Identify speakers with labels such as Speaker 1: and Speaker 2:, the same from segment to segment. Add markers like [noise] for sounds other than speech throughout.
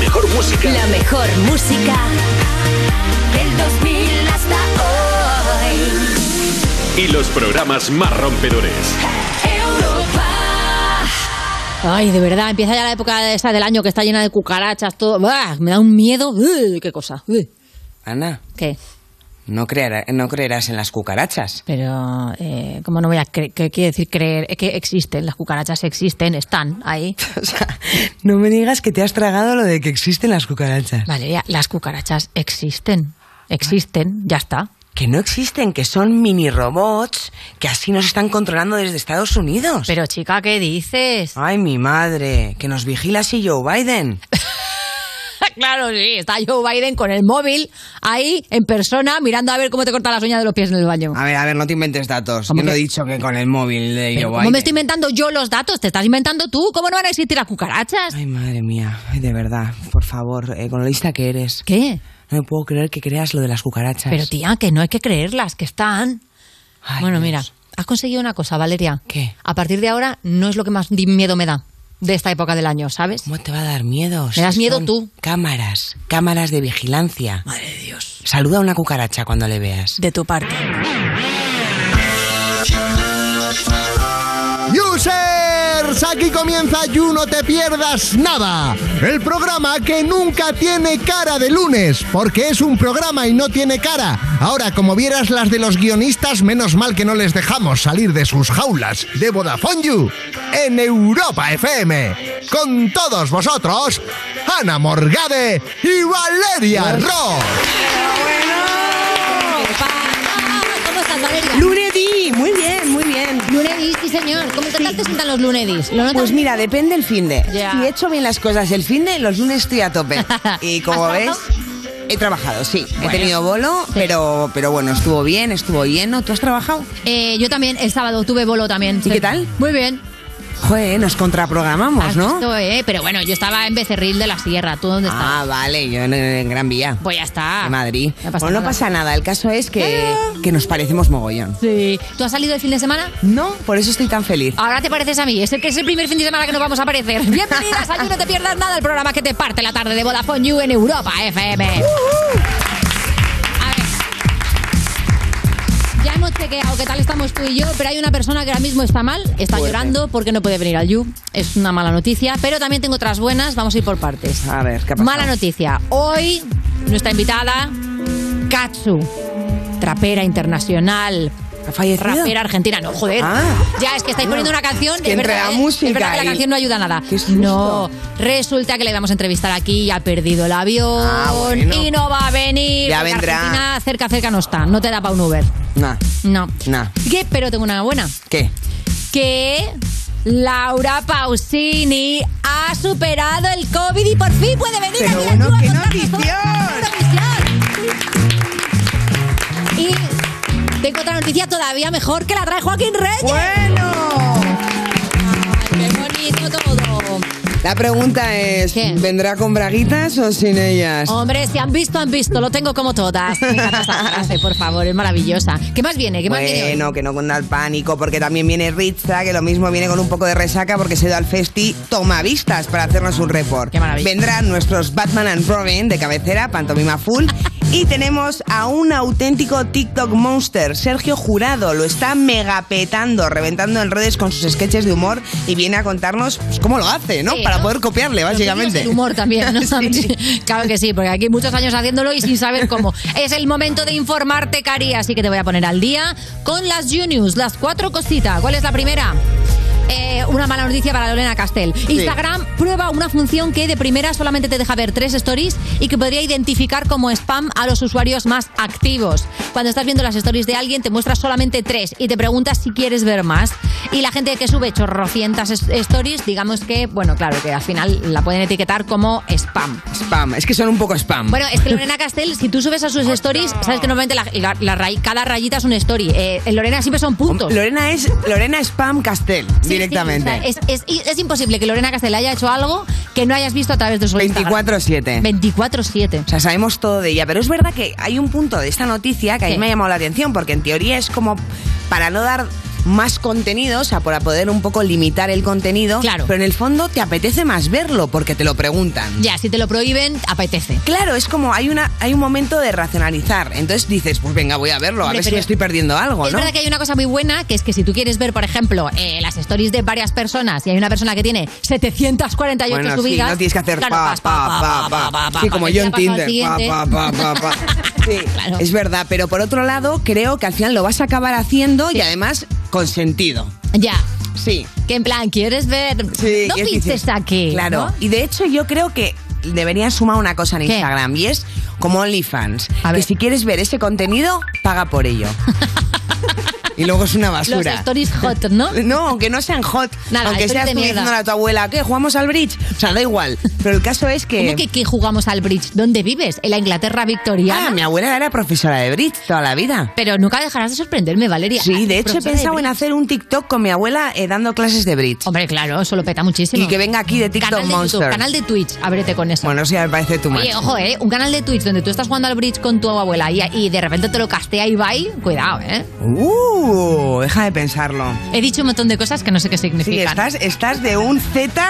Speaker 1: mejor música.
Speaker 2: La mejor música del 2000 hasta
Speaker 1: Y los programas más rompedores.
Speaker 3: Ay, de verdad, empieza ya la época esta del año que está llena de cucarachas, todo. ¡Bah! Me da un miedo. ¡Uy! ¡Qué cosa! ¡Uy!
Speaker 4: Ana,
Speaker 3: ¿Qué?
Speaker 4: no, creerá- no creerás en las cucarachas.
Speaker 3: Pero, eh, ¿cómo no voy a creer? ¿Qué quiere decir creer? Es que existen, las cucarachas existen, están ahí.
Speaker 4: [laughs] O sea, no me digas que te has tragado lo de que existen las cucarachas.
Speaker 3: Valeria, las cucarachas existen. Existen, ya está.
Speaker 4: Que no existen, que son mini robots que así nos están controlando desde Estados Unidos.
Speaker 3: Pero, chica, ¿qué dices?
Speaker 4: Ay, mi madre, que nos vigila así Joe Biden.
Speaker 3: claro, sí, está Joe Biden con el móvil ahí en persona mirando a ver cómo te corta las uñas de los pies en el baño.
Speaker 4: A ver, a ver, no te inventes datos. Yo
Speaker 3: ¿Cómo
Speaker 4: no he
Speaker 3: que-
Speaker 4: dicho que con el móvil de
Speaker 3: Pero,
Speaker 4: Joe
Speaker 3: ¿Cómo
Speaker 4: Biden.
Speaker 3: me estoy inventando yo los datos? ¿Te estás inventando tú? ¿Cómo no van a existir las cucarachas?
Speaker 4: Ay, madre mía, ay, de verdad, por favor, eh, con lo lista que eres.
Speaker 3: ¿Qué?
Speaker 4: No me puedo creer que creas lo de las cucarachas.
Speaker 3: Pero tía, que no hay que creerlas, que están.
Speaker 4: Ay,
Speaker 3: bueno,
Speaker 4: Dios.
Speaker 3: mira, has conseguido una cosa, Valeria.
Speaker 4: ¿Qué?
Speaker 3: A partir de ahora no es lo que más di- miedo me da de esta época del año, ¿sabes?
Speaker 4: ¿Cómo te va a dar miedo?
Speaker 3: das miedo
Speaker 4: son
Speaker 3: tú.
Speaker 4: Cámaras, cámaras de vigilancia.
Speaker 3: Madre de Dios.
Speaker 4: Saluda a una cucaracha cuando le veas.
Speaker 3: De tu parte.
Speaker 5: Users, aquí comienza You No Te Pierdas Nada, el programa que nunca tiene cara de lunes, porque es un programa y no tiene cara. Ahora, como vieras las de los guionistas, menos mal que no les dejamos salir de sus jaulas de Vodafone You en Europa FM. Con todos vosotros, Ana Morgade y Valeria Ross.
Speaker 3: ¿Cómo estás, Valeria?
Speaker 6: Lunedi, muy bien, muy bien.
Speaker 3: Lunedis, sí, señor. ¿Cómo qué tal te sientan los lunedis? ¿Lo notas?
Speaker 4: Pues mira, depende el fin de.
Speaker 3: Ya.
Speaker 4: Si he hecho bien las cosas el fin de, los lunes estoy a
Speaker 3: [laughs]
Speaker 4: tope. Y como
Speaker 3: ¿Has
Speaker 4: ves, he trabajado, sí. He tenido bolo, pero, pero bueno, estuvo bien, estuvo lleno. ¿Tú has trabajado?
Speaker 3: Eh, yo también, el sábado tuve bolo también.
Speaker 4: ¿Y qué tal?
Speaker 3: Muy bien.
Speaker 4: Joder, nos contraprogramamos,
Speaker 3: Has
Speaker 4: ¿no?
Speaker 3: visto, eh, Pero bueno, yo estaba en Becerril de la Sierra. ¿Tú dónde estás?
Speaker 4: Ah, vale, yo en, en Gran Vía.
Speaker 3: Pues ya está.
Speaker 4: De Madrid.
Speaker 3: No pasa
Speaker 4: Bueno, no
Speaker 3: nada.
Speaker 4: pasa nada, el caso es que, que nos parecemos mogollón.
Speaker 3: Sí. ¿Tú has salido el fin de semana?
Speaker 4: No, por eso estoy tan feliz.
Speaker 3: Ahora te pareces a mí, es el que es el primer fin de semana que nos vamos a aparecer. [laughs] Bienvenidas a You, no te pierdas nada, el programa que te parte la tarde de Vodafone You en Europa FM. A
Speaker 4: Uh,
Speaker 3: ver. Ya hemos chequeado qué tal estamos tú y yo, pero hay una persona que ahora mismo está mal, está
Speaker 4: Fuerte.
Speaker 3: llorando porque no puede venir al You. Es una mala noticia, pero también tengo otras buenas, vamos a ir por partes.
Speaker 4: A ver, ¿qué ha pasado?
Speaker 3: Mala noticia. Hoy, nuestra invitada, Katsu, trapera internacional,
Speaker 4: ¿Ha fallecido?
Speaker 3: rapera argentina. No, joder.
Speaker 4: Ah.
Speaker 3: Ya, es que estáis poniendo una canción.
Speaker 4: Es que
Speaker 3: es
Speaker 4: entre
Speaker 3: verdad,
Speaker 4: la
Speaker 3: ¿eh?
Speaker 4: música
Speaker 3: Es verdad que
Speaker 4: y-
Speaker 3: la canción no ayuda nada.
Speaker 4: Qué susto.
Speaker 3: No. Resulta que la íbamos a entrevistar aquí y ha perdido el avión.
Speaker 4: Ah, bueno.
Speaker 3: Y no va a venir.
Speaker 4: Ya
Speaker 3: porque
Speaker 4: vendrá.
Speaker 3: Argentina cerca, cerca no está. No te da para un Uber.
Speaker 4: Nah.
Speaker 3: No.
Speaker 4: Nah.
Speaker 3: ¿Qué? Pero tengo una buena.
Speaker 4: ¿Qué?
Speaker 3: Que. Laura Pausini ha superado el COVID y por fin puede venir
Speaker 6: Pero
Speaker 3: aquí
Speaker 6: bueno,
Speaker 3: a Cuba a
Speaker 6: qué
Speaker 3: contarnos
Speaker 6: notición.
Speaker 3: todo sobre Eurovisión. Y tengo otra noticia todavía mejor que la trae Joaquín Reyes.
Speaker 4: ¡Bueno!
Speaker 3: Qué bonito todo.
Speaker 4: La pregunta es,
Speaker 3: ¿Qué?
Speaker 4: ¿vendrá con braguitas o sin ellas?
Speaker 3: Hombre, si han visto, han visto. Lo tengo como todas. Me encanta esa
Speaker 6: [laughs]
Speaker 3: frase, por favor. Es maravillosa. ¿Qué más viene? ¿Qué más viene? hoy?
Speaker 4: Bueno, que no cunda el pánico, porque también viene Ritza, que lo mismo viene con un poco de resaca porque se da al festi Toma Vistas para hacernos un report.
Speaker 3: Qué maravilla.
Speaker 4: Vendrán nuestros Batman and Robin de cabecera, pantomima full. Y tenemos a un auténtico TikTok monster, Sergio Jurado. Lo está megapetando, reventando en redes con sus sketches de humor y viene a contarnos pues, cómo lo hace, ¿no?
Speaker 3: Sí,
Speaker 4: Para
Speaker 3: ¿no?
Speaker 4: poder copiarle,
Speaker 3: Lo que digo es
Speaker 4: básicamente.
Speaker 3: El humor también, ¿no? Claro que sí, porque aquí muchos años haciéndolo y sin saber cómo. Es el momento de informarte, Cari, así que te voy a poner al día con las Juniors, las cuatro cositas. ¿Cuál es la primera? Eh, una mala noticia para Lorena Castel. Instagram prueba una función que de primera solamente te deja ver tres stories y que podría identificar como spam a los usuarios más activos. Cuando estás viendo las stories de alguien te muestra solamente tres y te preguntas si quieres ver más. Y la gente que sube chorrocientas es- stories, digamos que, bueno, claro, que al final la pueden etiquetar como spam.
Speaker 4: Spam, es que son un poco spam.
Speaker 3: Bueno, es que Lorena Castel, si tú subes a sus stories, sabes que normalmente la, la- la ra- cada rayita es un story. Eh, en Lorena siempre son puntos.
Speaker 4: Lorena es Lorena Spam Castel,
Speaker 3: Sí,
Speaker 4: directamente.
Speaker 3: sí, o sea, es, es- es imposible que Lorena Castel haya hecho algo que no hayas visto a través de su
Speaker 4: 24/7.
Speaker 3: 24-7.
Speaker 4: O sea, sabemos todo de ella, pero es verdad que hay un punto de esta noticia que a mí
Speaker 3: ¿Qué?
Speaker 4: me ha llamado la atención, porque en teoría es como para no dar más contenido, o sea, para poder un poco limitar el contenido.
Speaker 3: Claro.
Speaker 4: Pero en el fondo te apetece más verlo porque te lo preguntan.
Speaker 3: Ya, si te lo prohíben, apetece.
Speaker 4: Claro, es como hay una hay un momento de racionalizar. Entonces dices, pues venga, voy a verlo, a
Speaker 3: Hombre,
Speaker 4: ver si
Speaker 3: pero
Speaker 4: me estoy perdiendo algo,
Speaker 3: Es
Speaker 4: ¿no?
Speaker 3: verdad que hay una cosa muy buena, que es que si tú quieres ver, por ejemplo, eh, las stories de varias personas y hay una persona que tiene 748
Speaker 4: Bueno, sí,
Speaker 3: subidas...
Speaker 4: no tienes que hacer
Speaker 3: claro,
Speaker 4: pa,
Speaker 3: pas, pa,
Speaker 4: pa,
Speaker 3: pa,
Speaker 4: pa, pa,
Speaker 3: pa, pa,
Speaker 4: Sí,
Speaker 3: pa,
Speaker 4: como
Speaker 3: que
Speaker 4: yo
Speaker 3: ya
Speaker 4: en
Speaker 3: pasa al
Speaker 4: Tinder. Pa,
Speaker 3: siguiente.
Speaker 4: pa, pa, pa, pa.
Speaker 3: [laughs]
Speaker 4: Sí,
Speaker 3: Ah,
Speaker 4: es verdad, pero por otro lado, creo que al final lo vas a acabar haciendo y además con sentido.
Speaker 3: Ya.
Speaker 4: Sí.
Speaker 3: Que en plan, ¿quieres ver?
Speaker 4: Sí,
Speaker 3: no
Speaker 4: y es
Speaker 3: pinces
Speaker 4: difícil.
Speaker 3: aquí.
Speaker 4: Claro.
Speaker 3: ¿no?
Speaker 4: Y de hecho, yo creo que deberían sumar una cosa en
Speaker 3: ¿Qué?
Speaker 4: Instagram y es como OnlyFans.
Speaker 3: A
Speaker 4: Que
Speaker 3: ver.
Speaker 4: si quieres ver ese contenido, paga por
Speaker 3: [laughs]
Speaker 4: ello. y luego es una
Speaker 3: Los
Speaker 4: basura.
Speaker 3: stories hot, ¿no?
Speaker 4: [laughs] No, aunque no sean hot,
Speaker 3: Nada,
Speaker 4: aunque
Speaker 3: stories
Speaker 4: seas
Speaker 3: de
Speaker 4: tú
Speaker 3: mierda.
Speaker 4: diciéndole a tu abuela, ¿qué? ¿Jugamos al bridge? O sea, da igual. Pero el caso es que...
Speaker 3: ¿Cómo que, que jugamos al bridge? ¿Dónde vives? ¿En la Inglaterra victoriana?
Speaker 4: Ah, mi abuela era profesora de bridge toda la vida.
Speaker 3: Pero nunca dejarás de sorprenderme, Valeria.
Speaker 4: Sí, de hecho he
Speaker 3: Profesora
Speaker 4: pensado en
Speaker 3: bridge.
Speaker 4: hacer un TikTok con mi abuela eh, dando clases de bridge.
Speaker 3: Hombre, claro, eso lo peta muchísimo.
Speaker 4: Y que venga aquí de TikTok
Speaker 3: canal de
Speaker 4: Monster.
Speaker 3: YouTube, canal de Twitch, ábrete con eso.
Speaker 4: Bueno, eso ya me parece tu
Speaker 3: Oye, ojo, ¿eh? Un canal de Twitch donde tú estás jugando al bridge con tu abuela y, y de repente te lo castea Ibai, cuidado, ¿eh?
Speaker 4: Uh, deja de
Speaker 3: [laughs]
Speaker 4: pensarlo.
Speaker 3: He dicho un montón de cosas que no sé qué
Speaker 4: Sí,
Speaker 3: significan.
Speaker 4: estás, estás de un Z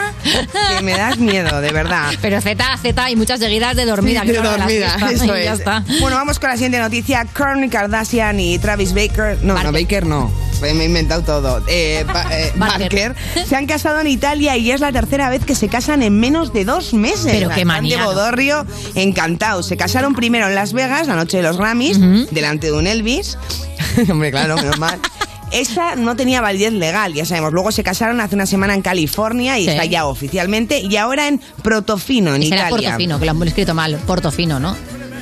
Speaker 4: que me das miedo, de verdad.
Speaker 3: Pero Z, Z y muchas seguidas de dormida.
Speaker 4: Sí, de
Speaker 3: que no me las
Speaker 4: dormida,
Speaker 3: fiesta.
Speaker 4: [laughs] eso
Speaker 3: Y ya
Speaker 4: es.
Speaker 3: está.
Speaker 4: Bueno, vamos con la siguiente noticia. Kourtney Kardashian y Travis Baker... No, no,
Speaker 3: Barker.
Speaker 4: Baker no. Me he inventado todo. Eh, Ba- eh,
Speaker 3: [laughs] Barker.
Speaker 4: Barker. Se han casado en Italia y es la tercera vez que se casan en menos de dos meses.
Speaker 3: Pero qué
Speaker 4: Están
Speaker 3: manía,
Speaker 4: de
Speaker 3: ¿no?
Speaker 4: bodorrio, encantados. Se casaron primero en Las Vegas, la noche de los Grammys, delante de un Elvis. [laughs] Hombre, claro, menos mal. Esa no tenía validez legal, ya sabemos. Luego se casaron hace una semana en California y
Speaker 3: Sí.
Speaker 4: está ya oficialmente. Y ahora en Protofino, en
Speaker 3: Será
Speaker 4: Italia.
Speaker 3: Portofino, que lo han escrito mal. Portofino, ¿no?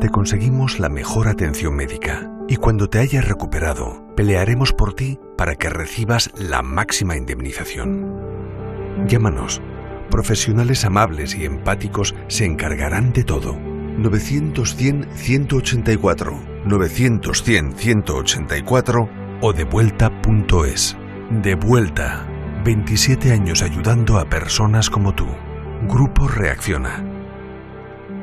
Speaker 7: te conseguimos la mejor atención médica. Y cuando te hayas recuperado, pelearemos por ti para que recibas la máxima indemnización. Llámanos. Profesionales amables y empáticos se encargarán de todo. 900-100-184, 900-100-184 o devuelta.es. De vuelta. 27 años ayudando a personas como tú. Grupo Reacciona.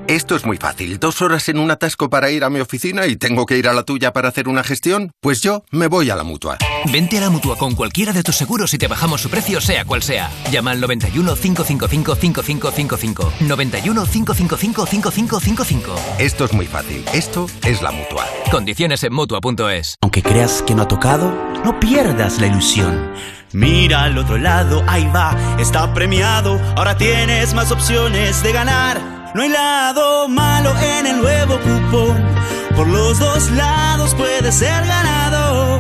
Speaker 8: Esto es muy fácil. Dos horas en un atasco para ir a mi oficina y tengo que ir a la tuya para hacer una gestión. Pues yo me voy a la mutua.
Speaker 9: Vente a la mutua con cualquiera de tus seguros y te bajamos su precio, sea cual sea. Llama al 91 555 5555. 91 555 5555.
Speaker 8: Esto es muy fácil. Esto es la mutua.
Speaker 9: Condiciones en mutua.es.
Speaker 10: Aunque creas que no ha tocado, no pierdas la ilusión. Mira al otro lado, ahí va, está premiado, ahora tienes más opciones de ganar. No hay lado malo en el nuevo cupón, por los dos lados puedes ser ganador.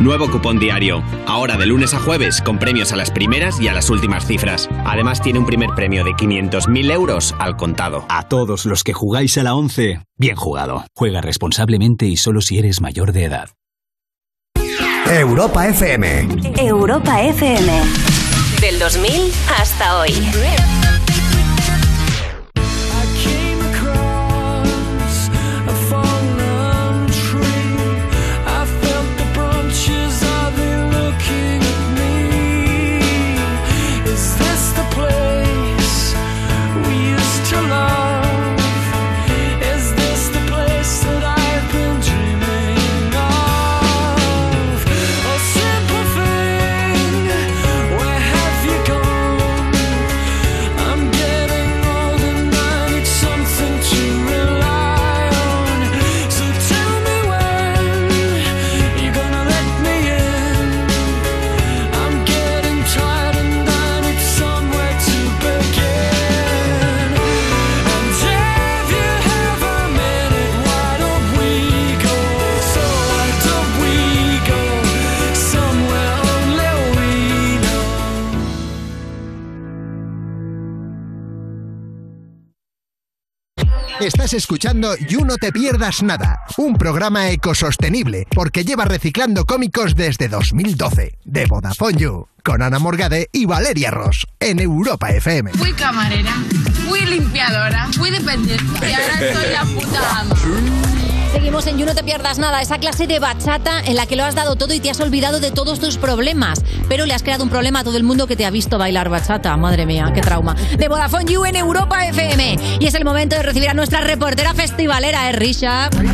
Speaker 11: Nuevo cupón diario. Ahora de lunes a jueves con premios a las primeras y a las últimas cifras. Además tiene un primer premio de 500.000 euros al contado.
Speaker 12: A todos los que jugáis a la 11, bien jugado. Juega responsablemente y solo si eres mayor de edad.
Speaker 13: Europa FM.
Speaker 14: Europa E- FM. Del 2000 hasta hoy.
Speaker 15: Where have you gone? I'm
Speaker 16: Estás escuchando You No Te Pierdas Nada, un programa ecosostenible porque lleva reciclando cómicos desde 2012. De Vodafone You, con Ana Morgade y Valeria Ross, en Europa FM.
Speaker 15: Fui camarera, fui limpiadora, fui dependiente y ahora soy la puta ama.
Speaker 3: Seguimos en You No Te Pierdas Nada, esa clase de bachata en la que lo has dado todo y te has olvidado de todos tus problemas, pero le has creado un problema a todo el mundo que te ha visto bailar bachata. Madre mía, qué trauma. De Vodafone You en Europa FM. Y es el momento de recibir a nuestra reportera festivalera, ¿eh, Risha? ¿Dónde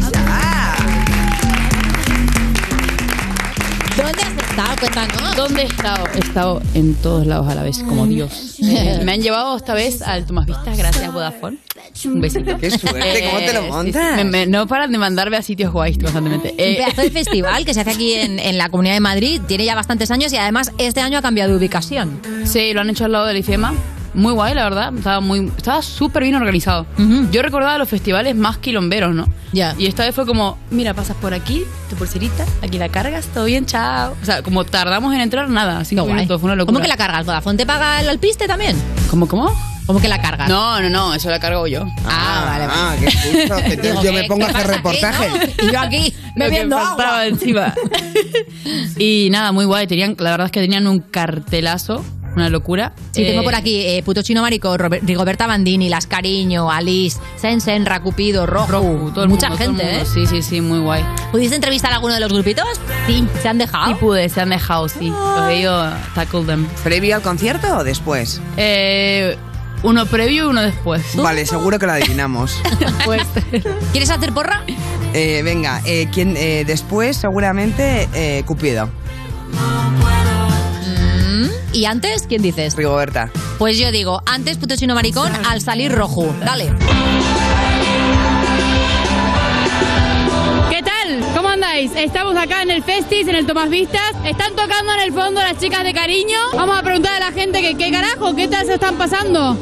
Speaker 3: has estado? Cuéntanos. Mm.
Speaker 17: ¿Dónde he estado? He estado en todos lados a la vez, como Dios. Eh, me han llevado esta vez al Tomás Vistas, gracias Vodafone. Un besito.
Speaker 4: Qué suerte, ¿cómo te lo
Speaker 17: Eh, sí,
Speaker 4: montas?
Speaker 17: sí, me- me- no paran de mandarme a sitios guays constantemente.
Speaker 3: Un
Speaker 17: Eh, [laughs]
Speaker 3: pedazo de festival que se hace aquí en, en la Comunidad de Madrid. Tiene ya bastantes años y además este año ha cambiado de ubicación.
Speaker 17: sí, lo han hecho al lado del IFEMA. Muy guay, la verdad. Estaba muy, estaba súper bien organizado. Yo recordaba los festivales más quilomberos, ¿no?
Speaker 3: Ya.
Speaker 17: Y esta vez fue como, mira, pasas por aquí, tu pulserita, aquí la cargas, todo bien, chao. O sea, como tardamos en entrar, nada, cinco minutos, fue una locura.
Speaker 3: ¿Cómo que la carga el Vodafone? ¿Te paga el alpiste también?
Speaker 17: ¿Cómo, cómo?
Speaker 3: ¿Cómo que la carga?
Speaker 17: No, no, no, eso la cargo yo.
Speaker 3: Ah, vale, vale.
Speaker 4: Ah, qué
Speaker 3: [laughs]
Speaker 4: susto, que entonces
Speaker 17: Digo,
Speaker 4: yo
Speaker 17: ¿qué-
Speaker 4: me pongo a
Speaker 17: qué
Speaker 4: hacer reportajes.
Speaker 3: Y yo
Speaker 17: Lo
Speaker 3: aquí
Speaker 17: que
Speaker 3: bebiendo
Speaker 17: faltaba
Speaker 3: agua. [laughs]
Speaker 17: encima. y nada, muy guay. Tenían, la verdad es que tenían un cartelazo, una locura.
Speaker 3: Sí, tengo
Speaker 17: Eh,
Speaker 3: por aquí eh, Puto Chino Marico, Robert- Rigoberta Bandini, Las Cariño, Alice, Sensen, Racupido, Rojo.
Speaker 17: todo el
Speaker 3: mucha
Speaker 17: mundo, todo el mundo.
Speaker 3: gente, ¿eh?
Speaker 17: Sí, sí, sí, muy guay.
Speaker 3: ¿Pudiste entrevistar a alguno de los grupitos? Sí, se han dejado.
Speaker 17: Sí pude, se han dejado, sí. Los he ido a tackle them.
Speaker 4: ¿Previo al concierto o después?
Speaker 17: Eh, uno previo y uno después.
Speaker 4: Vale, seguro que
Speaker 17: [laughs]
Speaker 4: lo adivinamos.
Speaker 3: ¿Quieres hacer porra?
Speaker 4: Eh, venga, eh, ¿quién, eh, después seguramente eh, Cupido.
Speaker 3: Mm, ¿Y antes quién dices?
Speaker 4: Rigoberta.
Speaker 3: Pues yo digo, antes Puto Chino Maricón, al salir rojo. Dale.
Speaker 18: ¿Qué tal? ¿Cómo andáis? Estamos acá en el Festis, en el Tomás Vistas. Están tocando en el fondo las chicas de cariño. Vamos a preguntar a la gente que qué carajo, qué tal se están pasando.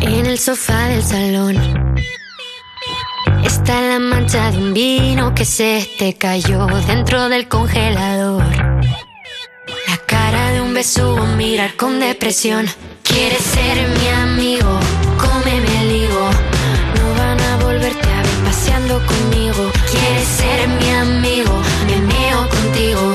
Speaker 19: En el sofá del salón está la mancha de un vino que se te cayó dentro del congelador. La cara de un besugo, mirar con depresión. Quieres ser mi amigo, cómeme el higo. No van a volverte a ver paseando conmigo. Quieres ser mi amigo, me meo contigo.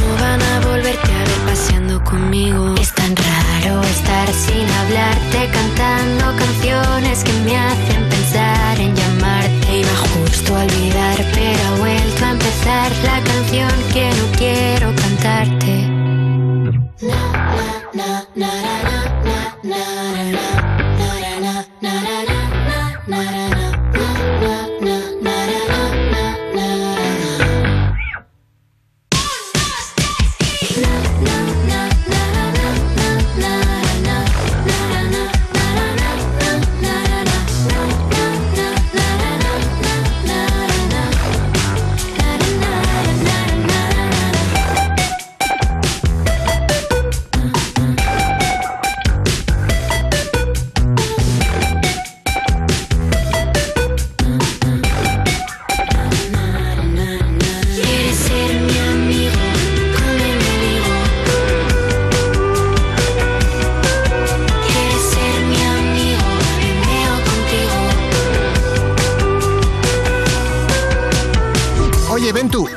Speaker 19: No van a volverte a ver paseando conmigo. Es tan raro estar sin hablarte, cantando canciones que me hacen pensar en llamarte. Iba justo a olvidar, pero ha vuelto a empezar la canción que no quiero cantarte. Quieres ser mi amigo, cómeme el higo. Quieres ser mi amigo, me meo contigo.
Speaker 16: Oye, Ventu,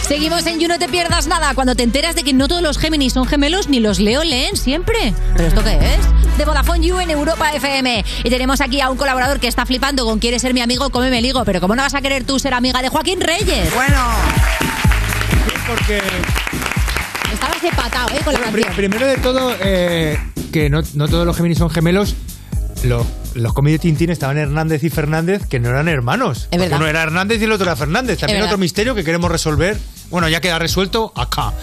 Speaker 3: Seguimos en You No Te Pierdas Nada, cuando te enteras de que no todos los Géminis son gemelos ni los Leo leen siempre. ¿Pero esto qué es? De Vodafone You en Europa FM. Y tenemos aquí a un colaborador que está flipando con quiere ser mi amigo, cómeme el higo. Pero ¿cómo no vas a querer tú ser amiga de Joaquín Reyes?
Speaker 4: Bueno.
Speaker 20: Porque
Speaker 3: Estabas empatado, ¿eh? Con la
Speaker 20: pri-
Speaker 3: canción.
Speaker 20: primero de todo, eh, que no, no todos los Géminis son gemelos. Los, los cómics de Tintín estaban Hernández y Fernández, que no eran hermanos. Porque
Speaker 3: verdad.
Speaker 20: Uno era Hernández y el otro era Fernández. También
Speaker 3: verdad.
Speaker 20: otro misterio que queremos resolver. Bueno, ya queda resuelto acá.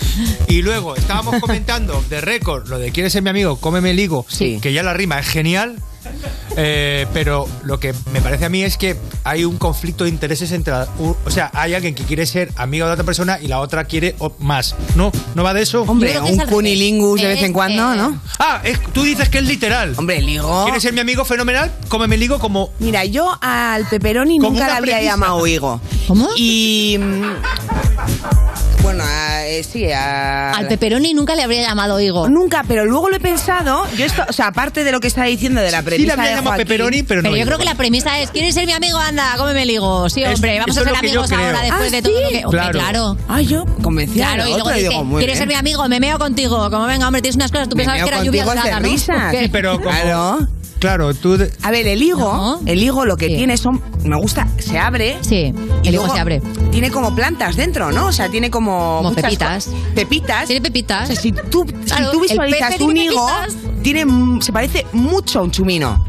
Speaker 20: Y luego estábamos comentando de récord lo de quieres ser mi amigo, cómeme el higo, que ya la rima es genial. Eh, pero lo que me parece a mí es que hay un conflicto de intereses entre. la- u- O sea, hay alguien que quiere ser amigo de otra persona y la otra quiere o- más. ¿No? ¿No va de eso?
Speaker 4: Hombre, Yo creo que es un al revés. cunilingus de vez
Speaker 3: Eh,
Speaker 4: en cuando, ¿no?
Speaker 20: Ah, es- tú dices que es literal.
Speaker 4: Hombre, el higo.
Speaker 20: ¿Quieres ser mi amigo fenomenal? Cómeme el higo como.
Speaker 4: Mira, yo al pepperoni
Speaker 20: Como
Speaker 4: nunca
Speaker 20: una
Speaker 4: le habría
Speaker 20: precisa.
Speaker 4: llamado higo.
Speaker 3: ¿Cómo?
Speaker 4: Y. mm, Bueno, a- eh, sí, a-
Speaker 3: Al pepperoni nunca le habría llamado higo.
Speaker 4: Nunca, pero luego lo he pensado. Yo esto, o sea, aparte de lo que está diciendo de la
Speaker 20: le
Speaker 4: premisa.
Speaker 20: habría
Speaker 4: de
Speaker 20: llamado
Speaker 4: Joaquín,
Speaker 20: pepperoni, pero no
Speaker 3: Pero yo
Speaker 20: higo.
Speaker 3: creo que la premisa es, ¿quieres ser mi amigo? Anda, cómeme el higo. Sí,
Speaker 20: Es-
Speaker 3: hombre, vamos
Speaker 20: eso
Speaker 3: a
Speaker 20: es
Speaker 3: ser
Speaker 20: lo que yo
Speaker 3: amigos ahora
Speaker 20: creo.
Speaker 3: después
Speaker 20: ¿Ah,
Speaker 3: de todo
Speaker 20: sí?
Speaker 3: lo que... Hombre,
Speaker 20: Claro.
Speaker 3: claro.
Speaker 4: Ah, yo convencía
Speaker 3: Claro, y luego dice, ¿quieres ser mi amigo? Me meo contigo. Como venga, hombre, tienes unas cosas, tú
Speaker 4: Me
Speaker 3: pensabas
Speaker 4: meo
Speaker 3: que era lluvia
Speaker 4: contigo es de
Speaker 3: dorada, ¿no?
Speaker 4: risas.
Speaker 3: ¿Qué?
Speaker 20: Sí, pero como, Claro, tú. de-
Speaker 4: A ver, el higo, el higo lo que tiene son, me gusta, se abre.
Speaker 3: Sí, el higo se abre.
Speaker 4: Tiene como plantas dentro, ¿no? O sea, tiene como.
Speaker 3: Como
Speaker 4: muchas
Speaker 3: pepitas.
Speaker 4: co- Pepitas. Tiene
Speaker 3: pepitas.
Speaker 4: si tú,
Speaker 3: Claro,
Speaker 4: si tú
Speaker 3: el
Speaker 4: visualizas
Speaker 3: pepe
Speaker 4: un
Speaker 3: tiene
Speaker 4: higo, tiene, mm, se parece mucho a un chumino.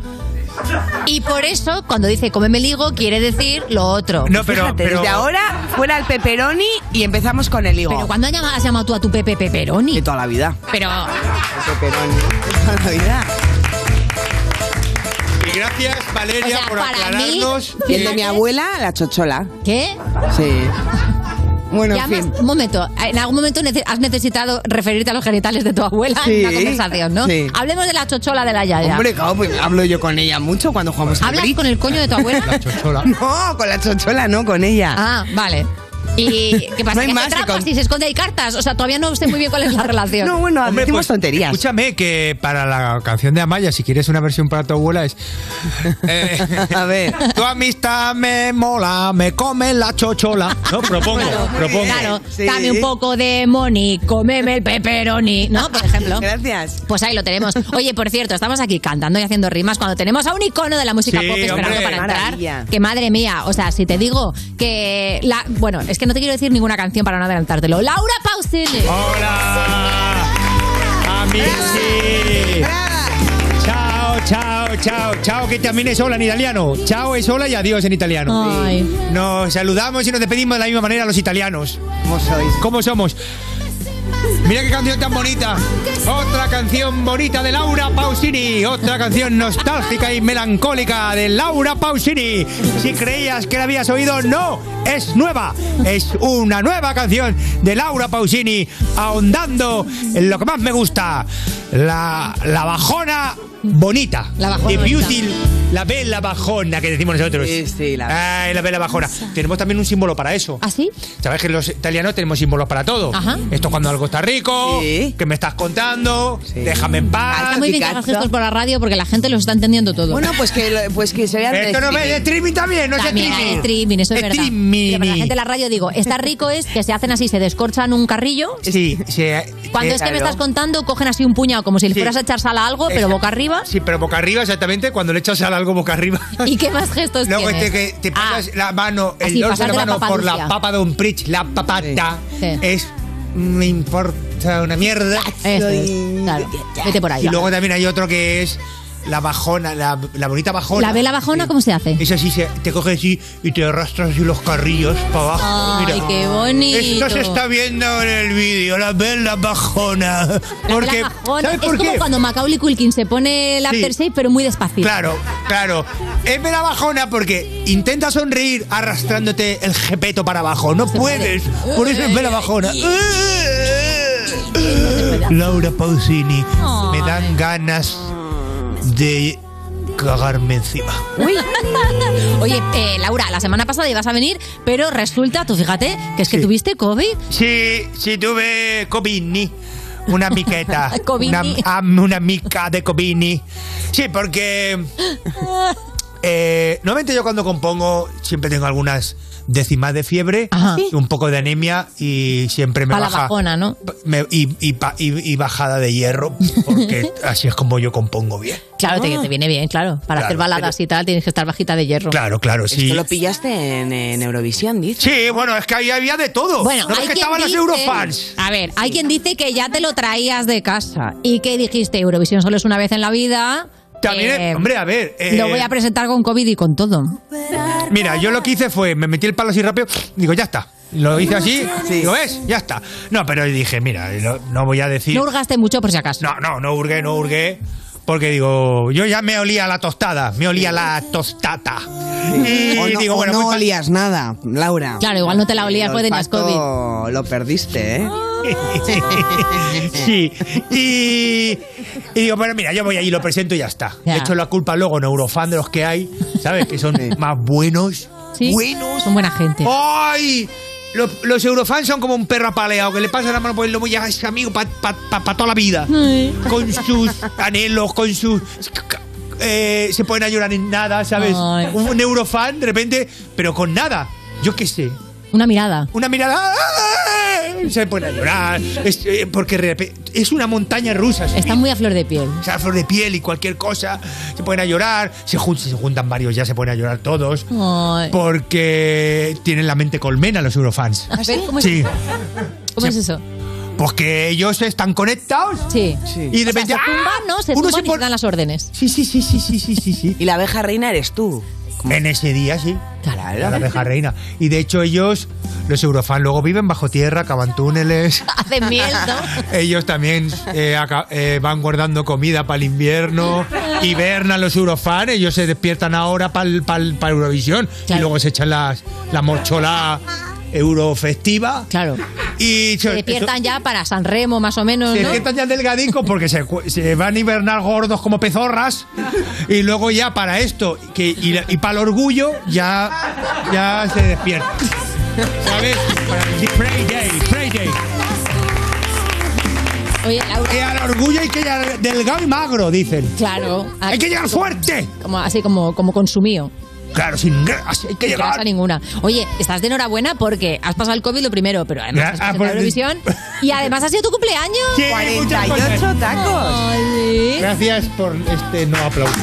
Speaker 3: Y por eso, cuando dice cómeme el higo, quiere decir lo otro.
Speaker 4: No, pero- Fíjate, pero- desde ahora, fuera el pepperoni y empezamos con el higo.
Speaker 3: Pero ¿cuándo has llamado, has llamado tú a tu Pepe Pepperoni? De
Speaker 4: toda la vida.
Speaker 3: Pero.
Speaker 4: El pepperoni. Toda la vida.
Speaker 20: [laughs] Y gracias, Valeria, por aclararnos.
Speaker 4: Y el de mi abuela, la chochola.
Speaker 3: ¿Qué?
Speaker 4: Sí. Bueno,
Speaker 3: Ya
Speaker 4: en
Speaker 3: más-
Speaker 4: fin.
Speaker 3: un momento, eh, en algún momento nece- has necesitado referirte a los genitales de tu abuela
Speaker 4: Sí,
Speaker 3: en una conversación, ¿no?
Speaker 4: sí.
Speaker 3: Hablemos de la chochola de la Yaya.
Speaker 4: Hombre, claro, pues hablo yo con ella mucho cuando jugamos al
Speaker 3: ¿Hablas
Speaker 4: brick.
Speaker 3: con el coño de tu abuela? La
Speaker 20: chochola.
Speaker 4: [laughs] No, con la chochola no, con ella.
Speaker 3: Ah, vale. ¿Y qué pasa?
Speaker 4: [laughs] No hay
Speaker 3: ¿Que hace
Speaker 4: más que
Speaker 3: trampas
Speaker 4: con-
Speaker 3: y se esconde ahí cartas? O sea, todavía no sé muy bien cuál es
Speaker 4: [laughs]
Speaker 3: la relación.
Speaker 4: No, bueno, decimos
Speaker 20: pues
Speaker 4: tonterías.
Speaker 20: Escúchame que para la canción de Amaya, si quieres una versión para tu
Speaker 4: [laughs]
Speaker 20: abuela, es. eh,
Speaker 4: a ver.
Speaker 20: Tu amistad me mola, me come la chochola. No, propongo, propongo.
Speaker 3: Claro, dame un poco de money, comeme el pepperoni,
Speaker 4: [laughs]
Speaker 3: ¿no? Por ejemplo.
Speaker 4: Gracias.
Speaker 3: Pues ahí lo tenemos. Oye, por cierto, estamos aquí cantando y haciendo rimas cuando tenemos a un icono de la música
Speaker 4: Sí,
Speaker 3: pop esperando
Speaker 4: hombre.
Speaker 3: para entrar.
Speaker 4: Maravilla.
Speaker 3: Que madre mía, o sea, si te digo que la, bueno, es que no te quiero decir ninguna canción para no adelantártelo. Laura Pausini.
Speaker 20: Ah, Hola. A mí sí. Chao, chao, chao, chao, que también es hola en italiano. Chao es hola y adiós en italiano.
Speaker 3: Ay.
Speaker 20: Nos saludamos y nos despedimos de la misma manera los italianos.
Speaker 4: ¿Cómo sois?
Speaker 20: ¿Cómo somos? Mira qué canción tan bonita. Otra canción bonita de Laura Pausini. Otra canción nostálgica y melancólica de Laura Pausini. Si creías que la habías oído, no. Es nueva. Es una nueva canción de Laura Pausini. Ahondando en lo que más me gusta. La, la bajona bonita.
Speaker 3: La bajona
Speaker 20: The
Speaker 3: bonita.
Speaker 20: Beauty, la bella bajona que decimos nosotros. Sí, sí, la Ay, la bella bajona. Tenemos también un símbolo para eso.
Speaker 3: ¿Ah, sí?
Speaker 20: Sabes que los italianos tenemos símbolos para todo.
Speaker 3: Ajá.
Speaker 20: Esto es cuando algo está rico, que me estás contando, déjame en paz.
Speaker 3: Ah, Está muy bien que hagas gestos por la radio porque la gente los está entendiendo todo.
Speaker 4: Bueno, pues que, lo- pues que sería
Speaker 20: Esto no ve- es streaming también, no es
Speaker 3: También
Speaker 20: streaming.
Speaker 3: hay streaming, eso es verdad.
Speaker 20: Streaming.
Speaker 3: Pero para la gente de la radio digo, está rico es que se hacen así, se descorchan un carrillo.
Speaker 20: Sí, sí.
Speaker 3: Cuando
Speaker 20: eh,
Speaker 3: es que me
Speaker 20: claro.
Speaker 3: estás contando, cogen así un puñado, como si le
Speaker 20: Sí.
Speaker 3: fueras a echar sal a algo,
Speaker 20: [laughs]
Speaker 3: pero
Speaker 20: Exacto.
Speaker 3: boca arriba.
Speaker 20: Sí, pero boca arriba, exactamente, cuando le echas al algo boca arriba.
Speaker 3: ¿Y qué más gestos
Speaker 20: Luego
Speaker 3: tienes? Ah.
Speaker 20: este que te pasas la mano, el
Speaker 3: Así,
Speaker 20: dorso de
Speaker 3: pasarte la
Speaker 20: la mano
Speaker 3: papa
Speaker 20: por la
Speaker 3: Lucia.
Speaker 20: papa de un pritch, la papata,
Speaker 3: Sí.
Speaker 20: es... Me importa una mierda.
Speaker 3: Eso es, claro. Vete por ahí.
Speaker 20: Y luego también hay otro que es la bajona, la, la bonita bajona.
Speaker 3: ¿La vela bajona cómo se hace?
Speaker 20: Es así, se- te coges así y te arrastras así los carrillos para abajo.
Speaker 3: Ay,
Speaker 20: mira.
Speaker 3: qué bonito.
Speaker 20: Esto se está viendo en el vídeo, la vela bajona. Porque,
Speaker 3: La bajona.
Speaker 20: ¿Sabes
Speaker 3: es
Speaker 20: por
Speaker 3: como
Speaker 20: qué?
Speaker 3: cuando Macaulay Culkin se pone el
Speaker 20: Sí.
Speaker 3: after save, pero muy despacito.
Speaker 20: Claro, claro. Es vela bajona porque intenta sonreír arrastrándote el jepeto para abajo. No puedes. Por eso es vela bajona. [laughs] Laura Pausini, me dan ganas de cagarme encima.
Speaker 3: [laughs] Oye, eh, Laura, la semana pasada ibas a venir, pero resulta, tú fíjate, que es que tuviste COVID.
Speaker 20: Sí, sí tuve Covini.
Speaker 3: [laughs]
Speaker 20: Una miqueta.
Speaker 3: Covini.
Speaker 20: Una, am- una mica de Covini. Sí,
Speaker 3: [laughs]
Speaker 20: porque. eh, normalmente yo cuando compongo siempre tengo algunas décimas de fiebre, un poco de anemia y siempre me
Speaker 3: Para la
Speaker 20: baja.
Speaker 3: bajona, ¿no?
Speaker 20: me- y, y pa- y- y bajada de hierro,
Speaker 3: [laughs]
Speaker 20: porque así es como yo compongo bien.
Speaker 3: Claro, te,
Speaker 20: Ah.
Speaker 3: te viene bien, claro. Para
Speaker 20: Claro,
Speaker 3: hacer baladas y tal tienes que estar bajita de hierro.
Speaker 20: Claro, claro, sí.
Speaker 4: Esto lo pillaste en, en Eurovisión, dice.
Speaker 20: Sí, bueno, es que ahí había de todo.
Speaker 3: Bueno,
Speaker 4: No, es
Speaker 3: hay
Speaker 4: que
Speaker 3: quien
Speaker 4: estaban las
Speaker 3: dice-
Speaker 4: Eurofans.
Speaker 3: A ver, hay quien dice que ya te lo traías de casa y que dijiste Eurovisión solo es una vez en la vida.
Speaker 20: También,
Speaker 3: eh,
Speaker 20: hombre, a ver. eh,
Speaker 3: Lo voy a presentar con COVID y con todo.
Speaker 20: Mira, yo lo que hice fue, me metí el palo así rápido, digo, ya está. Lo hice así, digo, ¿ves? Ya está. No, pero dije, mira, no, no voy a decir...
Speaker 3: No hurgaste mucho por si acaso.
Speaker 20: No, no, no hurgué, no hurgué. Porque digo, yo ya me olía la tostada, me olía la tostata. Y
Speaker 4: O no,
Speaker 20: digo,
Speaker 4: o
Speaker 20: bueno,
Speaker 4: no
Speaker 20: voy pa-
Speaker 4: olías nada, Laura.
Speaker 3: Claro, igual no te la olías,
Speaker 4: El
Speaker 3: pues tenías
Speaker 4: olfato Lo perdiste, ¿eh?
Speaker 20: [laughs] sí. Y, y digo, bueno, mira, yo voy ahí, lo presento y ya está.
Speaker 3: Ya.
Speaker 20: He hecho la culpa luego, neurofan de los que hay, ¿sabes? Que son más buenos.
Speaker 3: Sí,
Speaker 20: Buenos. Oh.
Speaker 3: son buena gente.
Speaker 20: ¡Ay! Los, los eurofans son como un perro apaleado que le pasa la mano por el lomo y ya es amigo para toda la vida.
Speaker 3: Ay.
Speaker 20: Con sus anhelos, con sus. eh, se pueden a llorar en nada, ¿sabes?
Speaker 3: Ay.
Speaker 20: Un eurofan de repente, pero con nada. Yo qué sé.
Speaker 3: Una mirada.
Speaker 20: Una mirada. ¡ay! se pone a llorar. Es, eh, porque de repe- es una montaña rusa. Está
Speaker 3: muy a flor de piel.
Speaker 20: Está a flor de piel y cualquier cosa. Se ponen a llorar. Se, jun- se juntan varios, ya se ponen a llorar todos.
Speaker 3: Ay.
Speaker 20: Porque tienen la mente colmena los Eurofans.
Speaker 3: ¿Ah, sí? ¿Cómo es-
Speaker 20: Sí.
Speaker 3: ¿Cómo es eso?
Speaker 20: Porque ellos están conectados.
Speaker 3: Sí.
Speaker 20: Y de
Speaker 3: O sea,
Speaker 20: repente. ¡ah!
Speaker 3: se tumban, ¿no? Se tumban y se dan las órdenes.
Speaker 20: Sí, sí, sí, sí, sí, sí, sí, sí.
Speaker 4: Y la abeja reina eres tú.
Speaker 20: En ese día, sí.
Speaker 3: Claro.
Speaker 20: La abeja reina. Y de hecho, ellos, los Eurofans, luego viven bajo tierra,
Speaker 3: [laughs]
Speaker 20: cavan túneles.
Speaker 3: Hace miel, ¿no?
Speaker 20: Ellos también eh, aca- eh, van guardando comida para
Speaker 3: [laughs]
Speaker 20: el invierno. Hibernan los Eurofans. Ellos se despiertan ahora para Eurovisión. Y luego se echan las, la mochola eurofestiva.
Speaker 3: Claro.
Speaker 20: Y
Speaker 3: Se despiertan ya para San Remo, más o menos,
Speaker 20: se
Speaker 3: ¿no?
Speaker 20: despiertan ya delgadicos porque se, cu- se van a hibernar gordos como pezorras y luego ya para esto que, y, la- y para el orgullo ya, ya se despiertan. ¿Sabes? Para decir, Pray Day, Pray Day.
Speaker 3: Oye, Laura.
Speaker 20: Que al orgullo hay que llegar delgado y magro, dicen.
Speaker 3: Claro.
Speaker 20: Hay que llegar fuerte.
Speaker 3: Como, así como, como consumido.
Speaker 20: Claro, sin grasa hay que
Speaker 3: Sin grasa
Speaker 20: llegar.
Speaker 3: ninguna. Oye, estás de enhorabuena porque has pasado el COVID lo primero, pero además
Speaker 20: Ya,
Speaker 3: has
Speaker 20: ah,
Speaker 3: presentado
Speaker 20: por-
Speaker 3: Eurovisión
Speaker 20: [laughs]
Speaker 3: y además ha sido tu cumpleaños.
Speaker 20: Sí, muchas gracias. Gracias por este no aplauso.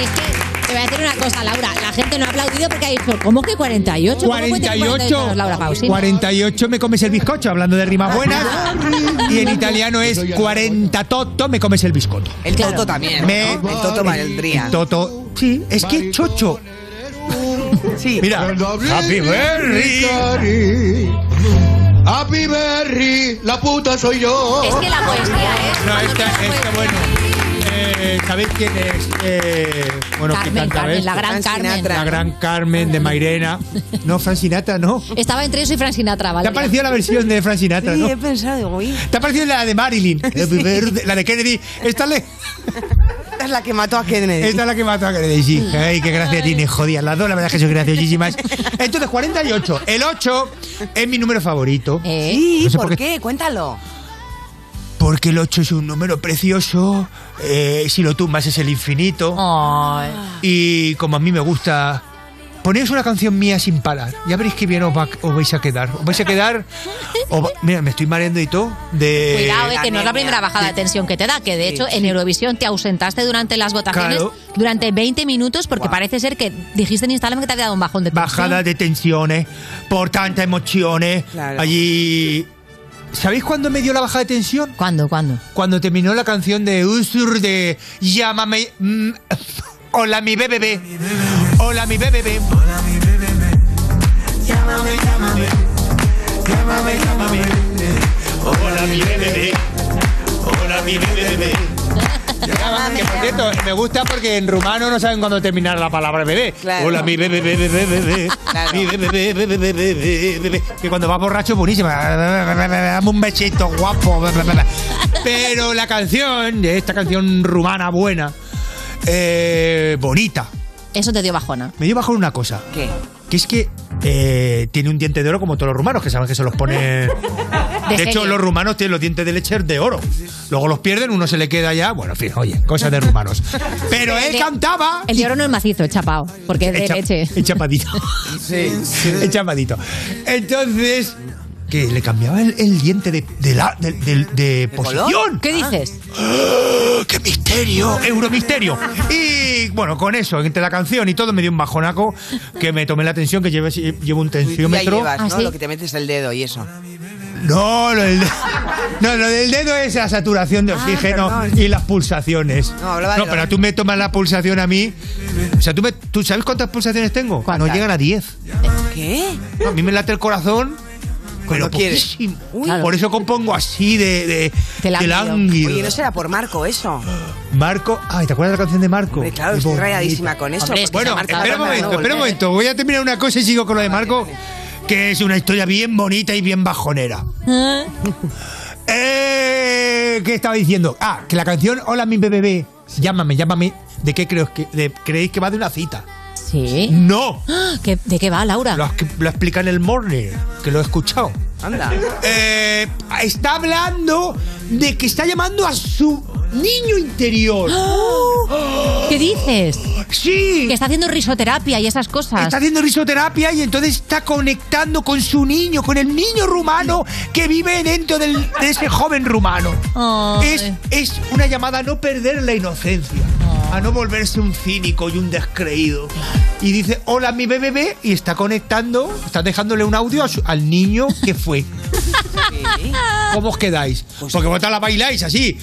Speaker 3: Es que te voy a decir una cosa, Laura. La gente no ha aplaudido porque ha dicho, ¿cómo que 48? ¿Cómo puede tener
Speaker 20: 48,
Speaker 3: Laura Pausini? Ah,
Speaker 20: 48 me comes el bizcocho, hablando de rimas buenas. Y en italiano es 40 toto me comes el bizcocho.
Speaker 4: El toto también.
Speaker 20: Me-
Speaker 4: ¿no? El toto valdría.
Speaker 20: El toto. Sí, es que chocho.
Speaker 4: Sí.
Speaker 20: Mira. Happy birthday.
Speaker 1: Happy Berry, la puta soy yo.
Speaker 3: Es que la poesía ¿eh? es.
Speaker 20: No, esta, esta, bueno. eh, ¿Sabéis quién es? Eh, bueno,
Speaker 3: Carmen,
Speaker 20: ¿qué canta
Speaker 3: Carmen,
Speaker 20: esto?
Speaker 3: la gran Fran Carmen. Sinatra.
Speaker 20: La gran Carmen de Mairena. No, Fran Sinatra, no.
Speaker 3: Estaba entre eso y Fran Sinatra, ¿vale?
Speaker 20: ¿Te ha parecido la versión de Fran Sinatra, no?
Speaker 4: pensado, digo, uy.
Speaker 20: ¿Te ha parecido la
Speaker 4: [laughs]
Speaker 20: de Marilyn? La de Kennedy. Esta le...
Speaker 4: Esta es la que mató a Kennedy.
Speaker 20: Esta es la que mató a Kennedy, sí. Ay, qué gracia tiene, jodida. Las dos, la verdad es que son graciosísimas. Entonces, 48. El 8 es mi número favorito.
Speaker 3: ¿Eh?
Speaker 4: Eh, Sí,
Speaker 20: No sé
Speaker 4: ¿por, qué? Cuéntalo.
Speaker 20: Porque el 8 es un número precioso. eh, si lo tumbas es el infinito. Y como a mí me gusta. Ponéis una canción mía sin parar. Ya veréis que bien os, va- os vais a quedar. Os vais a quedar. os va- mira, me estoy mareando y todo. De,
Speaker 3: Cuidado, eh, que no es la primera bajada de tensión que te da, que de hecho en Eurovisión te ausentaste durante las votaciones
Speaker 20: Claro.
Speaker 3: durante 20 minutos porque parece ser que dijiste en Instagram que te había dado un bajón de tensión.
Speaker 20: bajada de tensiones, por tantas emociones.
Speaker 3: Claro.
Speaker 20: Allí. ¿Sabéis cuándo me dio la baja de tensión?
Speaker 3: ¿Cuándo? ¿Cuándo?
Speaker 20: Cuando terminó la canción de Usur de Llámame. mm, [laughs] Hola mi bebé. Hola mi bebé. Hola mi bebé. Llámame, llámame. Llámame, llámame. Hola mi bebé. Hola mi bebé. Que por cierto, me gusta porque en rumano no saben cuándo terminar la palabra bebé.
Speaker 4: Claro.
Speaker 20: Hola, mi bebé, bebé, bebé, bebé. Mi bebé, bebé, bebé, bebé, bebé. Que cuando va borracho, buenísima. Dame un besito guapo. Pero la canción, esta canción rumana buena, eh, bonita.
Speaker 3: Eso te dio bajona.
Speaker 20: Me dio bajo una cosa.
Speaker 4: ¿Qué?
Speaker 20: Que es que eh, tiene un diente de oro como todos los rumanos, que saben que se los ponen. De, hecho,
Speaker 3: serie.
Speaker 20: los rumanos tienen los dientes de leche de oro. Luego los pierden, uno se le queda ya. Bueno, en fin, oye, cosas de rumanos. Pero él cantaba.
Speaker 3: El de oro no es macizo, es chapao, porque es de
Speaker 20: Echa-
Speaker 3: leche.
Speaker 20: Echapadito. [laughs] Echapadito. Entonces, que le cambiaba el, el diente de, de, la- de- de- de posición.
Speaker 3: ¿Qué dices?
Speaker 20: ¡Ah! ¡Qué misterio! Euromisterio. Y bueno, con eso, entre la canción y todo, me dio un bajonaco que me tomé la tensión, que llevo, llevo un
Speaker 4: Ya
Speaker 20: tensiómetro. Ah,
Speaker 4: llevas,
Speaker 3: Ah,
Speaker 4: ¿no? Lo que te metes el dedo y eso.
Speaker 20: No, lo del, no, lo del dedo es la saturación de oxígeno y las pulsaciones.
Speaker 4: Ah, No, hablaba de lo-
Speaker 20: pero tú me tomas la pulsación a mí. O sea, ¿tú, me- ¿tú sabes cuántas pulsaciones tengo? No llegan a 10.
Speaker 4: ¿Qué?
Speaker 20: A mí me late el corazón. Pero
Speaker 4: quieres.
Speaker 20: poquísimo. Por eso compongo así de, de, de lánguido.
Speaker 4: Oye, no será por Marco eso.
Speaker 20: Marco, ay, ¿te acuerdas de la canción de Marco?
Speaker 4: claro, estoy rayadísima con eso, Hombre, es que
Speaker 20: bueno,
Speaker 4: esa marca
Speaker 20: espera un
Speaker 4: no va a
Speaker 20: momento,
Speaker 4: volver.
Speaker 20: espera un momento. Voy a terminar una cosa y sigo con lo de Marco, que es una historia bien bonita y bien bajonera. Eh, ¿Qué estaba diciendo? Ah, que la canción Hola mi bebé, llámame, llámame. ¿De qué crees que de- creéis que va de una cita?
Speaker 3: Sí.
Speaker 20: No.
Speaker 3: ¿De [gasps] qué va, Laura?
Speaker 20: Lo, lo explica en el morning, que lo he escuchado.
Speaker 4: Anda.
Speaker 20: Eh, está hablando de que está llamando a su
Speaker 21: niño interior.
Speaker 3: ¡Ah! ¿Qué dices?
Speaker 21: Sí.
Speaker 3: Que está haciendo risoterapia y esas cosas.
Speaker 20: Está haciendo risoterapia y entonces está conectando con su niño, con el niño rumano que vive dentro del- de ese joven rumano. Es, es una llamada a no perder la inocencia, a no volverse un cínico y un descreído. Y dice, hola mi bebé, y está conectando, está dejándole un audio a su- al niño
Speaker 4: [laughs]
Speaker 20: que fue. ¿Cómo os quedáis? Porque vosotras la bailáis así,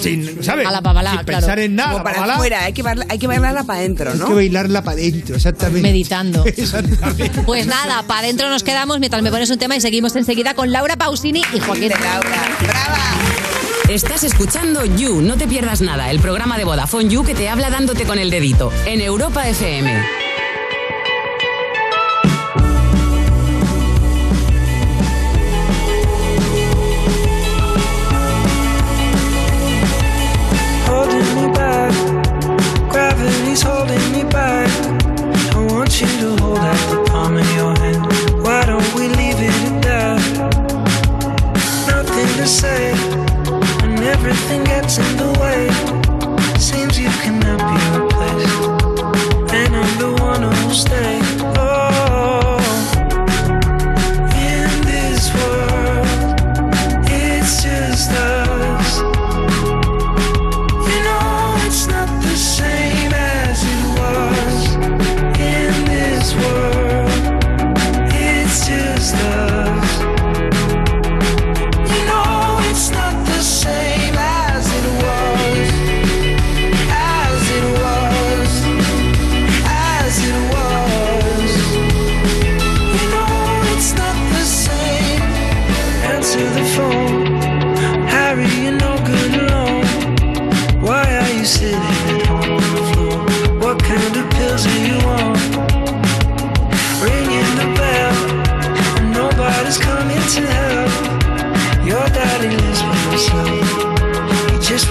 Speaker 20: sin, ¿sabes?
Speaker 4: Pues A la babalá,
Speaker 20: sin
Speaker 4: claro.
Speaker 20: pensar en nada.
Speaker 4: Como para
Speaker 20: babalá.
Speaker 4: afuera, hay que, bailar- hay que bailarla para adentro,
Speaker 20: Hay que
Speaker 4: ¿no?
Speaker 20: bailarla para adentro, exactamente.
Speaker 3: Meditando.
Speaker 20: [laughs] Exactamente.
Speaker 3: Pues nada, para adentro nos quedamos mientras me pones un tema y seguimos enseguida con Laura Pausini y Joaquín.
Speaker 6: Estás escuchando You, no te pierdas nada, el programa de Vodafone You que te habla dándote con el dedito en Europa FM.
Speaker 15: holding me back. Gravity's holding me back. I want you to hold out the palm of your hand. Why don't we leave it at that? Nothing to say, and everything gets in the way. Seems you cannot be replaced, and I'm the one who'll stay. Oh, in this world, it's just us. You know it's not the same as it was in this world. It's just us. You know it's not the same as it was, as it was, as it was. You know it's not the same. Answer the phone, Harry. You're no good alone. Why are you sitting at home on the floor? What kind of pills are you on? Ringing the bell, and nobody's coming to help. Your daddy lives by himself. He just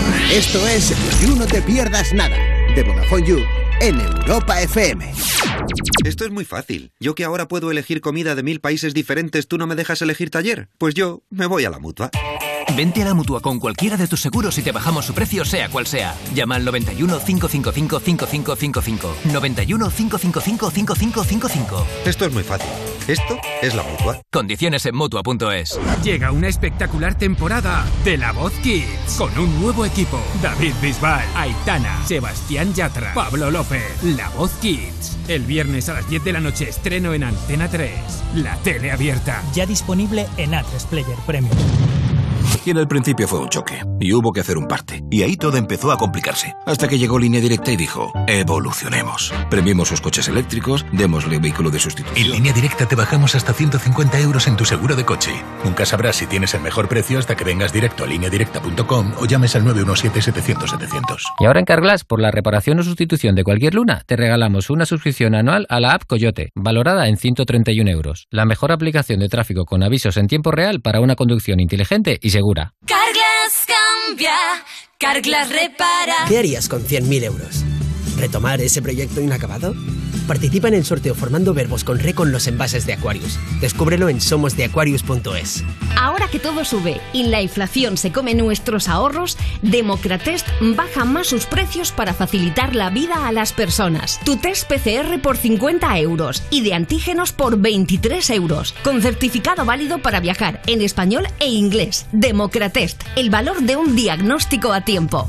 Speaker 15: it was, as it
Speaker 16: Esto es You No Te Pierdas Nada, de Vodafone You, en Europa FM.
Speaker 22: Esto es muy fácil. Yo que ahora puedo elegir comida de mil países diferentes, ¿tú no me dejas elegir taller? Pues yo me voy a la mutua.
Speaker 9: Vente a la mutua con cualquiera de tus seguros y te bajamos su precio, sea cual sea. Llama al 91 555 5555. 91 555 5555.
Speaker 22: Esto es muy fácil. Esto es la mutua.
Speaker 9: Condiciones en mutua.es.
Speaker 11: Llega una espectacular temporada de La Voz Kids con un nuevo equipo. David Bisbal, Aitana, Sebastián Yatra, Pablo López, La Voz Kids. El viernes a las 10 de la noche estreno en Antena 3, la tele abierta.
Speaker 23: Ya disponible en A3 Player Premium.
Speaker 24: Y en el principio fue un choque, y hubo que hacer un parte. Y ahí todo empezó a complicarse, hasta que llegó Línea Directa y dijo, evolucionemos. Premiemos sus coches eléctricos, démosle vehículo de sustitución.
Speaker 25: En línea directa te bajamos hasta 150 euros en tu seguro de coche. Nunca sabrás si tienes el mejor precio hasta que vengas directo a lineadirecta.com o llames al 917-700-700.
Speaker 26: Y ahora en Carglass, por la reparación o sustitución de cualquier luna, te regalamos una suscripción anual a la app Coyote, valorada en 131 euros. La mejor aplicación de tráfico con avisos en tiempo real para una conducción inteligente y segura.
Speaker 27: Carglas cambia, Carglas repara.
Speaker 28: ¿Qué harías con 100.000 euros? ¿Retomar ese proyecto inacabado?
Speaker 2: Participa en el sorteo formando verbos con re con los envases de Aquarius. Descúbrelo en somosdeaquarius.es.
Speaker 24: Ahora que todo sube y la inflación se come nuestros ahorros, Democratest baja más sus precios para facilitar la vida a las personas. Tu test PCR por 50 euros y de antígenos por 23 euros, con certificado válido para viajar en español e inglés. Democratest, el valor de un diagnóstico a tiempo.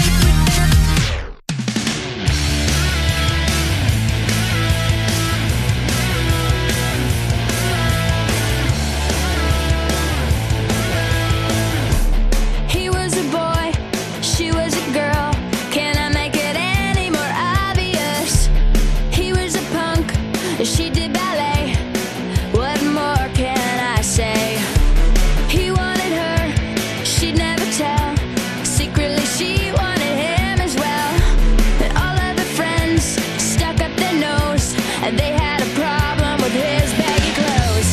Speaker 27: He was a boy, she was a girl. Can I make it any more obvious? He was a punk, she did ballet. What more can I say? He wanted her, she'd never tell. Secretly, she wanted him as well. And all of her friends stuck up their nose. And they had a problem with his baggy clothes.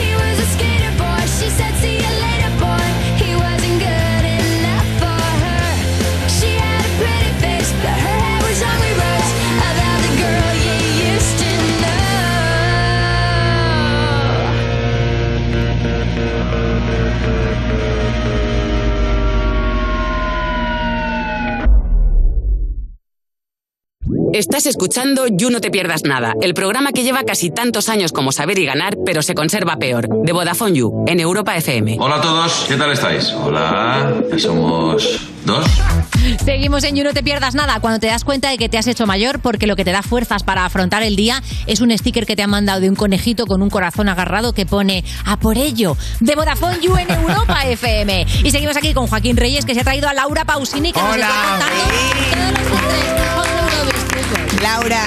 Speaker 27: He was a skater boy, she said, see you later, boy. He wasn't good enough for her. She had a pretty face, but her hair was only rose. About the girl you used to know.
Speaker 6: Estás escuchando You No Te Pierdas Nada, el programa que lleva casi tantos años como Saber y Ganar, pero se conserva peor, de Vodafone You, en Europa FM.
Speaker 29: Hola a todos, ¿qué tal estáis? Hola, ya somos dos.
Speaker 3: Seguimos en You No Te Pierdas Nada, cuando te das cuenta de que te has hecho mayor, porque lo que te da fuerzas para afrontar el día es un sticker que te han mandado de un conejito con un corazón agarrado que pone a por ello, de Vodafone You en
Speaker 20: [laughs]
Speaker 3: Europa FM. Y seguimos aquí con Joaquín Reyes, que se ha traído a Laura Pausini, que nos está contando
Speaker 4: Laura,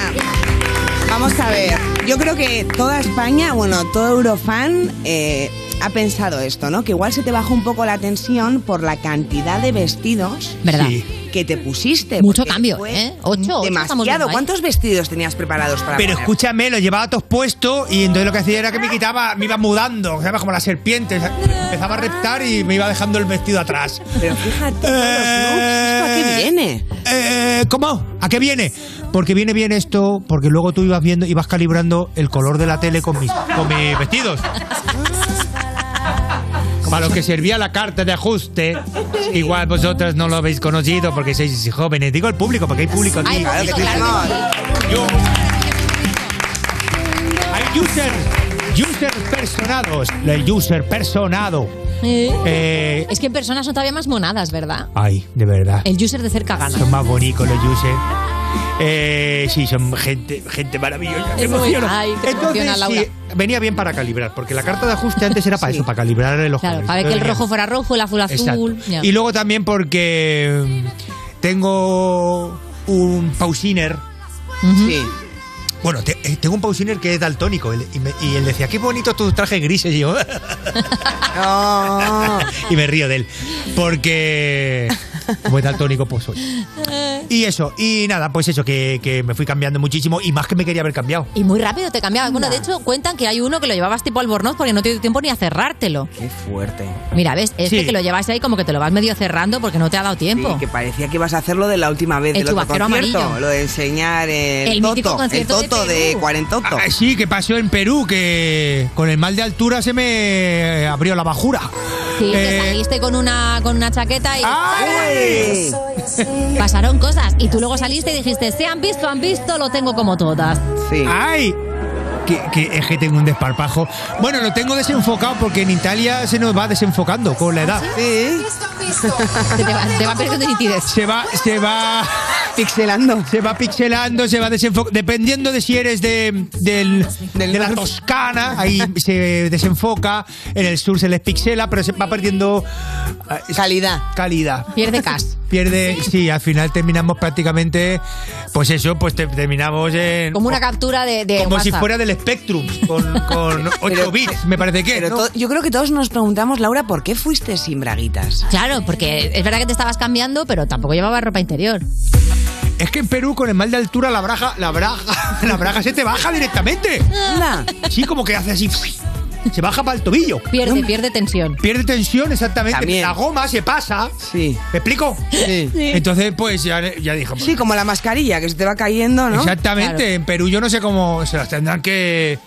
Speaker 4: vamos a ver. Yo creo que toda España, bueno, todo Eurofan eh, ha pensado esto, ¿no? Que igual se te bajó un poco la tensión por la cantidad de vestidos
Speaker 3: ¿Verdad?
Speaker 4: que te pusiste.
Speaker 3: Mucho
Speaker 4: porque
Speaker 3: cambio,
Speaker 4: fue
Speaker 3: ¿eh? Ocho, ocho estamos viendo,
Speaker 4: Demasiado.
Speaker 3: ¿eh?
Speaker 4: ¿Cuántos vestidos tenías preparados para
Speaker 20: Pero
Speaker 4: poner?
Speaker 20: escúchame, lo llevaba todos puesto y entonces lo que hacía era que me quitaba, me iba mudando, ¿sabes? como la serpiente. Empezaba a reptar y me iba dejando el vestido atrás. Eh,
Speaker 4: Pero fíjate, ¿a qué viene?
Speaker 20: ¿Cómo? ¿A qué viene? Porque viene bien esto, porque luego tú ibas viendo, ibas calibrando el color de la tele con mis, con mis vestidos. Para lo que servía la carta de ajuste, igual vosotras no lo habéis conocido porque sois jóvenes. Digo el público, porque hay público aquí.
Speaker 15: Ay,
Speaker 4: Claro que tenemos.
Speaker 20: Hay users, users personados. El user personado. Eh,
Speaker 3: Es que en personas son todavía más monadas, ¿verdad?
Speaker 20: ay, de verdad.
Speaker 3: El user de cerca gana.
Speaker 20: Son más bonitos los users. Eh, sí, son gente, gente maravillosa. Me
Speaker 3: Es muy-
Speaker 20: emociono.
Speaker 3: ay, te emociona, Laura.
Speaker 20: sí, venía bien para calibrar, porque la carta de ajuste antes era para eso, para calibrar el ojo.
Speaker 3: Claro, para ver que el rojo fuera rojo, el azul azul.
Speaker 20: Eh, Exacto.
Speaker 3: ya.
Speaker 20: Y luego también porque mm, tengo un pausiner.
Speaker 4: Sí.
Speaker 20: Bueno, te- eh, tengo un pausiner que es daltónico él- y, me- y él decía, qué bonito tus trajes grises. Y yo, [laughs] y me río de él. Porque, como es daltónico, pues soy.
Speaker 3: Eh.
Speaker 20: Y eso, y nada, pues eso, que, que me fui cambiando muchísimo y más que me quería haber cambiado.
Speaker 3: Y muy rápido te cambiaba. Bueno, de hecho, cuentan que hay uno que lo llevabas tipo albornoz porque no te dio tiempo ni a cerrártelo.
Speaker 4: Fuerte.
Speaker 3: Mira, ¿ves? Este
Speaker 4: Sí.
Speaker 3: que lo llevas ahí como que te lo vas medio cerrando porque no te ha dado tiempo.
Speaker 4: Sí, que parecía que ibas a hacerlo de la última vez
Speaker 3: El
Speaker 4: del otro
Speaker 3: chubasquero
Speaker 4: concierto,
Speaker 3: amarillo.
Speaker 4: lo de enseñar el,
Speaker 3: El mítico
Speaker 4: toto, el
Speaker 3: concierto de
Speaker 4: toto de,
Speaker 3: Perú.
Speaker 4: cuarentoto.
Speaker 20: Ah, sí, que pasó en Perú, que con el mal de altura se me eh, abrió la bajura.
Speaker 3: Sí, que
Speaker 20: Eh,
Speaker 3: saliste con una, con una chaqueta y.
Speaker 20: ¡Ay!
Speaker 3: Pasaron cosas. Y tú luego saliste y dijiste: Se han visto, han visto, lo tengo como todas. [laughs]
Speaker 20: ¡Ay! Que, que es que tengo un desparpajo. Bueno, lo tengo desenfocado porque en Italia se nos va desenfocando con la edad.
Speaker 3: Se te va, te va perdiendo nitidez.
Speaker 20: Se va, se va.
Speaker 4: Pixelando.
Speaker 20: Se va pixelando, se va desenfocando. Dependiendo de si eres de, del- de la Toscana, ahí se desenfoca. En el sur se les pixela, pero se va perdiendo. ah,
Speaker 4: Calidad.
Speaker 20: Calidad.
Speaker 3: Pierde cas.
Speaker 20: Pierde. Sí, al final terminamos prácticamente. Pues eso, pues te- terminamos en.
Speaker 3: Como una captura de. de
Speaker 20: como si
Speaker 3: WhatsApp.
Speaker 20: fuera del Spectrum, con,
Speaker 4: [laughs]
Speaker 20: con 8 bits, me parece que.
Speaker 4: Pero
Speaker 20: ¿no?
Speaker 4: to- yo creo que todos nos preguntamos, Laura, ¿por qué fuiste sin braguitas?
Speaker 3: Claro, porque es verdad que te estabas cambiando, pero tampoco llevaba ropa interior.
Speaker 20: Es que en Perú con el mal de altura la [laughs]
Speaker 4: Ah.
Speaker 20: braja, la braja, la braja se te baja directamente. Sí, como que hace así. [laughs] se baja para el tobillo.
Speaker 3: Pierde, pierde tensión.
Speaker 20: Pierde tensión, exactamente.
Speaker 4: También.
Speaker 20: La goma se pasa.
Speaker 4: Sí.
Speaker 20: ¿Me explico?
Speaker 4: Sí.
Speaker 20: Entonces, pues ya, ya dije.
Speaker 4: Sí, como la mascarilla que se te va cayendo, ¿no?
Speaker 20: Exactamente, en Perú yo no sé cómo se las tendrán que.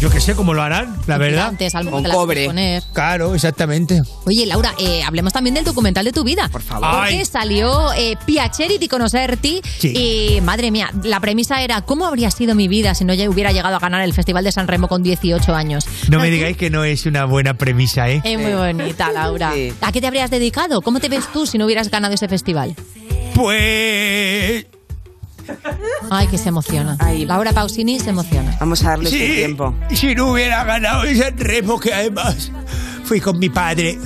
Speaker 20: Yo qué sé cómo lo harán, la verdad.
Speaker 3: Antes, a lo mejor te las puedes poner.
Speaker 20: Claro, exactamente.
Speaker 3: Oye, Laura, eh, hablemos también del documental de tu vida. Por
Speaker 20: favor.
Speaker 3: Porque
Speaker 20: Ay.
Speaker 3: salió eh, Piacere di conocerti. Y madre mía, la premisa era: ¿cómo habría sido mi vida si no ya hubiera llegado a ganar el Festival de San Remo con 18 años?
Speaker 20: No me digáis que no es una buena premisa, ¿eh?
Speaker 3: Es muy bonita, Laura. ¿A qué te habrías dedicado? ¿Cómo te ves tú si no hubieras ganado ese festival?
Speaker 20: Pues.
Speaker 3: Ay, que se emociona. Laura Pausini se emociona.
Speaker 4: Vamos a darle
Speaker 20: Sí.
Speaker 4: este tiempo.
Speaker 20: Si no hubiera ganado ese remo que además fui con mi padre.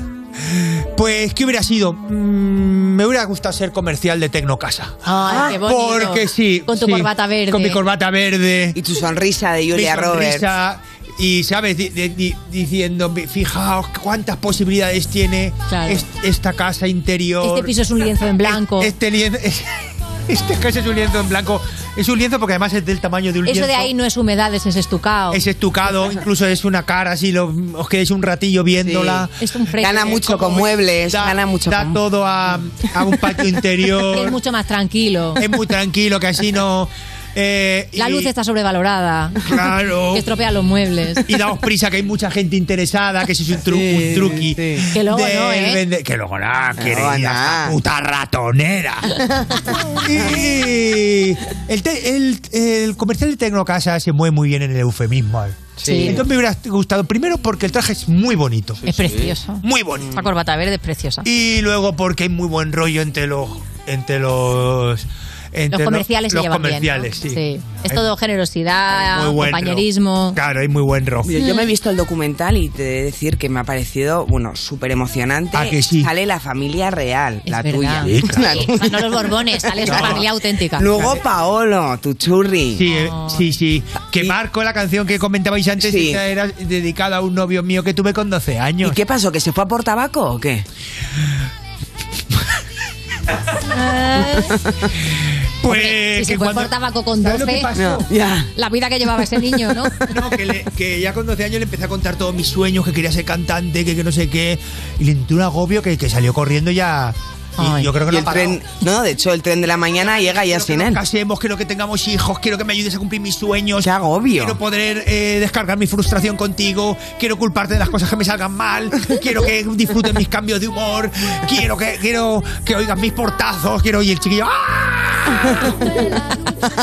Speaker 20: Pues, ¿qué hubiera sido? Mm, me hubiera gustado ser comercial de Tecnocasa.
Speaker 4: Ah,
Speaker 3: Ay, qué bonito.
Speaker 20: Porque sí.
Speaker 3: Con tu
Speaker 20: sí,
Speaker 3: corbata verde.
Speaker 20: Con mi corbata verde.
Speaker 4: Y tu sonrisa de Julia
Speaker 20: Mi sonrisa,
Speaker 4: Roberts.
Speaker 20: Y, ¿sabes? Di- di- di- diciendo, fijaos cuántas posibilidades tiene
Speaker 3: Claro.
Speaker 20: est- esta casa interior.
Speaker 3: Este piso es un lienzo en blanco.
Speaker 20: Este lienzo. [laughs] Este caso es un lienzo en blanco. Es un lienzo porque además es del tamaño de un
Speaker 3: Eso
Speaker 20: lienzo.
Speaker 3: de ahí no es humedades, es estucado. [laughs]
Speaker 20: Es estucado, incluso es una cara, si lo, os quedáis un ratillo viéndola.
Speaker 3: Es un fresco.
Speaker 4: Gana mucho con muebles, gana mucho
Speaker 20: Da
Speaker 4: con...
Speaker 20: todo a, a un patio
Speaker 3: Es
Speaker 20: interior.
Speaker 3: mucho más tranquilo.
Speaker 20: es muy tranquilo, que así no. eh,
Speaker 3: La
Speaker 20: y-
Speaker 3: luz está sobrevalorada.
Speaker 20: Claro.
Speaker 3: Que [laughs] estropea los muebles.
Speaker 20: Y daos prisa, que hay mucha gente interesada, que eso es un, tru- un truqui.
Speaker 3: Que luego
Speaker 20: del
Speaker 3: no, ¿eh? [laughs]
Speaker 20: vende- Que luego nada, quiere
Speaker 4: luego
Speaker 20: ir a
Speaker 4: nada.
Speaker 20: esta puta ratonera. y el, te- el- el comercial de Tecnocasa se mueve muy bien en el eufemismo. ¿eh?
Speaker 3: Sí.
Speaker 20: Entonces me hubiera gustado, primero porque el traje es muy bonito.
Speaker 3: Es precioso.
Speaker 20: Muy bonito.
Speaker 3: Esa corbata verde es preciosa.
Speaker 20: Y luego porque hay muy buen rollo entre los. Entre los entre
Speaker 3: los comerciales
Speaker 20: los
Speaker 3: se llevan
Speaker 20: comerciales,
Speaker 3: bien. ¿no?
Speaker 20: sí.
Speaker 3: Es
Speaker 20: Hay
Speaker 3: todo generosidad,
Speaker 20: muy buen ro-
Speaker 3: compañerismo.
Speaker 20: Claro, hay muy buen rojo.
Speaker 4: Mira, yo me he visto el documental y te he de decir que me ha parecido, bueno, súper emocionante.
Speaker 20: ¿A Ah, que sí?
Speaker 4: Sale la familia real, la
Speaker 20: verdad.
Speaker 4: tuya. [laughs]
Speaker 20: Sí, claro. [laughs]
Speaker 4: La tuya.
Speaker 3: No los borbones, sale su
Speaker 4: No.
Speaker 3: familia auténtica.
Speaker 4: Luego Eh, Paolo, tu churri.
Speaker 20: Sí, eh,
Speaker 3: Ah.
Speaker 20: sí, sí. Que Marco, la canción que comentabais antes,
Speaker 4: Sí.
Speaker 20: esa era dedicada a un novio mío que tuve con 12
Speaker 4: ¿Y
Speaker 20: años.
Speaker 4: qué pasó? ¿Que se fue a por tabaco o qué?
Speaker 20: Pues
Speaker 3: Si se
Speaker 20: que
Speaker 3: fue
Speaker 20: cuando-
Speaker 3: por tabaco con 12,
Speaker 4: Ya.
Speaker 3: la vida que llevaba ese niño, ¿no?
Speaker 20: No, que, le- que ya con 12 años le empecé a contar todos mis sueños, que quería ser cantante, que, que no sé qué. Y le entró un agobio que, que salió corriendo ya. Y yo creo que
Speaker 4: Y
Speaker 20: no ha
Speaker 4: el
Speaker 20: parado.
Speaker 4: tren, no, de hecho, el tren de la mañana llega ya sin
Speaker 20: Quiero que
Speaker 4: él.
Speaker 20: nos casemos, quiero que tengamos hijos, quiero que me ayudes a cumplir mis sueños.
Speaker 4: Qué agobio.
Speaker 20: Quiero poder eh, descargar mi frustración contigo, quiero culparte de las cosas que me salgan mal, quiero que disfrutes mis cambios de humor, quiero que quiero que oigas mis portazos, quiero y el chiquillo ¡ah!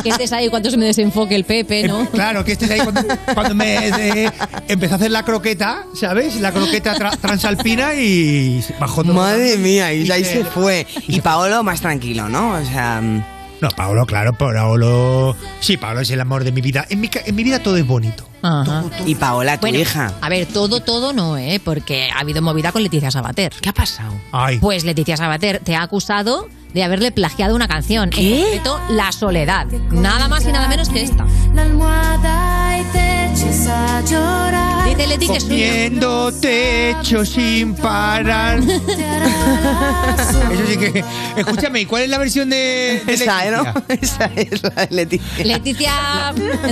Speaker 3: Que estés ahí cuando se me desenfoque el Pepe, ¿no?
Speaker 20: Eh, Claro, que estés ahí cuando, cuando me eh, empecé a hacer la croqueta, ¿sabes? La croqueta tra- transalpina y bajó todo.
Speaker 4: Madre mía, y ahí
Speaker 20: que-
Speaker 4: se fue. Y Paolo más tranquilo, ¿no? O sea, mm,
Speaker 20: No, Paolo, claro, Paolo. Sí, Paolo es el amor de mi vida. En mi, ca- en mi vida todo es bonito.
Speaker 3: Ajá.
Speaker 4: y Paola, tu
Speaker 3: Bueno,
Speaker 4: hija.
Speaker 3: a ver, todo, todo no, ¿eh? Porque ha habido movida con Leticia Sabater.
Speaker 4: ¿Qué ha pasado?
Speaker 20: Ay.
Speaker 3: Pues Leticia Sabater te ha acusado de haberle plagiado una canción, en concreto La Soledad. Nada más y nada menos que esta.
Speaker 27: La almohada y te echas a llorar.
Speaker 3: Dice Leti que es suya. [laughs]
Speaker 20: Comiendo techo sin parar. Eso sí que. Escúchame, ¿y cuál es la versión de. de
Speaker 4: Esa, ¿no?
Speaker 20: Leticia?
Speaker 4: [laughs] Esa es la de Leticia.
Speaker 3: Leticia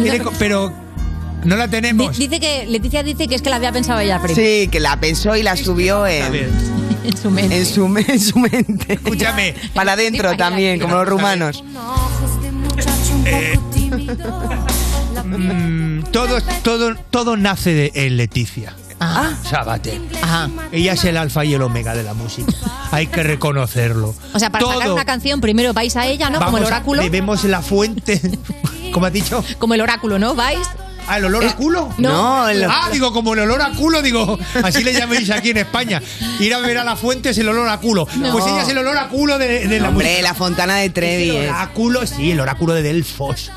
Speaker 20: Tiene co- Pero no la
Speaker 3: di-
Speaker 20: tenemos.
Speaker 3: dice que Leticia dice que es que la había pensado ella primero
Speaker 4: Sí, que la pensó y la subió
Speaker 20: A ver,
Speaker 4: en,
Speaker 3: en su mente.
Speaker 4: en, su, me- en su mente.
Speaker 20: escúchame.
Speaker 4: Para adentro también, como los rumanos.
Speaker 20: [laughs] mm, todo, todo, todo nace de en Leticia.
Speaker 3: Ajá.
Speaker 20: Sabater.
Speaker 3: Ah. Ajá.
Speaker 20: Ella es el alfa y el omega de la música. Hay que reconocerlo.
Speaker 3: O sea, para sacar
Speaker 20: Todo.
Speaker 3: una canción primero vais a ella, ¿no? Como el
Speaker 20: Vamos a-
Speaker 3: oráculo.
Speaker 20: Bebemos la fuente. [laughs] ¿Cómo has dicho?
Speaker 3: Como el oráculo, ¿no? Vais. Eh,
Speaker 20: Ah, el olor a culo.
Speaker 4: No, el-
Speaker 20: Ah, digo, como el olor a culo, digo, así le llaméis aquí en España. Ir a ver a la fuente es el olor a culo. Pues ella es el olor a culo de, de la
Speaker 4: hombre,
Speaker 20: música.
Speaker 4: la fontana de Trevi.
Speaker 20: El
Speaker 4: es-
Speaker 20: oráculo, sí, el oráculo de Delfos.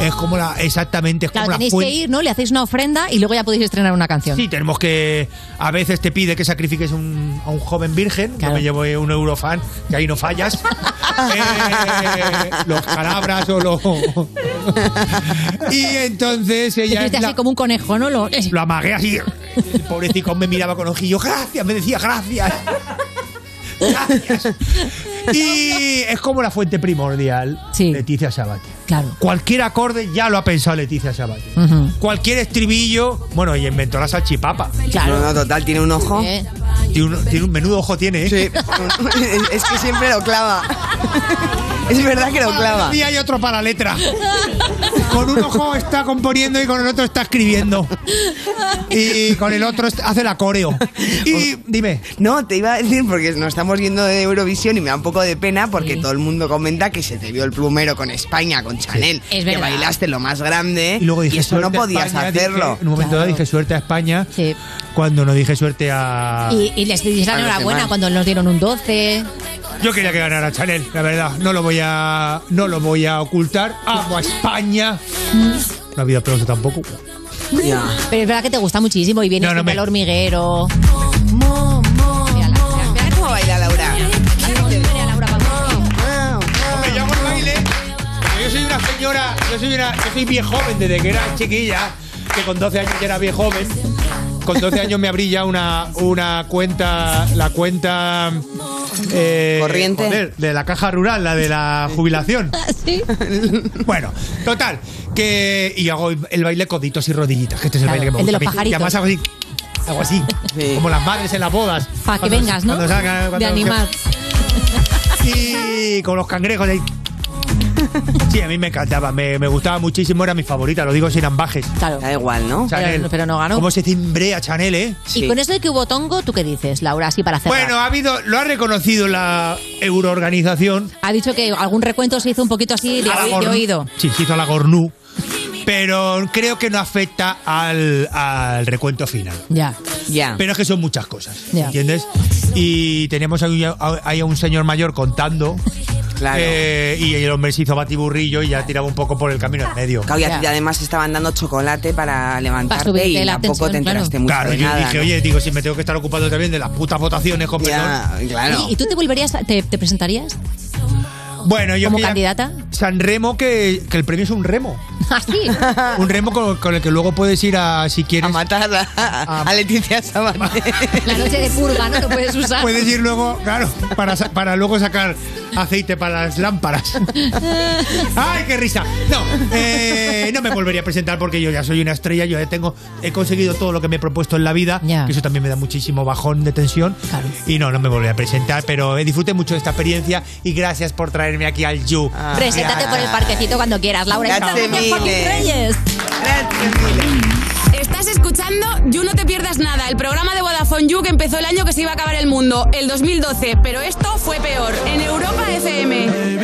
Speaker 20: Es como la. Exactamente, es como
Speaker 3: Claro,
Speaker 20: la
Speaker 3: tenéis
Speaker 20: fuente.
Speaker 3: que ir, ¿no? Le hacéis una ofrenda y luego ya podéis estrenar una canción.
Speaker 20: Sí, tenemos que. A veces te pide que sacrifiques un- a un joven virgen. Yo
Speaker 3: Claro.
Speaker 20: me llevo eh, un eurofan, que ahí
Speaker 3: [laughs]
Speaker 20: no fallas. Eh, los calabras o los. y entonces
Speaker 3: Te
Speaker 20: ella. es
Speaker 3: hiciste así
Speaker 20: la-
Speaker 3: como un conejo, ¿no? Lo-
Speaker 20: lo amagué así. El pobrecito me miraba con ojillos. Gracias, me decía gracias. Gracias. Y es como la fuente primordial.
Speaker 3: Sí.
Speaker 20: Leticia Sabater.
Speaker 3: Claro.
Speaker 20: Cualquier acorde ya lo ha pensado Leticia Sabater. Cualquier estribillo, bueno, y inventó la salchipapa.
Speaker 4: Claro. No, no, total, tiene un ojo. Sí.
Speaker 20: Tiene un, tiene un menudo ojo tiene,
Speaker 4: [laughs]
Speaker 20: ¿eh?
Speaker 4: es que siempre lo clava. Es verdad que lo clava.
Speaker 20: Y hay otro para la letra. Con un ojo está componiendo y con el otro está escribiendo. Y con el otro est- hace la coreo. Y dime.
Speaker 4: No, te iba a decir, porque nos estamos yendo de Eurovisión y me da un poco de pena porque todo el mundo comenta que se te vio el plumero con España, con Chanel.
Speaker 20: Es
Speaker 4: que
Speaker 20: verdad.
Speaker 4: bailaste lo más grande
Speaker 20: Y luego dije,
Speaker 4: eso no
Speaker 20: "Suerte a
Speaker 4: podías
Speaker 20: España", dije-
Speaker 4: hacerlo.
Speaker 20: en un momento dado dije suerte a España. Cuando no dije suerte a.
Speaker 3: Y, y les dices la
Speaker 20: A los
Speaker 3: enhorabuena
Speaker 20: demás.
Speaker 3: cuando nos dieron un 12.
Speaker 20: Yo quería que ganara Chanel, la verdad. No lo voy a. No lo voy a ocultar. Amo a España. Mm. No ha habido aplauso tampoco.
Speaker 3: Pero es verdad que te gusta muchísimo y vienes
Speaker 20: No, no
Speaker 3: con
Speaker 20: me-
Speaker 3: el hormiguero.
Speaker 4: ¿Cómo baila Laura?
Speaker 20: Hombre, yo hago el baile. pero Yo soy una señora, yo soy una, yo soy bien joven desde que era chiquilla, que con 12 años ya era bien joven. Con 12 años me abrí ya una, una cuenta, la cuenta eh,
Speaker 4: Corriente.
Speaker 20: joder, de la caja rural, la de la jubilación.
Speaker 3: Ah, Sí.
Speaker 20: [laughs] Bueno, total, que y hago el baile coditos y rodillitas, que este es el
Speaker 3: Claro,
Speaker 20: baile que me
Speaker 3: el de
Speaker 20: gusta.
Speaker 3: los
Speaker 20: a mí. Y además hago así,
Speaker 3: pajaritos.
Speaker 20: hago así, como las madres en las bodas.
Speaker 3: Para que
Speaker 20: Cuando-
Speaker 3: vengas, ¿no?
Speaker 20: cuando salgan,
Speaker 3: de
Speaker 20: cuando-
Speaker 3: animar.
Speaker 20: y con los cangrejos ahí. Sí, a mí me encantaba, me, me gustaba muchísimo, era mi favorita, lo digo sin ambajes.
Speaker 3: Claro.
Speaker 4: Da igual, ¿no?
Speaker 3: Pero- pero no ganó.
Speaker 20: ¿Cómo se cimbrea Chanel, eh?
Speaker 3: Y con eso de que hubo tongo, ¿tú qué dices, Laura? Así para cerrar.
Speaker 20: Bueno, ha habido, lo ha reconocido la euroorganización.
Speaker 3: Ha dicho que algún recuento se hizo un poquito así de,
Speaker 20: A la
Speaker 3: de
Speaker 20: gorn-
Speaker 3: oído.
Speaker 20: Sí, se hizo a la Gornú. Pero creo que no afecta al, al recuento final.
Speaker 3: Ya.
Speaker 4: Ya.
Speaker 20: Pero es que son muchas cosas,
Speaker 3: Ya.
Speaker 20: ¿entiendes? Y teníamos ahí a, ahí a un señor mayor contando.
Speaker 4: Claro.
Speaker 20: eh, y el hombre se hizo batiburrillo y ya tiraba un poco por el camino en medio.
Speaker 4: Claro, y a ti además estaban dando chocolate para levantarte
Speaker 3: subirte
Speaker 4: y
Speaker 3: la
Speaker 4: tampoco
Speaker 3: tensión,
Speaker 4: te enteraste mucho
Speaker 20: Claro,
Speaker 4: de
Speaker 20: yo
Speaker 4: nada,
Speaker 20: dije,
Speaker 4: ¿no?
Speaker 20: oye, digo, si me tengo que estar ocupando también de las putas votaciones, con
Speaker 4: Ya,
Speaker 20: perdón.
Speaker 3: ¿Y, y tú te volverías, a- te, te presentarías
Speaker 20: Bueno, yo
Speaker 3: como
Speaker 20: mira,
Speaker 3: candidata? [laughs] Ah,
Speaker 20: San Remo, que, que el premio es un remo.
Speaker 3: Así.
Speaker 20: [laughs] Un remo con, con el que luego puedes ir a, si quieres. A
Speaker 4: matar a, Leticia Sabater.
Speaker 3: La noche de purga, ¿no? Que puedes usar.
Speaker 20: Puedes ir luego, claro, para, sa- para luego sacar aceite para
Speaker 3: [laughs]
Speaker 20: las lámparas. ¡Ay, qué risa! No, eh, no me volvería a presentar porque yo ya soy una estrella, yo ya tengo, he conseguido todo lo que me he propuesto en la vida, que eso también me da muchísimo bajón de tensión. Y no, no me volveré a presentar, pero eh, disfruté mucho de esta experiencia y gracias por traerme aquí al You.
Speaker 3: Ah. Preséntate por el parquecito cuando quieras, Laura.
Speaker 6: Gracias,
Speaker 3: Estamos en
Speaker 6: Miles.
Speaker 3: Fucking Reyes.
Speaker 6: Estás escuchando You No Te Pierdas Nada, el programa de Vodafone You que empezó el año que se iba a acabar el mundo, el 2012, pero esto fue peor, en Europa FM.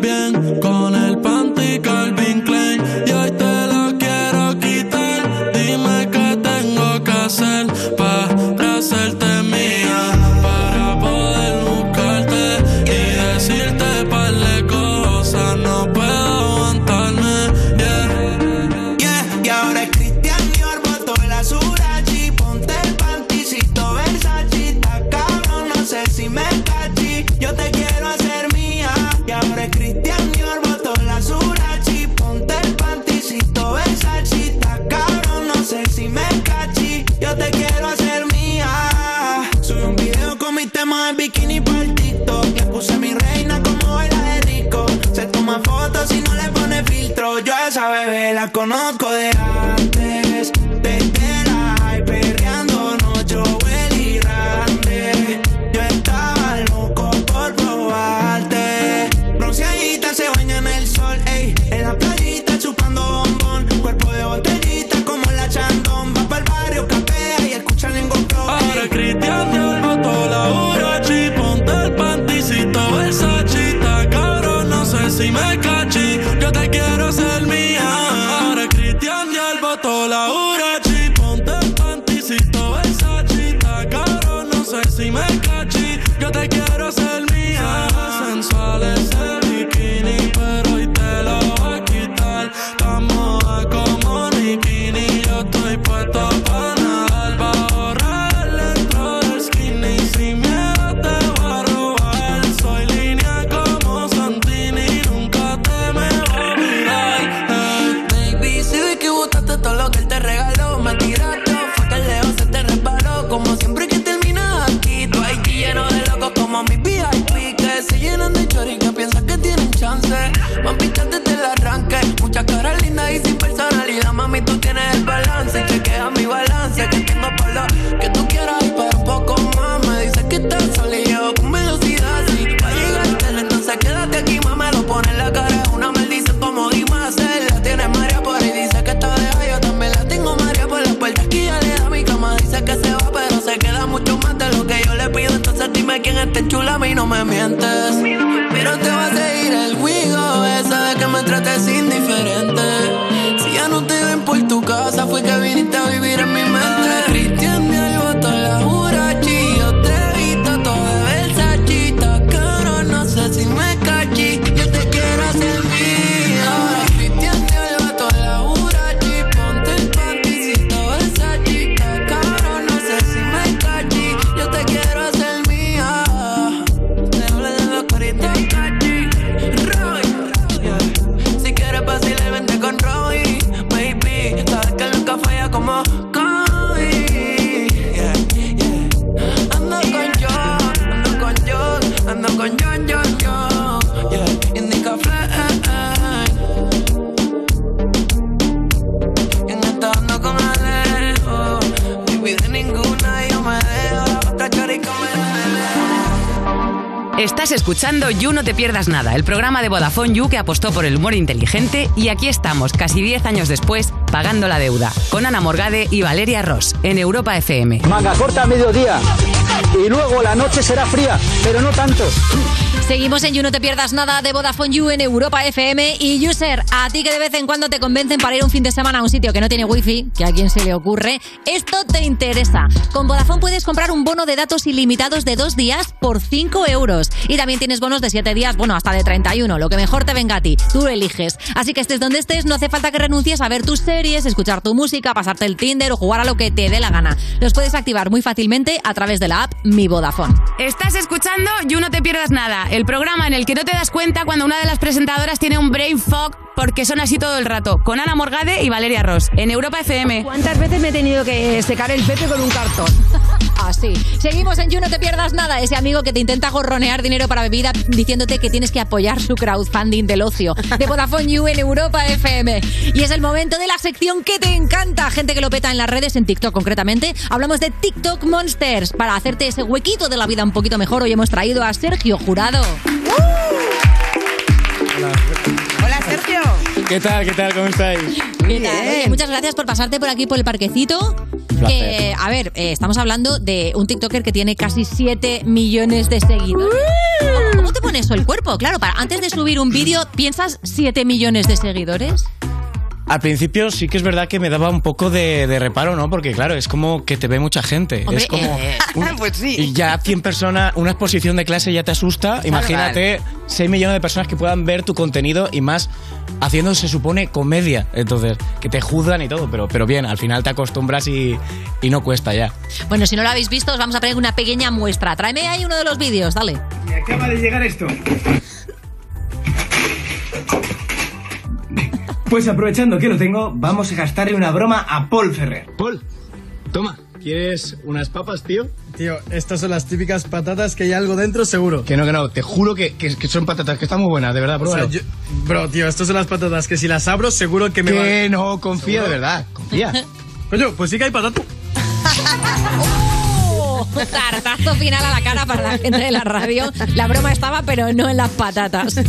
Speaker 10: bien con el panty Calvin Klein y hoy te lo quiero quitar. Dime qué tengo que hacer para hacerte mía, para poder buscarte y decirte par de cosas. No puedo aguantarme. Yeah. Y ahora es Cristian Dior, botó la surachi, ponte el panticito Versace, está cabrón, no sé si me cachi, yo te quiero hacer mía. Y ahora es Cristian Dior, botó la surachi, ponte el panticito Versace, está cabrón, no sé si me cachi, yo te quiero hacer mía. Subí un video con mi tema en bikini para el TikTok, le puse a mi reina como baila de rico, se toma fotos y no le pone filtro, yo a esa bebé la conozco de antes, desde la high, perreando noche, Joel y Randy. Yo estaba loco por probarte. Bronceadita se baña en el sol, ey. En la playita chupando bombón. Cuerpo de botellita como la chandón. Va pa'l barrio, capea y escucha el engolcón.
Speaker 30: Ahora Cristian Dior mató la Urachi Ponte el panticito Versace Está cabrón, no sé si me cachi Yo te quiero ser mía Ahora Cristian Dior mató la Urachi Ponte el panticito Versace Está cabrón, no sé si me cachi Yo te quiero ser mía Sensual ese bikini Pero hoy te lo voy a quitar Tan moda como Nikini Yo estoy puesto para nadar Bajo dentro del skinny Sin miedo te voy a robar Soy línea como Santini Nunca te me voy a mirar eh.
Speaker 10: Baby, si vi que botaste todo lo que él te regaló, me tiraste. Fue que el león se te reparó, como siempre que terminas aquí. Tú hay
Speaker 31: tengo pala que tú quieras, pero poco más. Me dices que estás salido con velocidad. Si va a llegar tarde, entonces quédate aquí, mamá. Lo pone en la cara, es una maldición como Dimasel. La tiene María por ahí, dice que está deja. Yo también la tengo María por la puerta. Aquí ya le da mi cama, dice que se va, pero se queda mucho más de lo que yo le pido. Entonces dime quién es este chula, a mí no me mientes. Pero te va a seguir el juego esa de que me trates indiferente. Si ya no te ven por tu casa, fue que viniste a vivir en mi mente. Cristian de Albato, la Jurachi, yo te he visto todo el sachita, caro, no sé si me cachí. Yo te quiero hacer mía. Cristian de Albato, la Jurachi, ponte el pantisito, el sachita, caro, no sé si me cachí. Yo te quiero hacer mía. Te hablo de los coritos, cachi. Roy. Si quieres vacilar, vente con Roy, baby. Sabes que nunca falla como Kobe. Yeah, yeah. Ando con John, ando con John, ando con John, John, John. Yeah, indica fly. En esta ando con Alejo. Baby, de ninguna yo me dejo. La otra chorica me
Speaker 6: Estás escuchando You No Te Pierdas Nada, el programa de Vodafone You que apostó por el humor inteligente y aquí estamos, casi 10 años después, pagando la deuda, con Ana Morgade y Valeria Ross, en Europa FM.
Speaker 1: Manga corta a mediodía y luego la noche será fría, pero no tanto.
Speaker 3: Seguimos en You No Te Pierdas Nada de Vodafone You en Europa FM y User, a ti que de vez en cuando te convencen para ir un fin de semana a un sitio que no tiene wifi, que a quien se le ocurre, esto te interesa. Con Vodafone puedes comprar un bono de datos ilimitados de dos días por 5 euros y también tienes bonos de 7 días, bueno, hasta de 31, lo que mejor te venga a ti, tú eliges. Así que estés donde estés, no hace falta que renuncies a ver tus series, escuchar tu música, pasarte el Tinder o jugar a lo que te dé la gana. Los puedes activar muy fácilmente a través de la app Mi Vodafone.
Speaker 6: Estás escuchando You No Te Pierdas Nada, el programa en el que no te das cuenta cuando una de las presentadoras tiene un brain fog porque son así todo el rato, con Ana Morgade y Valeria Ross, en Europa FM.
Speaker 3: ¿Cuántas veces me he tenido que secar el pepe con un cartón? [laughs] Así. Ah, Seguimos en You, no te pierdas nada. Ese amigo que te intenta gorronear dinero para bebida diciéndote que tienes que apoyar su crowdfunding del ocio. De Vodafone You en Europa FM. Y es el momento de la sección que te encanta. Gente que lo peta en las redes, en TikTok concretamente. Hablamos de TikTok Monsters. Para hacerte ese huequito de la vida un poquito mejor, hoy hemos traído a Sergio Jurado.
Speaker 4: Hola, Sergio.
Speaker 32: ¿Qué tal? ¿Qué tal? ¿Cómo estáis?
Speaker 3: ¿Qué tal? Oye, muchas gracias por pasarte por aquí por el parquecito. Que, a ver, eh, estamos hablando de un TikToker que tiene casi 7 millones de seguidores. ¿Cómo, cómo te pones eso el cuerpo? Claro, para, antes de subir un vídeo, ¿piensas 7 millones de seguidores?
Speaker 32: Al principio sí que es verdad que me daba un poco de, de reparo, ¿no? Porque claro, es como que te ve mucha gente.
Speaker 4: Hombre,
Speaker 32: es como...
Speaker 4: eh, [laughs] pues sí.
Speaker 32: Y ya 100 personas, una exposición de clase ya te asusta. Imagínate 6 millones de personas que puedan ver tu contenido y más haciendo, se supone, comedia. Entonces, que te juzgan y todo, pero, pero bien, al final te acostumbras y, y no cuesta ya.
Speaker 3: Bueno, si no lo habéis visto, os vamos a poner una pequeña muestra. Tráeme ahí uno de los vídeos, dale.
Speaker 32: Me acaba de llegar esto.
Speaker 1: Pues aprovechando que lo tengo, vamos a gastarle una broma a Paul Ferrer.
Speaker 32: Paul, toma. ¿Quieres unas papas, tío?
Speaker 1: Tío, estas son las típicas patatas que hay algo dentro seguro.
Speaker 32: Que no, que no, te juro que, que- que son patatas, que están muy buenas, de verdad,
Speaker 1: O sea,
Speaker 32: pruébalo.
Speaker 1: yo- bro, tío, estas son las patatas que si las abro seguro que me
Speaker 32: Que
Speaker 1: van-
Speaker 32: no, confía, de verdad, confía.
Speaker 1: [laughs] Coño, pues sí que hay patata.
Speaker 3: ¡Oh! Tartazo final a la cara para la gente de la radio. La broma estaba, pero no en las patatas.
Speaker 4: [laughs]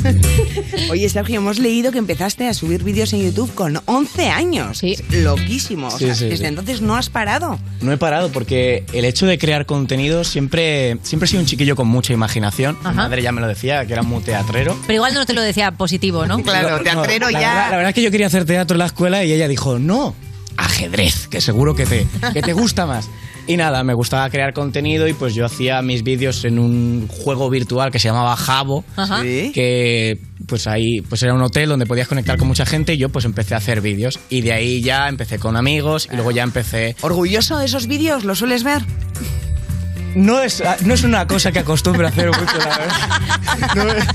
Speaker 4: Oye, Sergio, hemos leído que empezaste a subir vídeos en YouTube con 11 años. Sí. Loquísimo. O
Speaker 32: Sí,
Speaker 4: sea,
Speaker 32: sí,
Speaker 4: desde
Speaker 32: sí.
Speaker 4: entonces no has parado.
Speaker 32: No he parado porque el hecho de crear contenido siempre, siempre he sido un chiquillo con mucha imaginación.
Speaker 3: Ajá.
Speaker 32: Mi madre ya me lo decía, que era muy teatrero.
Speaker 3: Pero igual no te lo decía positivo, ¿no?
Speaker 32: No, no, la verdad- la verdad es que yo quería hacer teatro en la escuela y ella dijo, no, ajedrez, que seguro que te, [laughs] que te gusta más. Y nada, me gustaba crear contenido y pues yo hacía mis vídeos en un juego virtual que se llamaba Jabo,
Speaker 1: Ajá. Sí.
Speaker 32: que pues ahí pues era un hotel donde podías conectar con mucha gente y yo pues empecé a hacer vídeos y de ahí ya empecé con amigos y luego ya empecé
Speaker 4: ¿Orgulloso de esos vídeos? ¿Lo sueles ver?
Speaker 32: no es, no es una cosa que acostumbro a hacer mucho, la verdad. No es,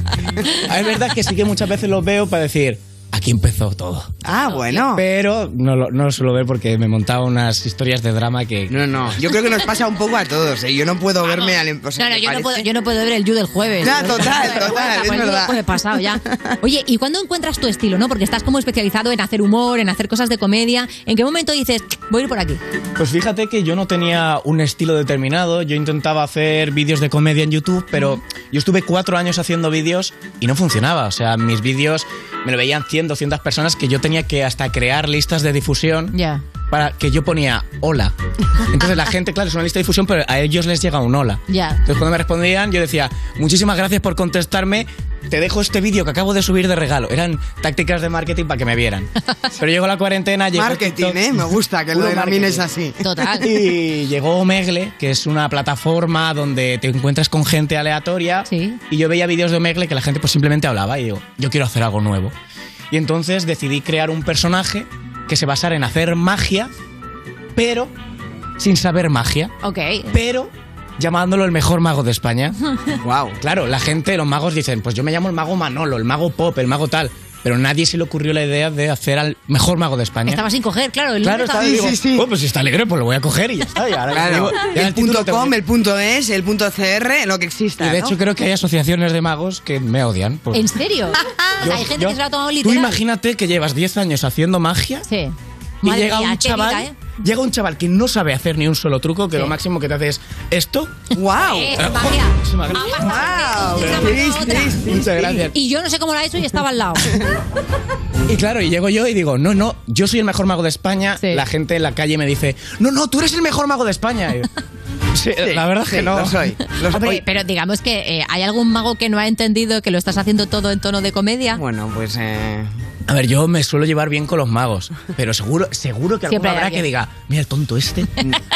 Speaker 32: Ah, es verdad que sí que muchas veces los veo para decir, ¿a aquí empezó todo.
Speaker 4: Ah, bueno.
Speaker 32: Pero no lo, no lo suelo ver porque me montaba unas historias de drama que...
Speaker 4: No, no. Yo creo que nos pasa un poco a todos. ¿eh? Yo no puedo verme al. o sea,
Speaker 3: No, no,
Speaker 4: ¿te
Speaker 3: yo no,
Speaker 4: parece?
Speaker 3: puedo, yo no puedo ver el You del jueves.
Speaker 4: Ya, total,
Speaker 3: Me da
Speaker 4: total,
Speaker 3: vergüenza,
Speaker 4: es
Speaker 3: pues, yo
Speaker 4: verdad.
Speaker 3: Pues he pasado ya. Oye, ¿y cuándo encuentras tu estilo, no? Porque estás como especializado en hacer humor, en hacer cosas de comedia. ¿En qué momento dices, voy a ir por aquí?
Speaker 32: Pues fíjate que yo no tenía un estilo determinado. Yo intentaba hacer vídeos de comedia en YouTube, pero yo estuve cuatro años haciendo vídeos y no funcionaba. O sea, mis vídeos me lo veían 100, 200 personas que yo tenía que hasta crear listas de difusión
Speaker 3: Ya.
Speaker 32: para que yo ponía hola. Entonces la gente, claro, es una lista de difusión, pero a ellos les llega un hola.
Speaker 3: Ya.
Speaker 32: Entonces cuando me respondían yo decía, muchísimas gracias por contestarme, te dejo este vídeo que acabo de subir de regalo. Eran tácticas de marketing para que me vieran. Pero llegó la cuarentena, llegó
Speaker 4: Marketing,
Speaker 32: TikTok.
Speaker 4: ¿eh? Me gusta que lo
Speaker 32: Puro
Speaker 4: denomines
Speaker 32: marketing.
Speaker 4: así. [laughs]
Speaker 32: Y llegó Megle, que es una plataforma donde te encuentras con gente aleatoria. Y yo veía vídeos de Megle que la gente pues simplemente hablaba y digo, yo quiero hacer algo nuevo. Y entonces decidí crear un personaje que se basara en hacer magia, pero sin saber magia.
Speaker 3: Ok.
Speaker 32: Pero llamándolo el mejor mago de España. Wow. Claro, la gente, los magos dicen, pues yo me llamo el mago Manolo, el mago Pop, el mago tal. Pero nadie se le ocurrió la idea de hacer al mejor mago de España.
Speaker 3: Estaba sin coger, claro. El
Speaker 32: Claro,
Speaker 3: libro
Speaker 32: estaba,
Speaker 3: estaba-
Speaker 32: digo, "Oh, pues si está alegre, pues lo voy a coger y ya está. Y ahora
Speaker 4: Claro.
Speaker 32: digo, ya
Speaker 4: el
Speaker 32: el título
Speaker 4: punto
Speaker 32: te voy a-
Speaker 4: com, el punto es, el punto cr, lo que exista.
Speaker 32: Y de
Speaker 4: ¿no?
Speaker 32: hecho creo que hay asociaciones de magos que me odian. por-
Speaker 3: ¿En serio? O sea, hay gente
Speaker 32: Pues Yo-
Speaker 3: que se lo ha tomado
Speaker 32: Tú
Speaker 3: literal.
Speaker 32: imagínate que llevas 10 años haciendo magia
Speaker 3: Sí.
Speaker 32: y
Speaker 3: Madre
Speaker 32: llega
Speaker 3: mía,
Speaker 32: un
Speaker 3: qué
Speaker 32: chaval...
Speaker 3: vida, ¿eh?
Speaker 32: Llega un chaval que no sabe hacer ni un solo truco, que
Speaker 3: Sí.
Speaker 32: lo máximo que te hace es esto.
Speaker 3: [laughs]
Speaker 4: ¡Wow!
Speaker 3: Eh,
Speaker 32: [laughs]
Speaker 3: es magia. Ah, basta, porque es una mano a otra.
Speaker 32: Muchas gracias.
Speaker 3: Y yo no sé cómo la he hecho y estaba
Speaker 4: [laughs]
Speaker 3: al lado.
Speaker 32: Y claro, y llego yo y digo, no, no, yo soy el mejor mago de España. La gente en la calle me dice, no, no, tú eres el mejor mago de España. Y
Speaker 3: [laughs]
Speaker 32: yo, sí, la verdad es que
Speaker 4: sí,
Speaker 32: no.
Speaker 4: lo
Speaker 32: [laughs]
Speaker 4: soy,
Speaker 3: Hombre, pero digamos que eh, hay algún mago que no ha entendido que lo estás haciendo todo en tono de comedia.
Speaker 4: Bueno, pues...
Speaker 32: A ver, yo me suelo llevar bien con los magos, pero seguro, seguro que
Speaker 4: Siempre
Speaker 32: alguno habrá
Speaker 4: hay alguien.
Speaker 32: que diga, mira el tonto este,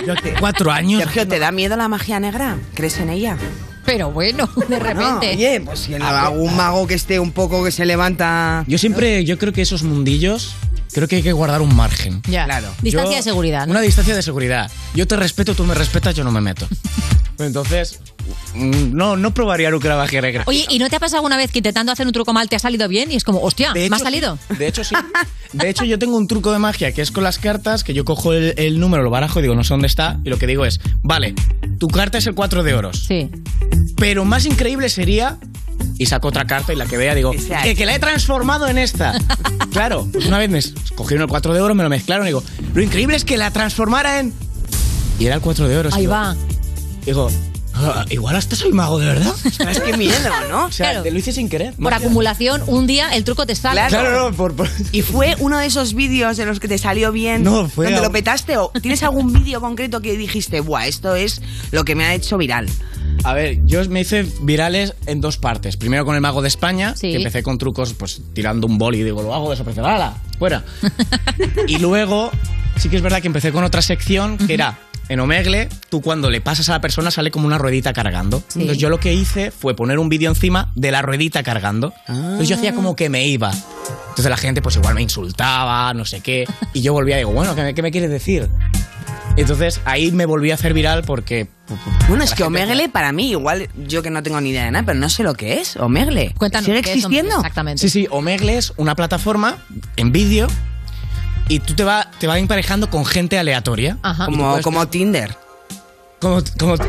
Speaker 32: yo hace cuatro años.
Speaker 4: Sergio, ¿te da miedo la magia negra? ¿Crees en ella?
Speaker 3: Pero bueno, de repente.
Speaker 4: oye, pues si en algún mago que esté un poco que se levanta...
Speaker 32: Yo siempre, yo creo que esos mundillos, creo que hay que guardar un margen.
Speaker 3: Ya. Distancia
Speaker 32: Yo-
Speaker 3: de seguridad. ¿no?
Speaker 32: Una distancia de seguridad. Yo te respeto, tú me respetas, yo no me
Speaker 3: [laughs]
Speaker 32: meto. Entonces, mm, no, no probaría nunca la magia negra.
Speaker 3: Oye, ¿y no te ha pasado alguna vez que intentando hacer un truco mal te ha salido bien? Y es como, hostia,
Speaker 32: De
Speaker 3: ¿me ha
Speaker 32: hecho,
Speaker 3: salido?
Speaker 32: De hecho, sí. De hecho, yo tengo un truco de magia que es con las cartas, que yo cojo el, el número, lo barajo y digo, no sé dónde está, y lo que digo es, vale, tu carta es el 4 de oros.
Speaker 3: Sí.
Speaker 32: Pero más increíble sería, y saco otra carta y la que vea digo, que, que la he transformado en
Speaker 3: [laughs]
Speaker 32: esta. claro, pues una vez me s- cogieron el 4 de oros, me lo mezclaron y digo, lo increíble es que la transformara en... Y era el 4 de oros.
Speaker 3: Ahí
Speaker 32: digo,
Speaker 3: va.
Speaker 32: Digo, "Ah, igual hasta soy mago de
Speaker 3: [laughs]
Speaker 32: verdad. [laughs] Es que
Speaker 4: miedo, ¿no?
Speaker 32: O sea,
Speaker 3: Claro.
Speaker 32: te lo hice sin querer.
Speaker 3: Por acumulación, un día el truco te sale.
Speaker 32: Claro, no, por- por,
Speaker 4: ¿Y fue uno de esos vídeos de los que te salió bien?
Speaker 32: No, fue
Speaker 4: ¿Donde
Speaker 32: a-
Speaker 4: lo petaste? ¿O tienes algún vídeo concreto que dijiste, buah, esto es lo que me ha hecho viral?
Speaker 32: A ver, yo me hice virales en dos partes. Primero con el mago de España, que empecé con trucos, pues tirando un boli y digo, lo hago desaparecer, ¡hala! ¡Fuera! y [laughs] luego, sí que es verdad que empecé con otra sección que era. En Omegle, tú cuando le pasas a la persona sale como una ruedita cargando. Entonces yo lo que hice fue poner un vídeo encima de la ruedita cargando.
Speaker 4: Ah.
Speaker 32: Entonces yo hacía como que me iba. Entonces la gente pues igual me insultaba, no sé qué. Y yo volvía y digo, bueno, ¿qué me, qué me quieres decir? Entonces ahí me volví a hacer viral porque...
Speaker 4: Bueno, es que Omegle para mí, igual yo que no tengo ni idea de nada, pero no sé lo que es, Omegle.
Speaker 3: Cuéntanos,
Speaker 4: ¿Sigue
Speaker 3: ¿qué es
Speaker 4: existiendo?
Speaker 3: Omegle exactamente.
Speaker 32: Sí, sí, Omegle es una plataforma en vídeo y tú te vas te va emparejando con gente aleatoria.
Speaker 3: Ajá.
Speaker 4: Como- como Tinder.
Speaker 32: Como, como- sí.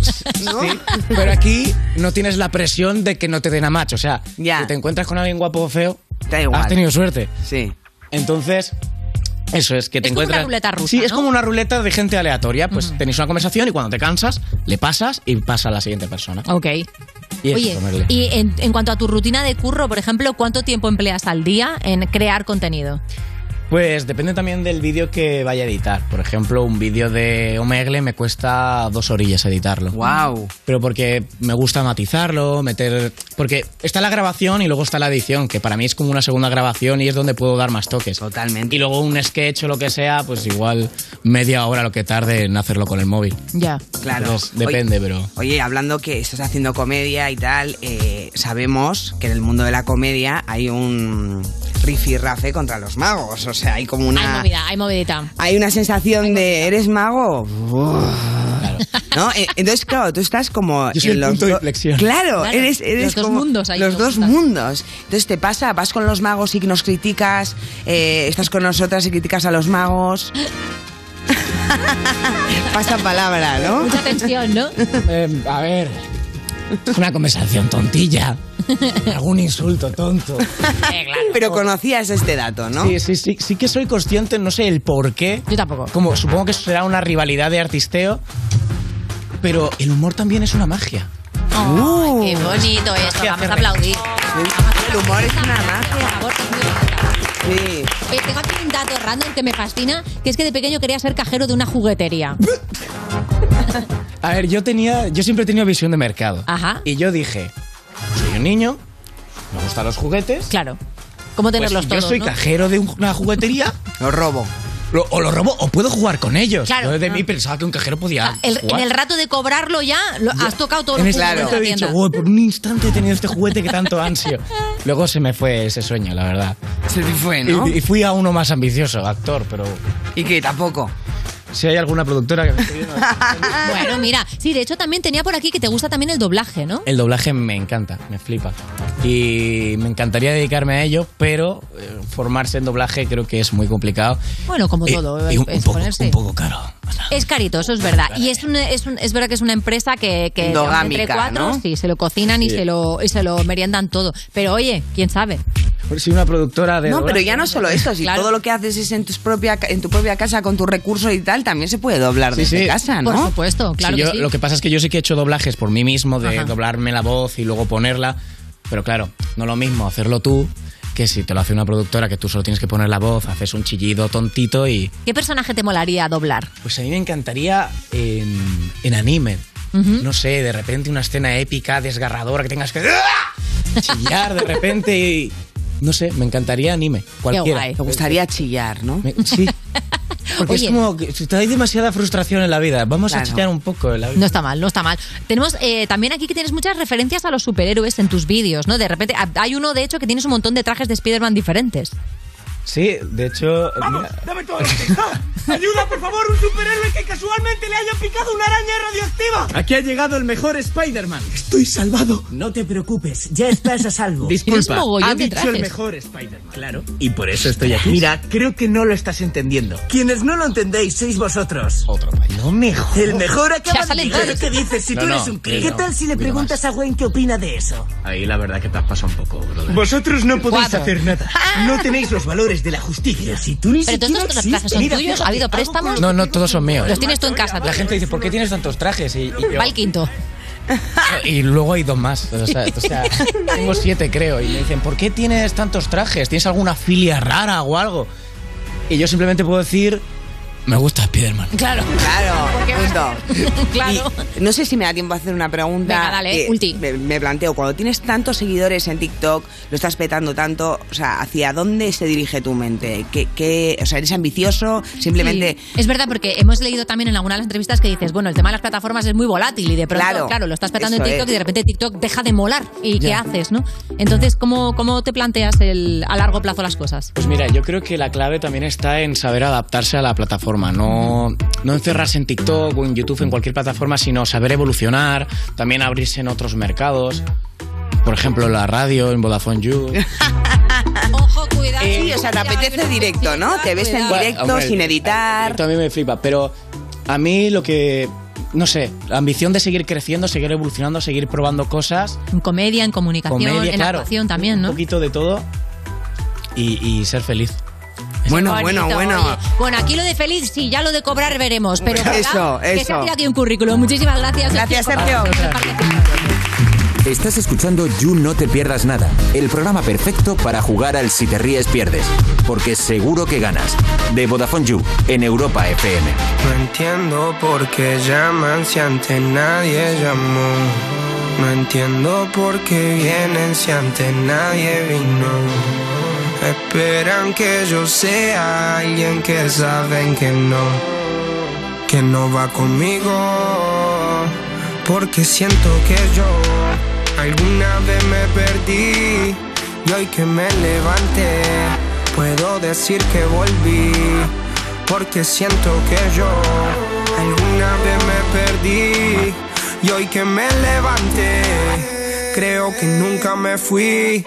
Speaker 32: Sí, Pero aquí no tienes la presión de que no te den a macho. O sea, si te encuentras con alguien guapo o feo,
Speaker 4: igual.
Speaker 32: has tenido suerte.
Speaker 4: Sí.
Speaker 32: Entonces, eso es que te
Speaker 3: Es como una
Speaker 32: encuentras.
Speaker 3: ruleta rusa,
Speaker 32: Sí, es
Speaker 3: ¿no?
Speaker 32: como una ruleta de gente aleatoria. Pues tenéis una conversación y cuando te cansas, le pasas y pasa a la siguiente persona.
Speaker 3: Ok.
Speaker 32: Y eso es
Speaker 3: Oye,
Speaker 32: Omegle.
Speaker 3: y en, en cuanto a tu rutina de curro, por ejemplo, ¿cuánto tiempo empleas al día en crear contenido?
Speaker 32: Pues depende también del vídeo que vaya a editar. Por ejemplo, un vídeo de Omegle me cuesta dos orillas editarlo.
Speaker 4: ¡Wow!
Speaker 32: Pero porque me gusta matizarlo, meter. Porque está la grabación y luego está la edición, que para mí es como una segunda grabación y es donde puedo dar más toques.
Speaker 4: Totalmente.
Speaker 32: Y luego un sketch o lo que sea, pues igual media hora lo que tarde en hacerlo con el móvil.
Speaker 3: Ya.
Speaker 4: Claro.
Speaker 32: Entonces, Pues depende,
Speaker 4: Oye,
Speaker 32: pero.
Speaker 4: Oye, hablando que estás haciendo comedia y tal, eh, sabemos que en el mundo de la comedia hay un rifirrafe [laughs] contra los magos. O sea, hay como
Speaker 3: Hay
Speaker 4: una.
Speaker 3: movida, hay movidita.
Speaker 4: Hay una sensación de, ¿eres mago? Uf. ¿no? Eh, Entonces, claro, tú estás como.
Speaker 32: Yo soy
Speaker 4: en
Speaker 32: el
Speaker 4: los
Speaker 32: punto de
Speaker 4: do-
Speaker 32: inflexión.
Speaker 4: Claro,
Speaker 32: Claro,
Speaker 4: eres, eres
Speaker 32: los dos
Speaker 4: como
Speaker 32: mundos ahí
Speaker 4: Los dos
Speaker 32: juntas.
Speaker 4: mundos. Entonces te pasa, vas con los magos y nos criticas, eh, estás con nosotras y criticas a los magos. [laughs] pasa palabra, ¿no?
Speaker 3: Mucha
Speaker 4: [laughs]
Speaker 3: tensión, ¿no?
Speaker 32: Eh, a ver. Es una conversación tontilla. Algún insulto tonto.
Speaker 4: Pero conocías este dato, ¿no?
Speaker 32: Sí, sí, sí. Sí que soy consciente, no sé el por qué.
Speaker 3: Yo tampoco.
Speaker 32: Como supongo que será una rivalidad de artisteo. Pero el humor también es una magia. Uh.
Speaker 3: Ay, qué bonito eso. Vamos a aplaudir.
Speaker 4: El humor es una magia. Sí.
Speaker 3: Oye, tengo aquí un dato random que me fascina, que es que de pequeño quería ser cajero de una juguetería.
Speaker 32: A ver, yo tenía. Yo siempre he tenido visión de mercado.
Speaker 3: Ajá.
Speaker 32: Y yo dije, soy un niño, me gustan los juguetes.
Speaker 3: Claro. ¿Cómo tenerlos
Speaker 32: pues
Speaker 3: todos?
Speaker 32: Yo soy
Speaker 3: ¿no?
Speaker 32: cajero de un- una
Speaker 4: [laughs]
Speaker 32: juguetería.
Speaker 4: los robo.
Speaker 32: o los robo o puedo jugar con ellos.
Speaker 3: Claro.
Speaker 32: Yo desde
Speaker 3: Ah.
Speaker 32: mí pensaba que un cajero podía.
Speaker 3: El- en
Speaker 32: jugar.
Speaker 3: el rato de cobrarlo ya, lo- has tocado todos
Speaker 32: En
Speaker 3: los
Speaker 32: ese
Speaker 3: juguetes
Speaker 32: momento
Speaker 3: de
Speaker 32: he
Speaker 3: la
Speaker 32: dicho,
Speaker 3: tienda.
Speaker 32: "Uy, por un instante he tenido este juguete que tanto
Speaker 3: [laughs]
Speaker 32: ansio. Luego se me fue ese sueño, la verdad.
Speaker 4: Se te fue, ¿no?
Speaker 32: Y, y fui a uno más ambicioso, actor, pero.
Speaker 4: ¿Y que Tampoco.
Speaker 32: Si hay alguna productora que me esté viendo-
Speaker 3: Bueno, mira, sí, de hecho también tenía por aquí que te gusta también el doblaje, ¿no?
Speaker 32: El doblaje me encanta, me flipa. Y me encantaría dedicarme a ello, pero eh, formarse en doblaje creo que es muy complicado.
Speaker 3: Bueno, como
Speaker 32: Y-
Speaker 3: todo,
Speaker 32: y Eh, un,
Speaker 3: es
Speaker 32: un poco,
Speaker 3: ponerse-
Speaker 32: un poco caro.
Speaker 3: Es carito, eso es verdad. Y es, un- es, un- es verdad que es una empresa que, que
Speaker 32: Endogámica,
Speaker 3: entre cuatro
Speaker 32: ¿no?
Speaker 3: sí, se lo cocinan y,
Speaker 32: Sí.
Speaker 3: se lo, y se lo meriendan todo. Pero oye, quién sabe.
Speaker 32: Por si una productora de.
Speaker 4: No, pero
Speaker 32: doblaje-
Speaker 4: ya no solo eso, si todo lo que haces es en, tus propia, ca- en tu propia casa con tus recursos y tal, también se puede doblar
Speaker 32: Sí,
Speaker 4: desde
Speaker 32: sí.
Speaker 4: casa, ¿no?
Speaker 32: Por
Speaker 4: Oh,
Speaker 3: supuesto,
Speaker 32: Sí, yo- Lo que pasa es que yo sí que he hecho doblajes por mí mismo, de
Speaker 4: Ajá.
Speaker 32: doblarme la voz y luego ponerla. Pero claro, no lo mismo hacerlo tú que si te lo hace una productora que tú solo tienes que poner la voz, haces un chillido tontito y.
Speaker 3: ¿Qué personaje te molaría doblar?
Speaker 32: Pues a mí me encantaría en, en anime.
Speaker 3: ¿Mm?
Speaker 32: No sé, de repente una escena épica, desgarradora, que tengas que ¡ah! chillar de repente y. No sé, me encantaría anime. Cualquiera.
Speaker 4: guay. Te gustaría chillar, ¿no?
Speaker 32: Me- sí. Porque
Speaker 3: Oye.
Speaker 32: es como que si te hay demasiada frustración en la vida, vamos a
Speaker 3: Claro.
Speaker 32: chillar un poco en la vida.
Speaker 3: No está mal, no está mal. Tenemos eh, también aquí que tienes muchas referencias a los superhéroes en tus vídeos, ¿no? De repente, a- hay uno de hecho que tienes un montón de trajes de Spider-Man diferentes.
Speaker 32: Sí, de hecho. mira,
Speaker 15: ¡Dame todo! ¡Ayuda, por favor! ¡Un superhéroe que casualmente le haya picado una araña radioactiva!
Speaker 32: Aquí ha llegado el mejor Spider-Man.
Speaker 15: Estoy salvado.
Speaker 22: No te preocupes, ya estás
Speaker 3: [laughs]
Speaker 22: a salvo.
Speaker 15: Disculpa,
Speaker 22: ha
Speaker 15: ha
Speaker 22: dicho el mejor. Spider-Man. Claro. Y por eso estoy aquí. Mira, creo que no lo estás entendiendo. Quienes no lo entendéis sois vosotros. Otro No me El mejor acaba de llegar. ¿Qué dices si
Speaker 32: No,
Speaker 22: tú
Speaker 32: no,
Speaker 22: eres un crío?
Speaker 32: no,
Speaker 22: ¿Qué tal si le
Speaker 32: un poquito
Speaker 22: preguntas a Gwen qué opina de eso?
Speaker 32: Ahí la verdad que te has pasado un poco, brother.
Speaker 22: Vosotros no podéis
Speaker 32: Cuatro.
Speaker 22: hacer
Speaker 3: [laughs]
Speaker 22: nada. No tenéis los valores de la justicia. Si tú ni
Speaker 3: Pero todos
Speaker 22: siquiera
Speaker 3: estos trajes son
Speaker 22: existes. Mira,
Speaker 3: tuyos, ¿ha
Speaker 22: fíjate,
Speaker 3: habido
Speaker 22: hago con
Speaker 3: préstamos?
Speaker 22: lo
Speaker 32: No, no, todos son míos.
Speaker 3: Los tienes tú en casa.
Speaker 32: La gente dice, ¿por qué tienes tantos trajes? Y, y yo-
Speaker 3: Va el quinto.
Speaker 32: y luego hay dos más. O sea,
Speaker 23: [laughs]
Speaker 9: [laughs]
Speaker 32: o sea, tengo siete, creo. Y me dicen, ¿por qué tienes tantos trajes? ¿Tienes alguna filia rara o algo? Y yo simplemente puedo decir, me gusta Spiderman.
Speaker 3: Claro.
Speaker 4: Claro, punto.
Speaker 3: Claro.
Speaker 4: Y no sé si me da tiempo a hacer una pregunta.
Speaker 3: Venga, dale,
Speaker 4: que Me, me planteo, cuando tienes tantos seguidores en TikTok, lo estás petando tanto, o sea, ¿hacia dónde se dirige tu mente? ¿Qué, qué- o sea, ¿eres ambicioso? Simplemente...
Speaker 3: Sí. Es verdad, porque hemos leído también en algunas de las entrevistas que dices, bueno, el tema de las plataformas es muy volátil y de pronto, claro,
Speaker 4: Claro,
Speaker 3: lo estás petando en
Speaker 4: eso
Speaker 3: TikTok
Speaker 4: es.
Speaker 3: y de repente TikTok deja de molar. ¿Y qué
Speaker 32: Ya.
Speaker 3: haces, no? Entonces, ¿cómo, cómo te planteas el, a largo plazo las cosas?
Speaker 32: Pues mira, yo creo que la clave también está en saber adaptarse a la plataforma, no, no encerrarse en TikTok o en YouTube, en cualquier plataforma, sino saber evolucionar, también abrirse en otros mercados. Por ejemplo, la radio, en Vodafone You.
Speaker 3: Ojo, cuidado.
Speaker 4: sí, o sea, te apetece directo, ¿no? Te ves en
Speaker 32: Bueno,
Speaker 4: directo,
Speaker 32: hombre,
Speaker 4: sin editar.
Speaker 32: Esto a mí me flipa, pero a mí lo que. No sé, la ambición de seguir creciendo, seguir evolucionando, seguir probando cosas,
Speaker 3: En comedia, en comunicación,
Speaker 32: Comedia,
Speaker 3: en
Speaker 32: claro.
Speaker 3: actuación también,
Speaker 32: un
Speaker 3: ¿no?
Speaker 32: poquito de todo y, y ser feliz.
Speaker 4: Bueno,
Speaker 3: Qué bonito, oye. Bueno, aquí lo de feliz, sí, ya lo de cobrar veremos. Pero ojalá
Speaker 32: Eso,
Speaker 3: que se
Speaker 32: eso.
Speaker 3: ha tirado aquí un currículum. Muchísimas gracias. Gracias, Sergio.
Speaker 18: Estás escuchando You No Te Pierdas Nada, el programa perfecto para jugar al Si Te Ríes Pierdes, porque seguro que ganas. De Vodafone You, en Europa FM.
Speaker 33: No entiendo por qué llaman si antes nadie llamó. No entiendo por qué vienen si antes nadie vino. Esperan que yo sea alguien que saben que no, que no va conmigo. Porque siento que yo alguna vez me perdí y hoy que me levanté puedo decir que volví porque siento que yo alguna vez me perdí
Speaker 22: Y hoy que me levanté, creo que nunca me fui.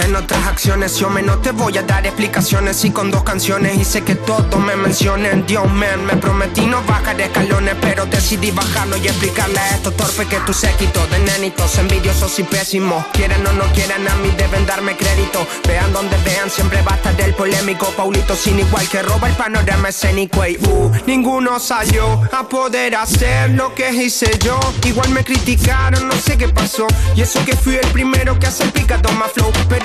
Speaker 22: En otras acciones yo me no te voy a dar explicaciones y con dos canciones hice que todos me mencionen Dios man, me prometí no bajar escalones pero decidí bajarlo y explicarle a estos torpes que tú séquito de nenitos envidiosos y pésimos quieren o no quieran a mí deben darme crédito vean donde vean siempre basta del polémico Paulito sin igual que roba el panorama escénico y uh, ninguno salió a poder hacer lo que hice yo igual me criticaron no sé qué pasó y eso que fui el primero que hace el picado más flow pero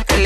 Speaker 22: el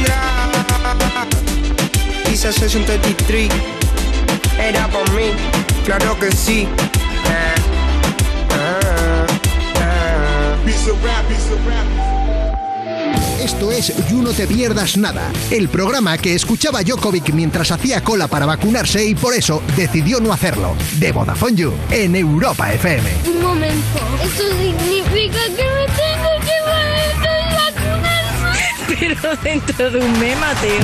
Speaker 22: Londra. Isa Session 33. Era por mí, claro que sí. Ah, ah, ah.
Speaker 16: Esto es You No Te Pierdas Nada, el programa que escuchaba Jokovic mientras hacía cola para vacunarse y por eso decidió no hacerlo. De Vodafone You, en Europa FM.
Speaker 27: Un momento. Eso significa que me tengo que
Speaker 3: Pero dentro de un meme, Mateo.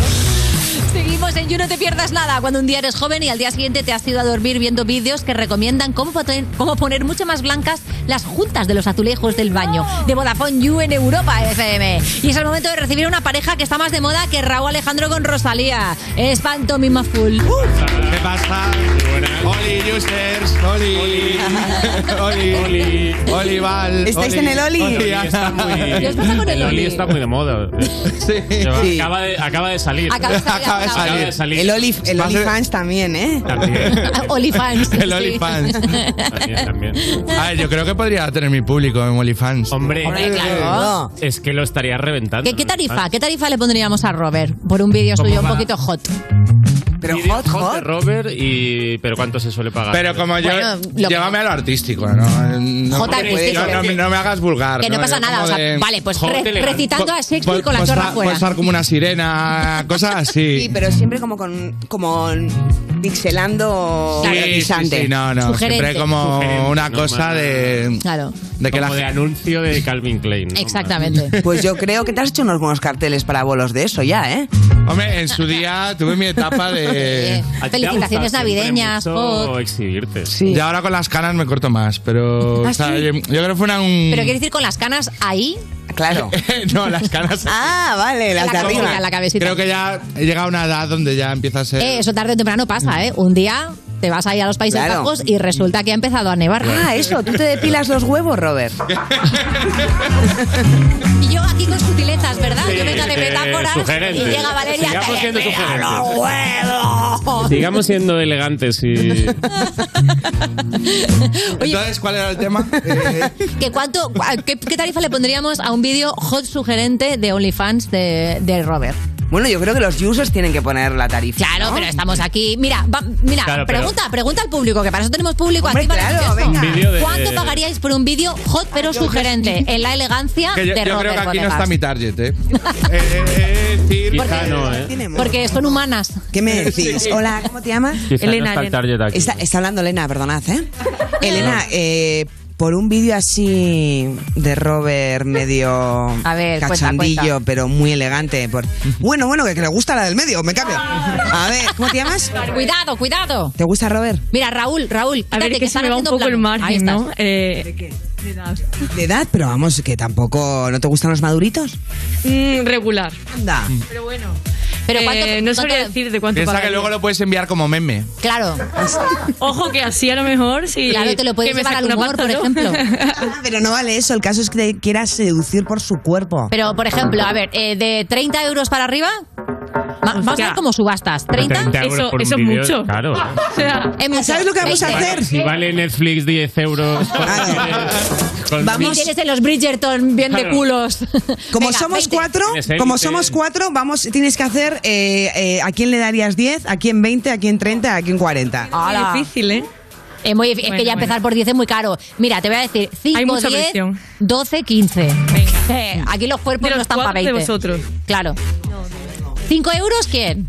Speaker 3: Seguimos en You No Te Pierdas Nada, cuando un día eres joven y al día siguiente te has ido a dormir viendo vídeos que recomiendan cómo, poten- cómo poner mucho más blancas las juntas de los azulejos del baño de Vodafone You en Europa FM. Y es el momento de recibir una pareja que está más de moda que Raúl Alejandro con Rosalía. Es Pantomima Full.
Speaker 34: ¿Qué pasa? Oli, users. Oli. Oli. Oli. Oli, Val.
Speaker 4: ¿Estáis en el Oli?
Speaker 34: está muy-
Speaker 4: ¿Qué os pasa con el
Speaker 35: el Oli
Speaker 4: Oli?
Speaker 35: está muy de moda. Lleva-
Speaker 4: Sí.
Speaker 35: Acaba, de, acaba de salir.
Speaker 4: Acaba de salir,
Speaker 35: Acaba de
Speaker 4: acaba de
Speaker 35: salir.
Speaker 4: El Oli, el Oli fans también, ¿eh?
Speaker 34: También.
Speaker 3: [laughs] Olifans.
Speaker 35: [laughs]
Speaker 34: El OnlyFans.
Speaker 20: [laughs]
Speaker 34: A ver, yo creo que podría tener mi público en OnlyFans.
Speaker 35: Hombre,
Speaker 3: Hombre, claro.
Speaker 35: es que lo estaría
Speaker 3: [laughs]
Speaker 35: reventando.
Speaker 3: ¿Qué, qué
Speaker 34: Ah.
Speaker 3: tarifa? ¿Qué tarifa le pondríamos a Robert por un vídeo
Speaker 35: Como
Speaker 3: suyo un
Speaker 35: para-
Speaker 3: poquito hot?
Speaker 35: Pero hot, hot. de Robert y... ¿Pero cuánto se suele pagar?
Speaker 34: Pero como yo.
Speaker 3: Bueno, lo-
Speaker 34: llévame a lo artístico, ¿no? No,
Speaker 3: Jota artístico.
Speaker 34: no, no me- no me hagas vulgar.
Speaker 3: Que no pasa
Speaker 34: Yo
Speaker 3: nada,
Speaker 34: como
Speaker 3: o sea,
Speaker 34: de-
Speaker 3: vale, pues re- recitando a Shakespeare
Speaker 34: Pos-
Speaker 3: con la
Speaker 34: posar-
Speaker 3: chorra fuera.
Speaker 34: Posar como una sirena,
Speaker 3: [laughs]
Speaker 34: cosas así.
Speaker 4: Sí, pero siempre como con como pixelando
Speaker 34: Sí, sí, sí, no, no. Siempre como
Speaker 35: Sugerente,
Speaker 34: una
Speaker 35: no,
Speaker 34: cosa
Speaker 35: más-
Speaker 34: de.
Speaker 3: Claro.
Speaker 34: De que la
Speaker 35: Como de
Speaker 34: gente-
Speaker 35: anuncio de Calvin Klein. ¿no?
Speaker 3: Exactamente.
Speaker 4: Pues yo creo que te has hecho unos buenos carteles para bolos de eso ya, ¿eh?
Speaker 34: Hombre, en su día tuve mi etapa
Speaker 4: [laughs]
Speaker 3: [laughs]
Speaker 34: de.
Speaker 3: ¿A ti te ha Eh, Felicitaciones gustado siempre navideñas, mucho hot.
Speaker 35: exhibirte.
Speaker 34: Y ahora con las canas me corto más, pero.
Speaker 3: ¿Ah,
Speaker 34: o sea,
Speaker 3: sí?
Speaker 34: yo, yo creo que fue una. un-
Speaker 3: Pero
Speaker 34: [laughs]
Speaker 3: quiere decir con las canas ahí.
Speaker 4: Claro.
Speaker 34: no, las canas.
Speaker 4: Ah, vale,
Speaker 3: la,
Speaker 34: de arriba.
Speaker 3: cabecita, la cabecita.
Speaker 34: Creo que ya he llegado a una edad donde ya empieza a ser.
Speaker 3: Eh, eso tarde o temprano pasa, ¿eh? Un día te vas ahí a los Países
Speaker 4: Claro.
Speaker 3: Bajos y resulta que ha empezado a nevar.
Speaker 4: Ah, eso, tú te depilas los huevos, Robert.
Speaker 3: Y yo aquí con sutilezas, ¿verdad? yo vengo de
Speaker 35: eh,
Speaker 3: metáforas
Speaker 35: sugerente.
Speaker 3: y llega Valeria
Speaker 35: Sigamos
Speaker 3: te
Speaker 35: siendo
Speaker 3: pega
Speaker 35: sugerentes.
Speaker 3: los huevos.
Speaker 35: Sigamos siendo
Speaker 4: [laughs]
Speaker 35: elegantes y.
Speaker 20: Entonces, ¿cuál era el
Speaker 3: [laughs]
Speaker 20: tema?
Speaker 3: ¿Que cuánto, cua- qué, qué tarifa le pondríamos a un vídeo hot sugerente de OnlyFans de, de Robert?
Speaker 4: Bueno, yo creo que los users tienen que poner la tarifa.
Speaker 3: Claro, pero estamos aquí. Mira, va- mira,
Speaker 4: Claro, pero-
Speaker 3: pregunta, pregunta al público, que para eso tenemos público aquí para
Speaker 4: claro,
Speaker 3: hacer esto.
Speaker 4: venga. Ah, Un vídeo de-
Speaker 3: ¿Cuánto pagaríais por un vídeo hot pero sugerente? En la elegancia
Speaker 34: Que yo,
Speaker 3: de
Speaker 34: yo
Speaker 3: Robert
Speaker 34: creo que aquí no
Speaker 3: Bodegas.
Speaker 34: está mi
Speaker 3: [laughs]
Speaker 34: target, ¿eh?
Speaker 3: Porque-
Speaker 34: no,
Speaker 3: Porque son humanas.
Speaker 4: ¿Qué me decís? Hola, ¿cómo te llamas?
Speaker 34: Quizá no está el target aquí.
Speaker 4: Está, está hablando Elena, perdonad, ¿eh? Elena, eh, por un vídeo así de Robert medio
Speaker 3: ver, cuenta,
Speaker 4: cachondillo,
Speaker 3: cuenta.
Speaker 4: pero muy elegante. Por... Bueno, bueno, que, que le gusta la del medio, me cambio.
Speaker 3: Ah.
Speaker 4: A ver, ¿cómo te llamas?
Speaker 3: Cuidado, cuidado.
Speaker 4: ¿Te gusta Robert?
Speaker 3: Mira, Raúl, Raúl, quítate,
Speaker 36: A ver, que se
Speaker 3: están
Speaker 36: me va un
Speaker 3: haciendo
Speaker 36: poco el
Speaker 3: plano. Ahí
Speaker 36: margen,
Speaker 3: estás.
Speaker 36: ¿no? Eh,
Speaker 4: De edad, pero vamos, que tampoco... ¿No te gustan los maduritos?
Speaker 36: mm, regular.
Speaker 4: Anda.
Speaker 36: Pero bueno.
Speaker 3: Pero
Speaker 18: Eh,
Speaker 36: no sabría decir de cuánto
Speaker 34: Piensa que
Speaker 36: pagaría.
Speaker 34: luego lo puedes enviar como meme.
Speaker 3: Claro.
Speaker 36: Ojo que así a lo mejor si
Speaker 3: Claro, te lo puedes
Speaker 36: que me
Speaker 3: llevar al
Speaker 36: saque una
Speaker 3: humor,
Speaker 36: pasta,
Speaker 3: por
Speaker 36: ¿no? [laughs]
Speaker 3: ejemplo.
Speaker 4: Ah, pero no vale eso, el caso es que te quieras seducir por su cuerpo.
Speaker 3: Pero, por ejemplo, a ver, eh, de 30 euros para arriba, ma- vamos a ver cómo subastas. ¿30?
Speaker 35: 30 euros por un vídeo,
Speaker 36: [laughs]
Speaker 35: Claro.
Speaker 4: ¿Sabes lo que vamos a
Speaker 35: Vale,
Speaker 4: hacer? Ah,
Speaker 35: Si vale Netflix 10 euros. pues, eh, con-
Speaker 3: Vamos. Tienes en los Bridgerton bien de
Speaker 35: Claro.
Speaker 3: culos.
Speaker 4: Como
Speaker 3: Venga,
Speaker 4: somos
Speaker 3: 20.
Speaker 4: cuatro,
Speaker 35: Tienes élite.
Speaker 4: como somos cuatro, vamos, tienes que hacer eh, eh, a quién le darías 10, a quién 20, a quién 30, a quién 40.
Speaker 3: Ala.
Speaker 36: ¿eh?
Speaker 3: Es, muy, difícil. es que
Speaker 4: Bueno,
Speaker 3: ya
Speaker 4: bueno.
Speaker 3: empezar por 10 es muy caro. Mira, te voy a decir 5,
Speaker 36: mucha
Speaker 3: 10,
Speaker 36: presión.
Speaker 3: 12, 15. Eh, [laughs] aquí los cuerpos
Speaker 36: De los
Speaker 3: no están para
Speaker 36: cuatro
Speaker 3: 20.
Speaker 36: de vosotros.
Speaker 3: Claro. ¿5 euros quién?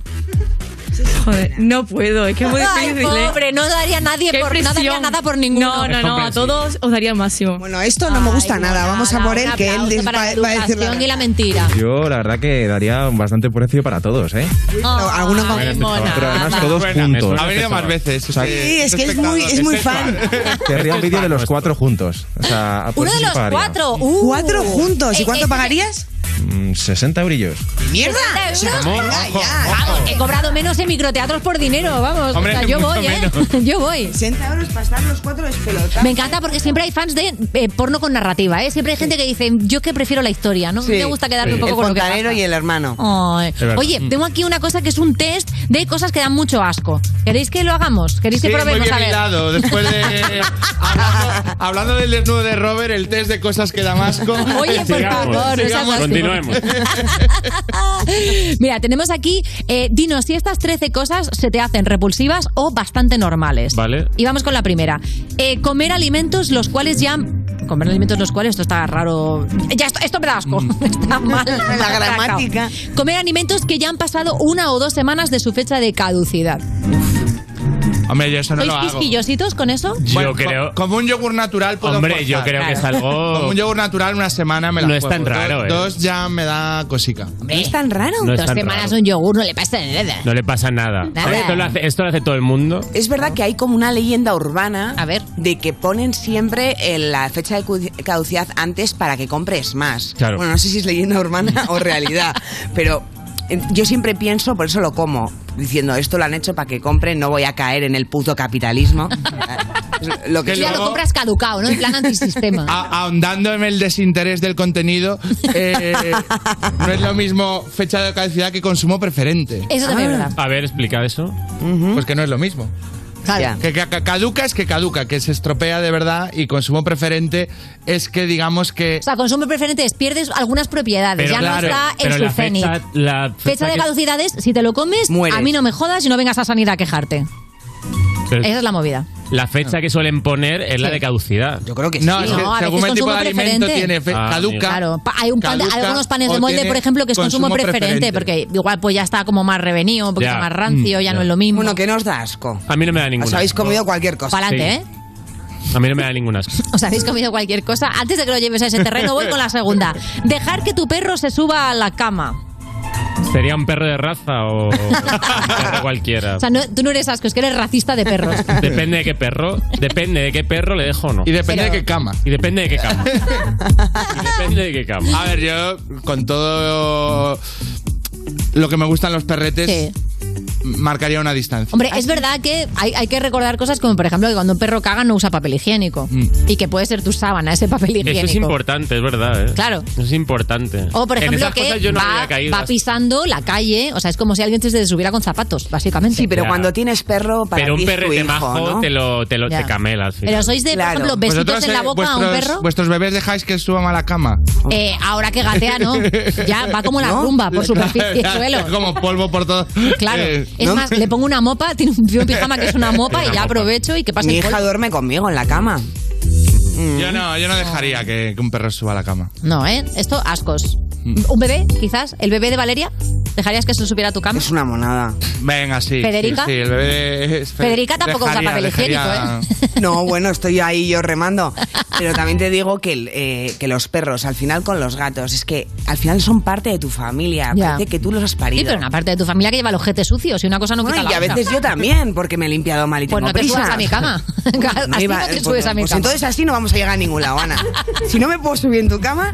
Speaker 36: Joder, no puedo, es que es muy
Speaker 3: Ay,
Speaker 36: difícil. ¿eh?
Speaker 3: pobre, no daría nadie
Speaker 36: Qué
Speaker 3: por- no daría
Speaker 36: presión.
Speaker 3: nada por ninguno.
Speaker 36: No, no,
Speaker 3: Es
Speaker 36: no, a
Speaker 3: comprensible.
Speaker 36: todos os daría el máximo.
Speaker 4: Bueno, esto no me gusta nada, vamos a por él, que él
Speaker 3: Aplauso para
Speaker 4: va,
Speaker 3: la
Speaker 4: va a decir la
Speaker 3: educación y la mentira.
Speaker 37: Yo la verdad que daría bastante precio para todos, ¿eh?
Speaker 4: alguno con-
Speaker 37: Pero además todos
Speaker 4: Suena, me
Speaker 37: juntos.
Speaker 4: suena Ha
Speaker 34: venido más veces.
Speaker 37: O sea,
Speaker 4: Sí, es que es muy, es muy fan.
Speaker 37: [laughs] querría un vídeo de los cuatro juntos. O sea, por
Speaker 4: Uno de
Speaker 37: eso
Speaker 4: los
Speaker 37: pagaría.
Speaker 4: cuatro.
Speaker 3: uh.
Speaker 4: Cuatro juntos.
Speaker 3: Eh,
Speaker 4: ¿Y cuánto pagarías?
Speaker 37: Mm, 60 eurillos.
Speaker 4: ¡Mierda!
Speaker 3: 60 euros.
Speaker 37: ¿Cómo?
Speaker 3: Venga,
Speaker 37: Ojo,
Speaker 3: ya.
Speaker 37: ojo.
Speaker 3: Vamos, He cobrado menos en microteatros por dinero, vamos.
Speaker 37: Hombre,
Speaker 3: o sea, yo
Speaker 37: mucho
Speaker 3: voy, ¿eh?
Speaker 37: menos.
Speaker 3: [laughs] Yo voy.
Speaker 4: 60 euros para estar los cuatro despelotados.
Speaker 3: Me encanta porque siempre hay fans de eh, porno con narrativa, ¿eh? Siempre hay gente que dice, yo que prefiero la historia, ¿no? Me gusta quedarme un poco con lo que
Speaker 4: fontanero
Speaker 3: pasa".
Speaker 4: y el hermano.
Speaker 3: Ay. Oye,
Speaker 34: Mm.
Speaker 3: tengo aquí una cosa que es un test de cosas que dan mucho asco. ¿Queréis que lo hagamos? ¿Queréis que
Speaker 34: Sí, muy
Speaker 3: probemos
Speaker 34: bien
Speaker 3: a ver? [laughs]
Speaker 34: hilado. Después de. hablando, hablando del desnudo de Robert, el test de cosas que da más con.
Speaker 3: Oye, por favor, no seas así.
Speaker 34: Continuemos.
Speaker 3: Mira, tenemos aquí, eh, dinos si estas 13 cosas se te hacen repulsivas o bastante normales.
Speaker 35: Vale.
Speaker 3: Y vamos con la primera. Eh, comer alimentos los cuales ya... Comer alimentos los cuales, esto está raro... Ya, esto, esto me da asco. [laughs] Está mal.
Speaker 4: La
Speaker 3: mal
Speaker 4: gramática.
Speaker 3: sacado. Comer alimentos que ya han pasado una o dos semanas de su fecha de caducidad.
Speaker 34: Hombre, yo eso no
Speaker 3: ¿Sois
Speaker 34: lo hago.
Speaker 3: quisquillositos con eso?
Speaker 34: Yo creo. como un yogur natural puedo
Speaker 35: Hombre,
Speaker 34: forzar.
Speaker 35: yo creo que es algo-
Speaker 34: Como un yogur natural, una semana me la
Speaker 35: No es
Speaker 34: juego.
Speaker 35: tan raro,
Speaker 34: Dos-
Speaker 35: ¿eh?
Speaker 34: Dos ya me da cosica.
Speaker 3: No es tan raro.
Speaker 35: No es
Speaker 3: dos
Speaker 35: tan
Speaker 3: semanas
Speaker 35: raro.
Speaker 3: un yogur no le pasa nada.
Speaker 35: No le pasa nada.
Speaker 4: Nada.
Speaker 35: ¿Sabes? Esto, lo hace, esto lo hace todo el mundo.
Speaker 4: Es verdad que hay como una leyenda urbana de que ponen siempre eh, la fecha de cu- caducidad antes para que compres más.
Speaker 35: Claro.
Speaker 4: Bueno, no sé si es leyenda urbana [laughs] o realidad, pero eh, yo siempre pienso, por eso lo como, diciendo esto lo han hecho para que compren, no voy a caer en el puto capitalismo. Es lo que
Speaker 3: ya lo compras caducado, ¿no? En plan antisistema.
Speaker 34: A- ahondando en el desinterés del contenido, eh, no es lo mismo fecha de caducidad que consumo preferente. Ah.
Speaker 3: Eso también es verdad.
Speaker 34: A ver, explica eso. Pues que no es lo mismo.
Speaker 3: Claro.
Speaker 34: Que, ca- ca- caduca es que caduca, que se estropea de verdad y consumo preferente es que digamos que...
Speaker 3: O sea, consumo preferente es pierdes algunas propiedades. ya no está en
Speaker 34: pero
Speaker 3: su cenit.
Speaker 34: fecha- la
Speaker 3: Fecha de
Speaker 34: que-
Speaker 3: caducidad es, si te lo comes,
Speaker 35: Mueres.
Speaker 3: a mí no me jodas y no vengas a sanidad a quejarte.
Speaker 35: Pero
Speaker 3: Esa es la movida.
Speaker 35: La fecha que suelen poner es la de caducidad. Yo
Speaker 4: creo que
Speaker 34: No, es que
Speaker 3: No, a veces
Speaker 34: según el tipo de
Speaker 3: consumo
Speaker 34: alimento
Speaker 3: preferente. Ah,
Speaker 34: tiene fe- caduca.
Speaker 3: Claro, pa- hay, un pan de-
Speaker 34: caduca
Speaker 3: hay algunos panes
Speaker 34: o
Speaker 3: de molde,
Speaker 34: tiene
Speaker 3: por ejemplo, que es consumo,
Speaker 34: consumo
Speaker 3: preferente,
Speaker 34: preferente.
Speaker 3: porque igual pues ya está como más revenido, un poquito
Speaker 35: Ya.
Speaker 3: más rancio, ya,
Speaker 35: Mm, ya.
Speaker 3: no es lo mismo.
Speaker 35: Bueno,
Speaker 4: que no os da asco.
Speaker 35: A mí no me da ninguna.
Speaker 4: Os habéis comido cualquier cosa.
Speaker 3: Para adelante, ¿eh?
Speaker 35: A mí no me da ninguna. asco.
Speaker 3: Os habéis comido cualquier cosa. Antes de que lo lleves a ese terreno, voy con la segunda. Dejar que tu perro se suba a la cama.
Speaker 35: ¿Sería un perro de raza
Speaker 3: [laughs]
Speaker 35: o perro cualquiera?
Speaker 3: O sea, no- tú no eres asco, es que eres racista de perros.
Speaker 35: Depende de qué perro. Depende de qué perro le dejo o no.
Speaker 34: Y depende Pero- de qué cama.
Speaker 35: Y depende de
Speaker 3: [laughs]
Speaker 35: qué cama. Y depende de qué cama.
Speaker 34: A ver, yo con todo lo que me gustan los perretes, marcaría una distancia.
Speaker 3: Hombre, es verdad que hay, hay que recordar cosas como, por ejemplo, que cuando un perro caga no usa papel higiénico.
Speaker 35: Mm.
Speaker 3: Y que puede ser tu sábana ese papel higiénico.
Speaker 35: Eso es importante, es verdad, ¿eh?
Speaker 3: Claro.
Speaker 35: Eso es importante.
Speaker 3: O, por
Speaker 35: en
Speaker 3: ejemplo,
Speaker 35: esas
Speaker 3: que
Speaker 35: cosas yo no
Speaker 3: va,
Speaker 35: había caído.
Speaker 3: va
Speaker 35: así.
Speaker 3: pisando la calle. O sea, es como si alguien se subiera con zapatos, básicamente. Sí,
Speaker 4: pero
Speaker 35: Ya. cuando
Speaker 4: tienes perro,
Speaker 35: Pero un perrete majo te lo, te lo
Speaker 3: Ya.
Speaker 35: te camela al final.
Speaker 3: Pero sois de, por ejemplo, besitos
Speaker 34: ¿Vosotros,
Speaker 3: en la
Speaker 34: eh,
Speaker 3: boca a un
Speaker 34: vuestros-
Speaker 3: perro.
Speaker 34: ¿Vuestros bebés dejáis que suban a
Speaker 3: [laughs]
Speaker 34: la cama?
Speaker 3: Eh, ahora que gatea, ¿no? Ya va
Speaker 4: [laughs]
Speaker 3: como la rumba por superficie y suelo.
Speaker 34: [laughs] Como polvo por todo.
Speaker 3: Claro.
Speaker 34: Eh,
Speaker 3: Es
Speaker 34: ¿no?
Speaker 3: más, le pongo una mopa, [laughs] tiene un, tiene un pijama que es una
Speaker 35: [laughs]
Speaker 3: mopa y ya aprovecho y que pase
Speaker 4: Mi
Speaker 3: el
Speaker 4: hija
Speaker 3: polvo.
Speaker 4: duerme conmigo en la cama.
Speaker 34: Yo no,
Speaker 3: Mm.
Speaker 34: yo no dejaría que, que un perro suba a la cama.
Speaker 3: No, ¿eh? Esto, ascos.
Speaker 35: Mm.
Speaker 3: ¿Un bebé, quizás? ¿El bebé de Valeria? ¿Dejarías que se supiera a tu cama?
Speaker 4: Es una monada.
Speaker 34: Venga, sí.
Speaker 3: ¿Federica?
Speaker 34: Sí, el bebé es-
Speaker 3: Federica tampoco usa papel higiénico, ¿eh?
Speaker 4: No, bueno, estoy ahí yo
Speaker 3: [laughs]
Speaker 4: remando. Pero también te digo que, el, eh, que los perros, al final con los gatos, es que al final son parte de tu familia.
Speaker 3: Ya.
Speaker 4: Parece que tú los has parido.
Speaker 3: Sí, pero una parte de tu familia que lleva el ojete sucio, si una cosa no quita
Speaker 4: Bueno,
Speaker 3: la
Speaker 4: y a
Speaker 3: otra.
Speaker 4: veces yo también, porque me he limpiado mal y
Speaker 3: Pues
Speaker 4: tengo
Speaker 3: no te
Speaker 4: prisa.
Speaker 3: subas a
Speaker 4: [laughs]
Speaker 3: mi cama. Así no
Speaker 4: iba-
Speaker 3: te
Speaker 4: pues
Speaker 3: subes
Speaker 4: no,
Speaker 3: a mi
Speaker 4: pues
Speaker 3: cama.
Speaker 4: entonces así no vamos a llegar a ningún lado,
Speaker 3: [laughs]
Speaker 4: Ana. Si no me puedo subir en tu cama,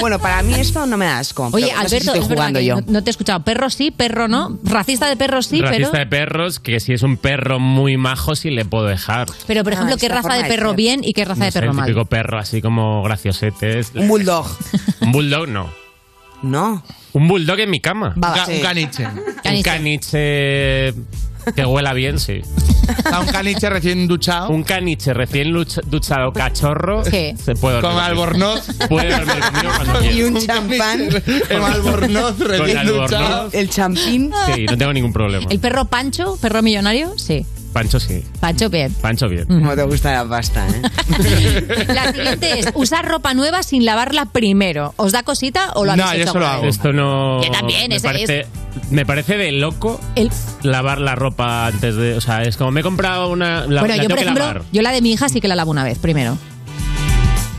Speaker 4: bueno, para mí esto no me da asco.
Speaker 3: Oye,
Speaker 4: pero no sé si
Speaker 3: Alberto,
Speaker 4: estoy
Speaker 3: es verdad
Speaker 4: jugando
Speaker 3: que
Speaker 4: yo.
Speaker 3: No, no te he escuchado. Perro sí, perro no. Racista de perros sí,
Speaker 35: Racista
Speaker 3: pero...
Speaker 35: de perros, que si es un perro muy majo, sí le puedo dejar.
Speaker 3: Pero, por ejemplo, ¿qué
Speaker 4: esta
Speaker 3: raza
Speaker 4: forma
Speaker 3: de
Speaker 4: de
Speaker 3: perro
Speaker 4: ser.
Speaker 3: bien y qué raza de
Speaker 35: No sé,
Speaker 3: perro
Speaker 35: el
Speaker 3: mal?
Speaker 35: típico perro así como graciosetes.
Speaker 4: Un bulldog.
Speaker 35: [laughs] Un bulldog no.
Speaker 4: No.
Speaker 35: Un bulldog en mi cama.
Speaker 4: Va, Ga- sí. un [laughs]
Speaker 34: caniche.
Speaker 35: Un
Speaker 4: Caniche.
Speaker 35: caniche que huela bien, sí.
Speaker 34: Ah, un caniche recién duchado.
Speaker 35: Un caniche recién lucha- duchado, cachorro.
Speaker 34: Sí.
Speaker 35: Se puede dormir
Speaker 34: Con albornoz.
Speaker 35: Puede dormir conmigo cuando
Speaker 4: Y
Speaker 3: [laughs]
Speaker 35: quiera.
Speaker 4: un champán. [laughs]
Speaker 34: El albornoz
Speaker 35: Con
Speaker 34: recién
Speaker 35: albornoz.
Speaker 34: duchado.
Speaker 4: El champín.
Speaker 35: Sí, no tengo ningún problema.
Speaker 3: [laughs] ¿El perro Pancho? ¿Perro millonario? Sí.
Speaker 35: Pancho sí.
Speaker 3: Pancho bien.
Speaker 35: Pancho bien.
Speaker 4: Como te gusta la pasta, ¿eh?
Speaker 3: La siguiente es usar ropa nueva sin lavarla primero. ¿Os da cosita o lo habéis hecho alguna vez?
Speaker 35: Esto no.
Speaker 3: Yo también,
Speaker 35: me
Speaker 3: ese
Speaker 35: parece, me parece de loco
Speaker 3: El-
Speaker 35: lavar la ropa antes de. O sea, es como me he comprado una. La,
Speaker 3: bueno, yo
Speaker 35: la tengo
Speaker 3: por
Speaker 35: que
Speaker 3: ejemplo,
Speaker 35: lavar.
Speaker 3: yo la de mi hija sí que la lavo una vez primero.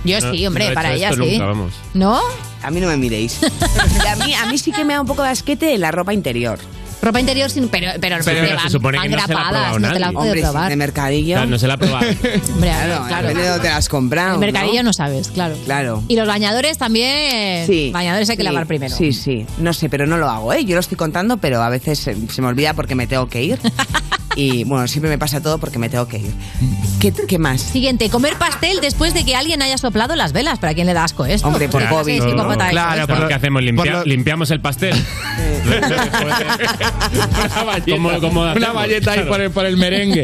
Speaker 3: Yo
Speaker 35: No,
Speaker 3: sí, hombre,
Speaker 35: no he
Speaker 3: para
Speaker 35: hecho
Speaker 3: ella
Speaker 35: esto
Speaker 3: sí.
Speaker 35: nunca, vamos.
Speaker 3: ¿No?
Speaker 4: A mí no me miréis. Y a, mí, a mí sí que me da un poco de asquete la ropa interior.
Speaker 3: Ropa interior sin pero pero,
Speaker 35: Pero
Speaker 3: siempre
Speaker 35: se
Speaker 3: van,
Speaker 35: supone que
Speaker 3: van
Speaker 35: no se la ha
Speaker 3: grapadas,
Speaker 35: probado
Speaker 3: no te la has
Speaker 35: nadie.
Speaker 3: podido
Speaker 35: Hombre, sí,
Speaker 3: probar.
Speaker 4: De mercadillo.
Speaker 35: Claro, no se la ha probado.
Speaker 3: Hombre, a ver,
Speaker 4: Claro,
Speaker 3: [laughs] claro.
Speaker 4: depende de dónde te la has comprado.
Speaker 3: El mercadillo
Speaker 4: ¿no?
Speaker 3: no sabes, claro.
Speaker 4: Claro.
Speaker 3: Y los bañadores también. Bañadores hay que
Speaker 4: sí,
Speaker 3: lavar primero.
Speaker 4: Sí, sí. No sé, pero no lo hago, ¿eh? Yo lo estoy contando, pero a veces eh, se me olvida porque me tengo
Speaker 3: [laughs]
Speaker 4: que ir. Y bueno, siempre me pasa todo porque me tengo que ir. ¿Qué, qué más?
Speaker 3: Siguiente, comer pastel después de que alguien haya soplado las velas. ¿Para quién le da asco esto?
Speaker 4: Hombre, por
Speaker 3: ¿Qué
Speaker 4: COVID,
Speaker 3: clase de psicópata es?
Speaker 35: Claro,
Speaker 34: por
Speaker 35: pero
Speaker 34: lo-
Speaker 35: ¿qué hacemos? Limpia-
Speaker 34: por lo-
Speaker 35: Limpiamos el
Speaker 34: [laughs]
Speaker 35: pastel. ¿Cómo- cómo
Speaker 34: Una
Speaker 35: hacemos?
Speaker 34: valleta ahí
Speaker 35: Claro.
Speaker 34: por el, por el
Speaker 3: [laughs]
Speaker 34: merengue.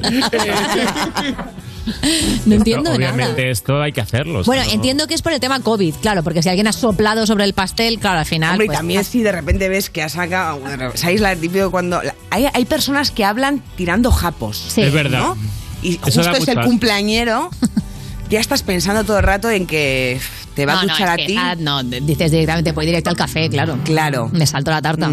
Speaker 3: No entiendo nada.
Speaker 35: Obviamente esto hay que hacerlo. o sea,
Speaker 3: Bueno,
Speaker 35: no-
Speaker 3: entiendo que es por el tema COVID, claro, porque si alguien ha soplado sobre el pastel, claro, al final.
Speaker 4: Hombre, y
Speaker 3: pues,
Speaker 4: también si de repente ves que has sacado... bueno, ¿Sabéis la típico cuando...? la- hay, hay personas que hablan tirando japos.
Speaker 35: Es verdad.
Speaker 4: ¿no? Y
Speaker 35: Eso
Speaker 4: justo
Speaker 35: da
Speaker 4: es el
Speaker 35: mucho
Speaker 3: [laughs]
Speaker 35: asco.
Speaker 4: cumpleañero. Ya estás pensando todo el rato en que te va
Speaker 3: No,
Speaker 4: a
Speaker 3: no,
Speaker 4: duchar
Speaker 3: es
Speaker 4: a
Speaker 3: que,
Speaker 4: ti.
Speaker 3: ah, no, d- dices directamente, voy directo al café, claro.
Speaker 4: Claro. Mm.
Speaker 3: Me salto la tarta.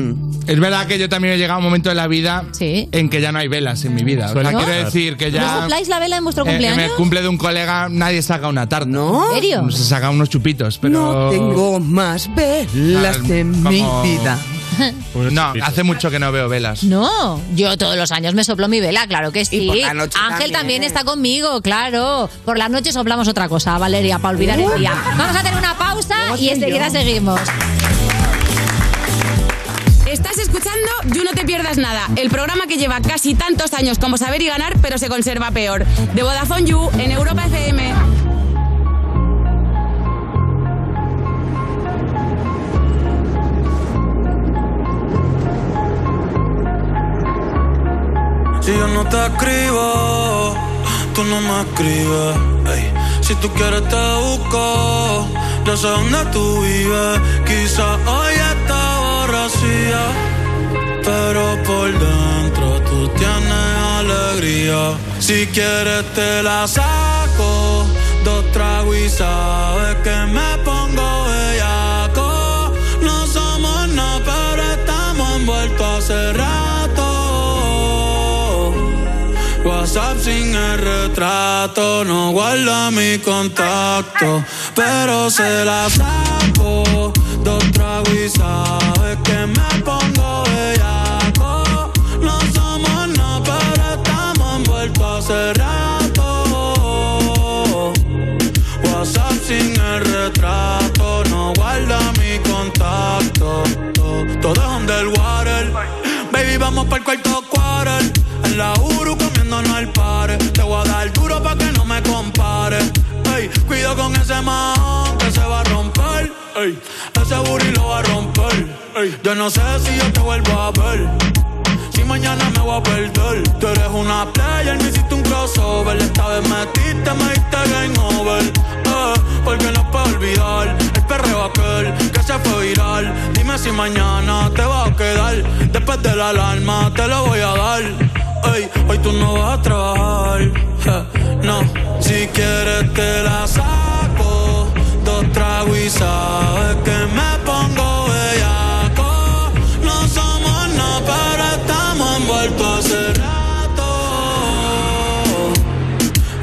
Speaker 34: Es verdad que yo también he llegado a un momento de la vida en que ya no hay velas en mi vida. O sea,
Speaker 3: ¿No?
Speaker 34: quiero decir que
Speaker 3: ¿No
Speaker 34: ya.
Speaker 3: sopláis la vela en vuestro
Speaker 34: eh, en
Speaker 3: cumpleaños?
Speaker 34: el cumple de un colega nadie saca una tarta. ¿No?
Speaker 3: ¿En serio?
Speaker 34: Se saca unos chupitos, pero.
Speaker 4: No tengo más velas
Speaker 34: Claro,
Speaker 4: en mi
Speaker 34: como-
Speaker 4: vida.
Speaker 34: No, hace mucho que no veo velas.
Speaker 3: No, yo todos los años me soplo mi vela, claro que sí.
Speaker 34: por la noche
Speaker 3: Ángel también,
Speaker 34: también. ¿eh?
Speaker 3: está conmigo, claro. Por las noches soplamos otra cosa, Valeria, para olvidar el día. Vamos a hacer una pausa y enseguida seguimos.
Speaker 6: Estás escuchando You No Te Pierdas Nada, el programa que lleva casi tantos años como saber y ganar, pero se conserva peor. De Vodafone You en Europa FM.
Speaker 5: Si yo no te escribo, tú no me escribes. ey. Si tú quieres te busco, yo sé dónde tú vives. Quizá hoy está borracía, pero por dentro tú tienes alegría. Si quieres te la saco, dos tragos y sabes que me pongo bellaco. No somos nada, pero estamos envueltos hace rato. WhatsApp sin el retrato, no guarda mi contacto, pero se la saco. Dos tragos y sabes que me pongo bellaco. No somos nada, pero estamos envueltos hace rato. WhatsApp sin el retrato, no guarda mi contacto. Todo es underwater, baby, vamos. vamos para el cuarto quarter. En la Uru comiéndonos al par. Te voy a dar duro pa' que no me compare. Ey, cuido con ese man que se va a romper. Ey, ese booty lo va a romper. Ey, yo no sé si yo te vuelvo a ver. Si mañana me voy a perder. Tú eres una player, me hiciste un crossover. Esta vez metiste, me diste game over. Eh, porque no puedo olvidar el perreo aquel que se fue viral. Dime si mañana te vas a quedar. Después de la alarma te lo voy a dar. Ey, hoy tú no vas a trabajar. eh, no, si quieres te la saco. Dos tragos y sabes que me pongo bellaco. No somos nada, pero estamos envueltos hace rato.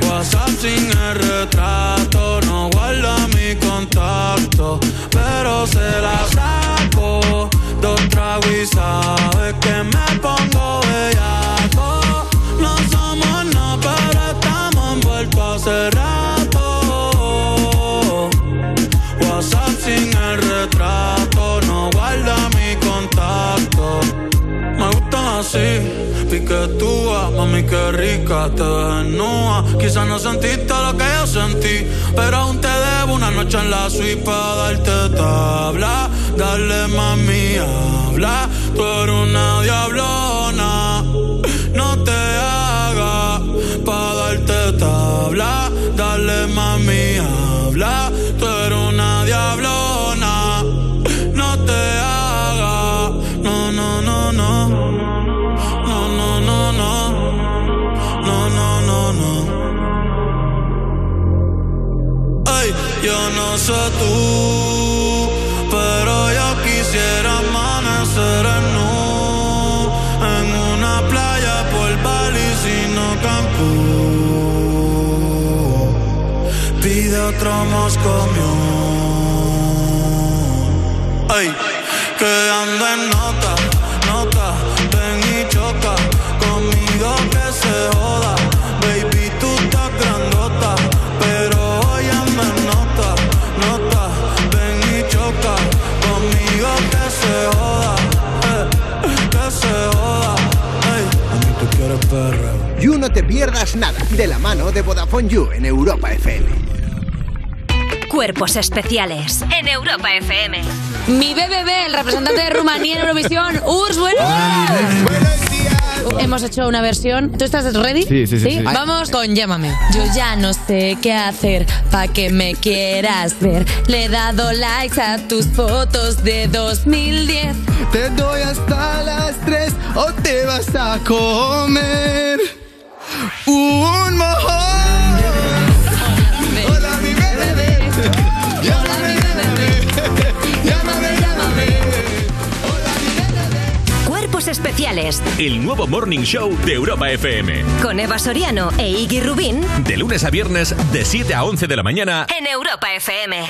Speaker 5: WhatsApp sin el retrato, no guarda mi contacto, pero se la saco. Dos tragos y sabes que me pongo bellaco. No somos nada, pero estamos envueltos hace rato. WhatsApp sin el retrato, no guarda mi contacto. Me gustan así, piquetúa, mami que rica, te desnuda. Quizás no sentiste lo que yo sentí, pero aún te debo una noche en la suite para darte tabla. Dale mami, habla, tú eres una diablona. No te hagas pa' darte tabla. Dale mami, habla, tú eres una diablona. No te hagas, no, no, no, no. No, no, no, no. No, no, no, no. Ey, yo no sé tú, pero yo quisiera amanecer en nu, en una playa por Bali, sino Cancún. Pide otro moscomión. Ey, que ando en nota, nota, ven y choca. Conmigo que se joda, baby, tú estás grandota. Pero hoy me nota, nota, ven y choca. Conmigo que se joda, eh, que se joda.
Speaker 16: Ey, tú quieres You no te pierdas nada de la mano de Vodafone You en Europa FM.
Speaker 14: Cuerpos especiales en Europa FM.
Speaker 3: Mi BBB, el representante de Rumanía en Eurovisión, Urs, buenos días. Hemos hecho una versión. ¿Tú estás ready?
Speaker 2: Sí, sí, sí, sí.
Speaker 3: Vamos con Llámame. Yo ya no sé qué hacer pa' que me quieras ver. Le he dado likes a tus fotos de 2010.
Speaker 15: Te doy hasta las 3 o te vas a comer un mojón. Hola mi bebé, llámame, llámame, llámame, llámame.
Speaker 14: Cuerpos especiales
Speaker 24: El nuevo Morning Show de Europa FM.
Speaker 14: con Eva Soriano e Iggy Rubín
Speaker 24: De lunes a viernes, de 7 a 11 de la mañana.
Speaker 14: en Europa FM.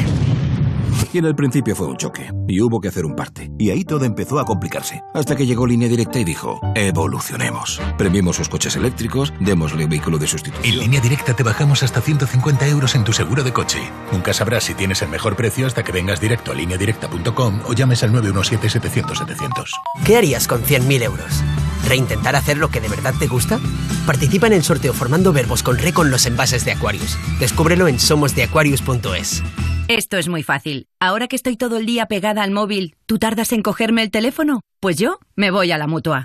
Speaker 19: Y en el principio fue un choque, y hubo que hacer un parte. Y ahí todo empezó a complicarse, hasta que llegó Línea Directa y dijo, evolucionemos. Premiemos sus coches eléctricos, démosle vehículo de sustitución.
Speaker 24: En línea directa te bajamos hasta 150 euros en tu seguro de coche. Nunca sabrás si tienes el mejor precio hasta que vengas directo a lineadirecta.com o llames al 917-700-700.
Speaker 28: ¿Qué harías con 100.000 euros? ¿Reintentar hacer lo que de verdad te gusta? Participa en el sorteo formando verbos con re con los envases de Aquarius. Descúbrelo en somosdeaquarius.es.
Speaker 38: Esto es muy fácil. Ahora que estoy todo el día pegada al móvil, ¿tú tardas en cogerme el teléfono? Pues yo me voy a la mutua.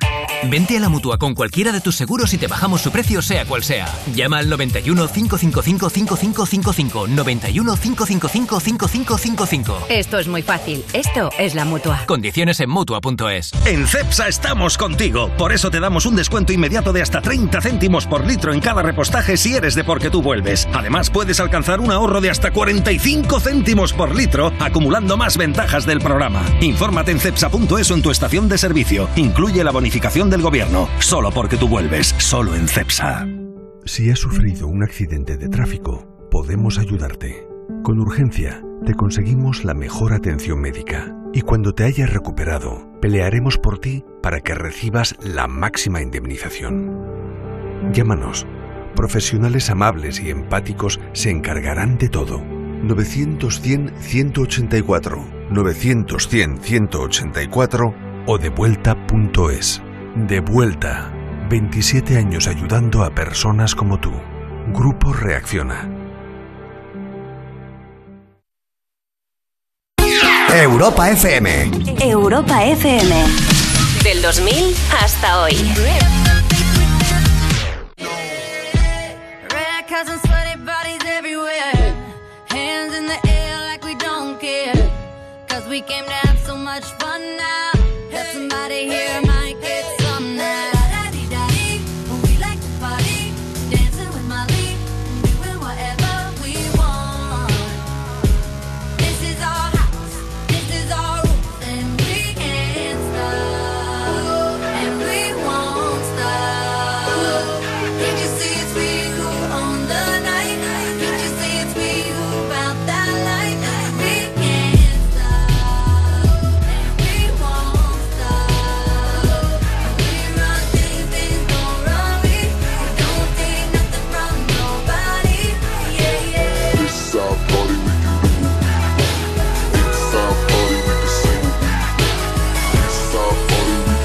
Speaker 9: Vente a la mutua con cualquiera de tus seguros y te bajamos su precio, sea cual sea. Llama al 91 555 5555. 91 555 5555.
Speaker 38: Esto es muy fácil. Esto es la mutua.
Speaker 9: Condiciones en mutua.es.
Speaker 24: En CEPSA estamos contigo, por eso te damos un descuento inmediato de hasta 30 céntimos por litro en cada repostaje si eres de porque tú vuelves. Además puedes alcanzar un ahorro de hasta 45 céntimos por litro, acumulando más ventajas del programa. Infórmate en CEPSA.es o en tu estación de servicio. Incluye la bonificación del gobierno, solo porque tú vuelves, solo en CEPSA.
Speaker 7: Si has sufrido un accidente de tráfico, podemos ayudarte. Con urgencia, te conseguimos la mejor atención médica. Y cuando te hayas recuperado, pelearemos por ti para que recibas la máxima indemnización. Llámanos. Profesionales amables y empáticos se encargarán de todo. 900-100-184, 900-100-184 o devuelta.es. De vuelta, 27 años ayudando a personas como tú. Grupo Reacciona.
Speaker 16: Europa FM.
Speaker 14: Europa FM. Del 2000 hasta hoy.
Speaker 1: Red coats and sweaty bodies everywhere. Hands in the air like we don't care. Cause we came to have so much fun now. That somebody here might get some now. Da-da-dee-da-dee, we like to party. Dancing with Molly, doing whatever we want. This is our house, this is our rules, and we can't stop. And we won't stop. Can't you see it's we who own the night? Can't you see it's we who found that light? We can't stop, and we won't stop. We run things, things don't run we. We don't take nothing from nobody. Yeah, yeah. It's our party, we can do it. It's our party, we can sing it. It's our party, we can love it.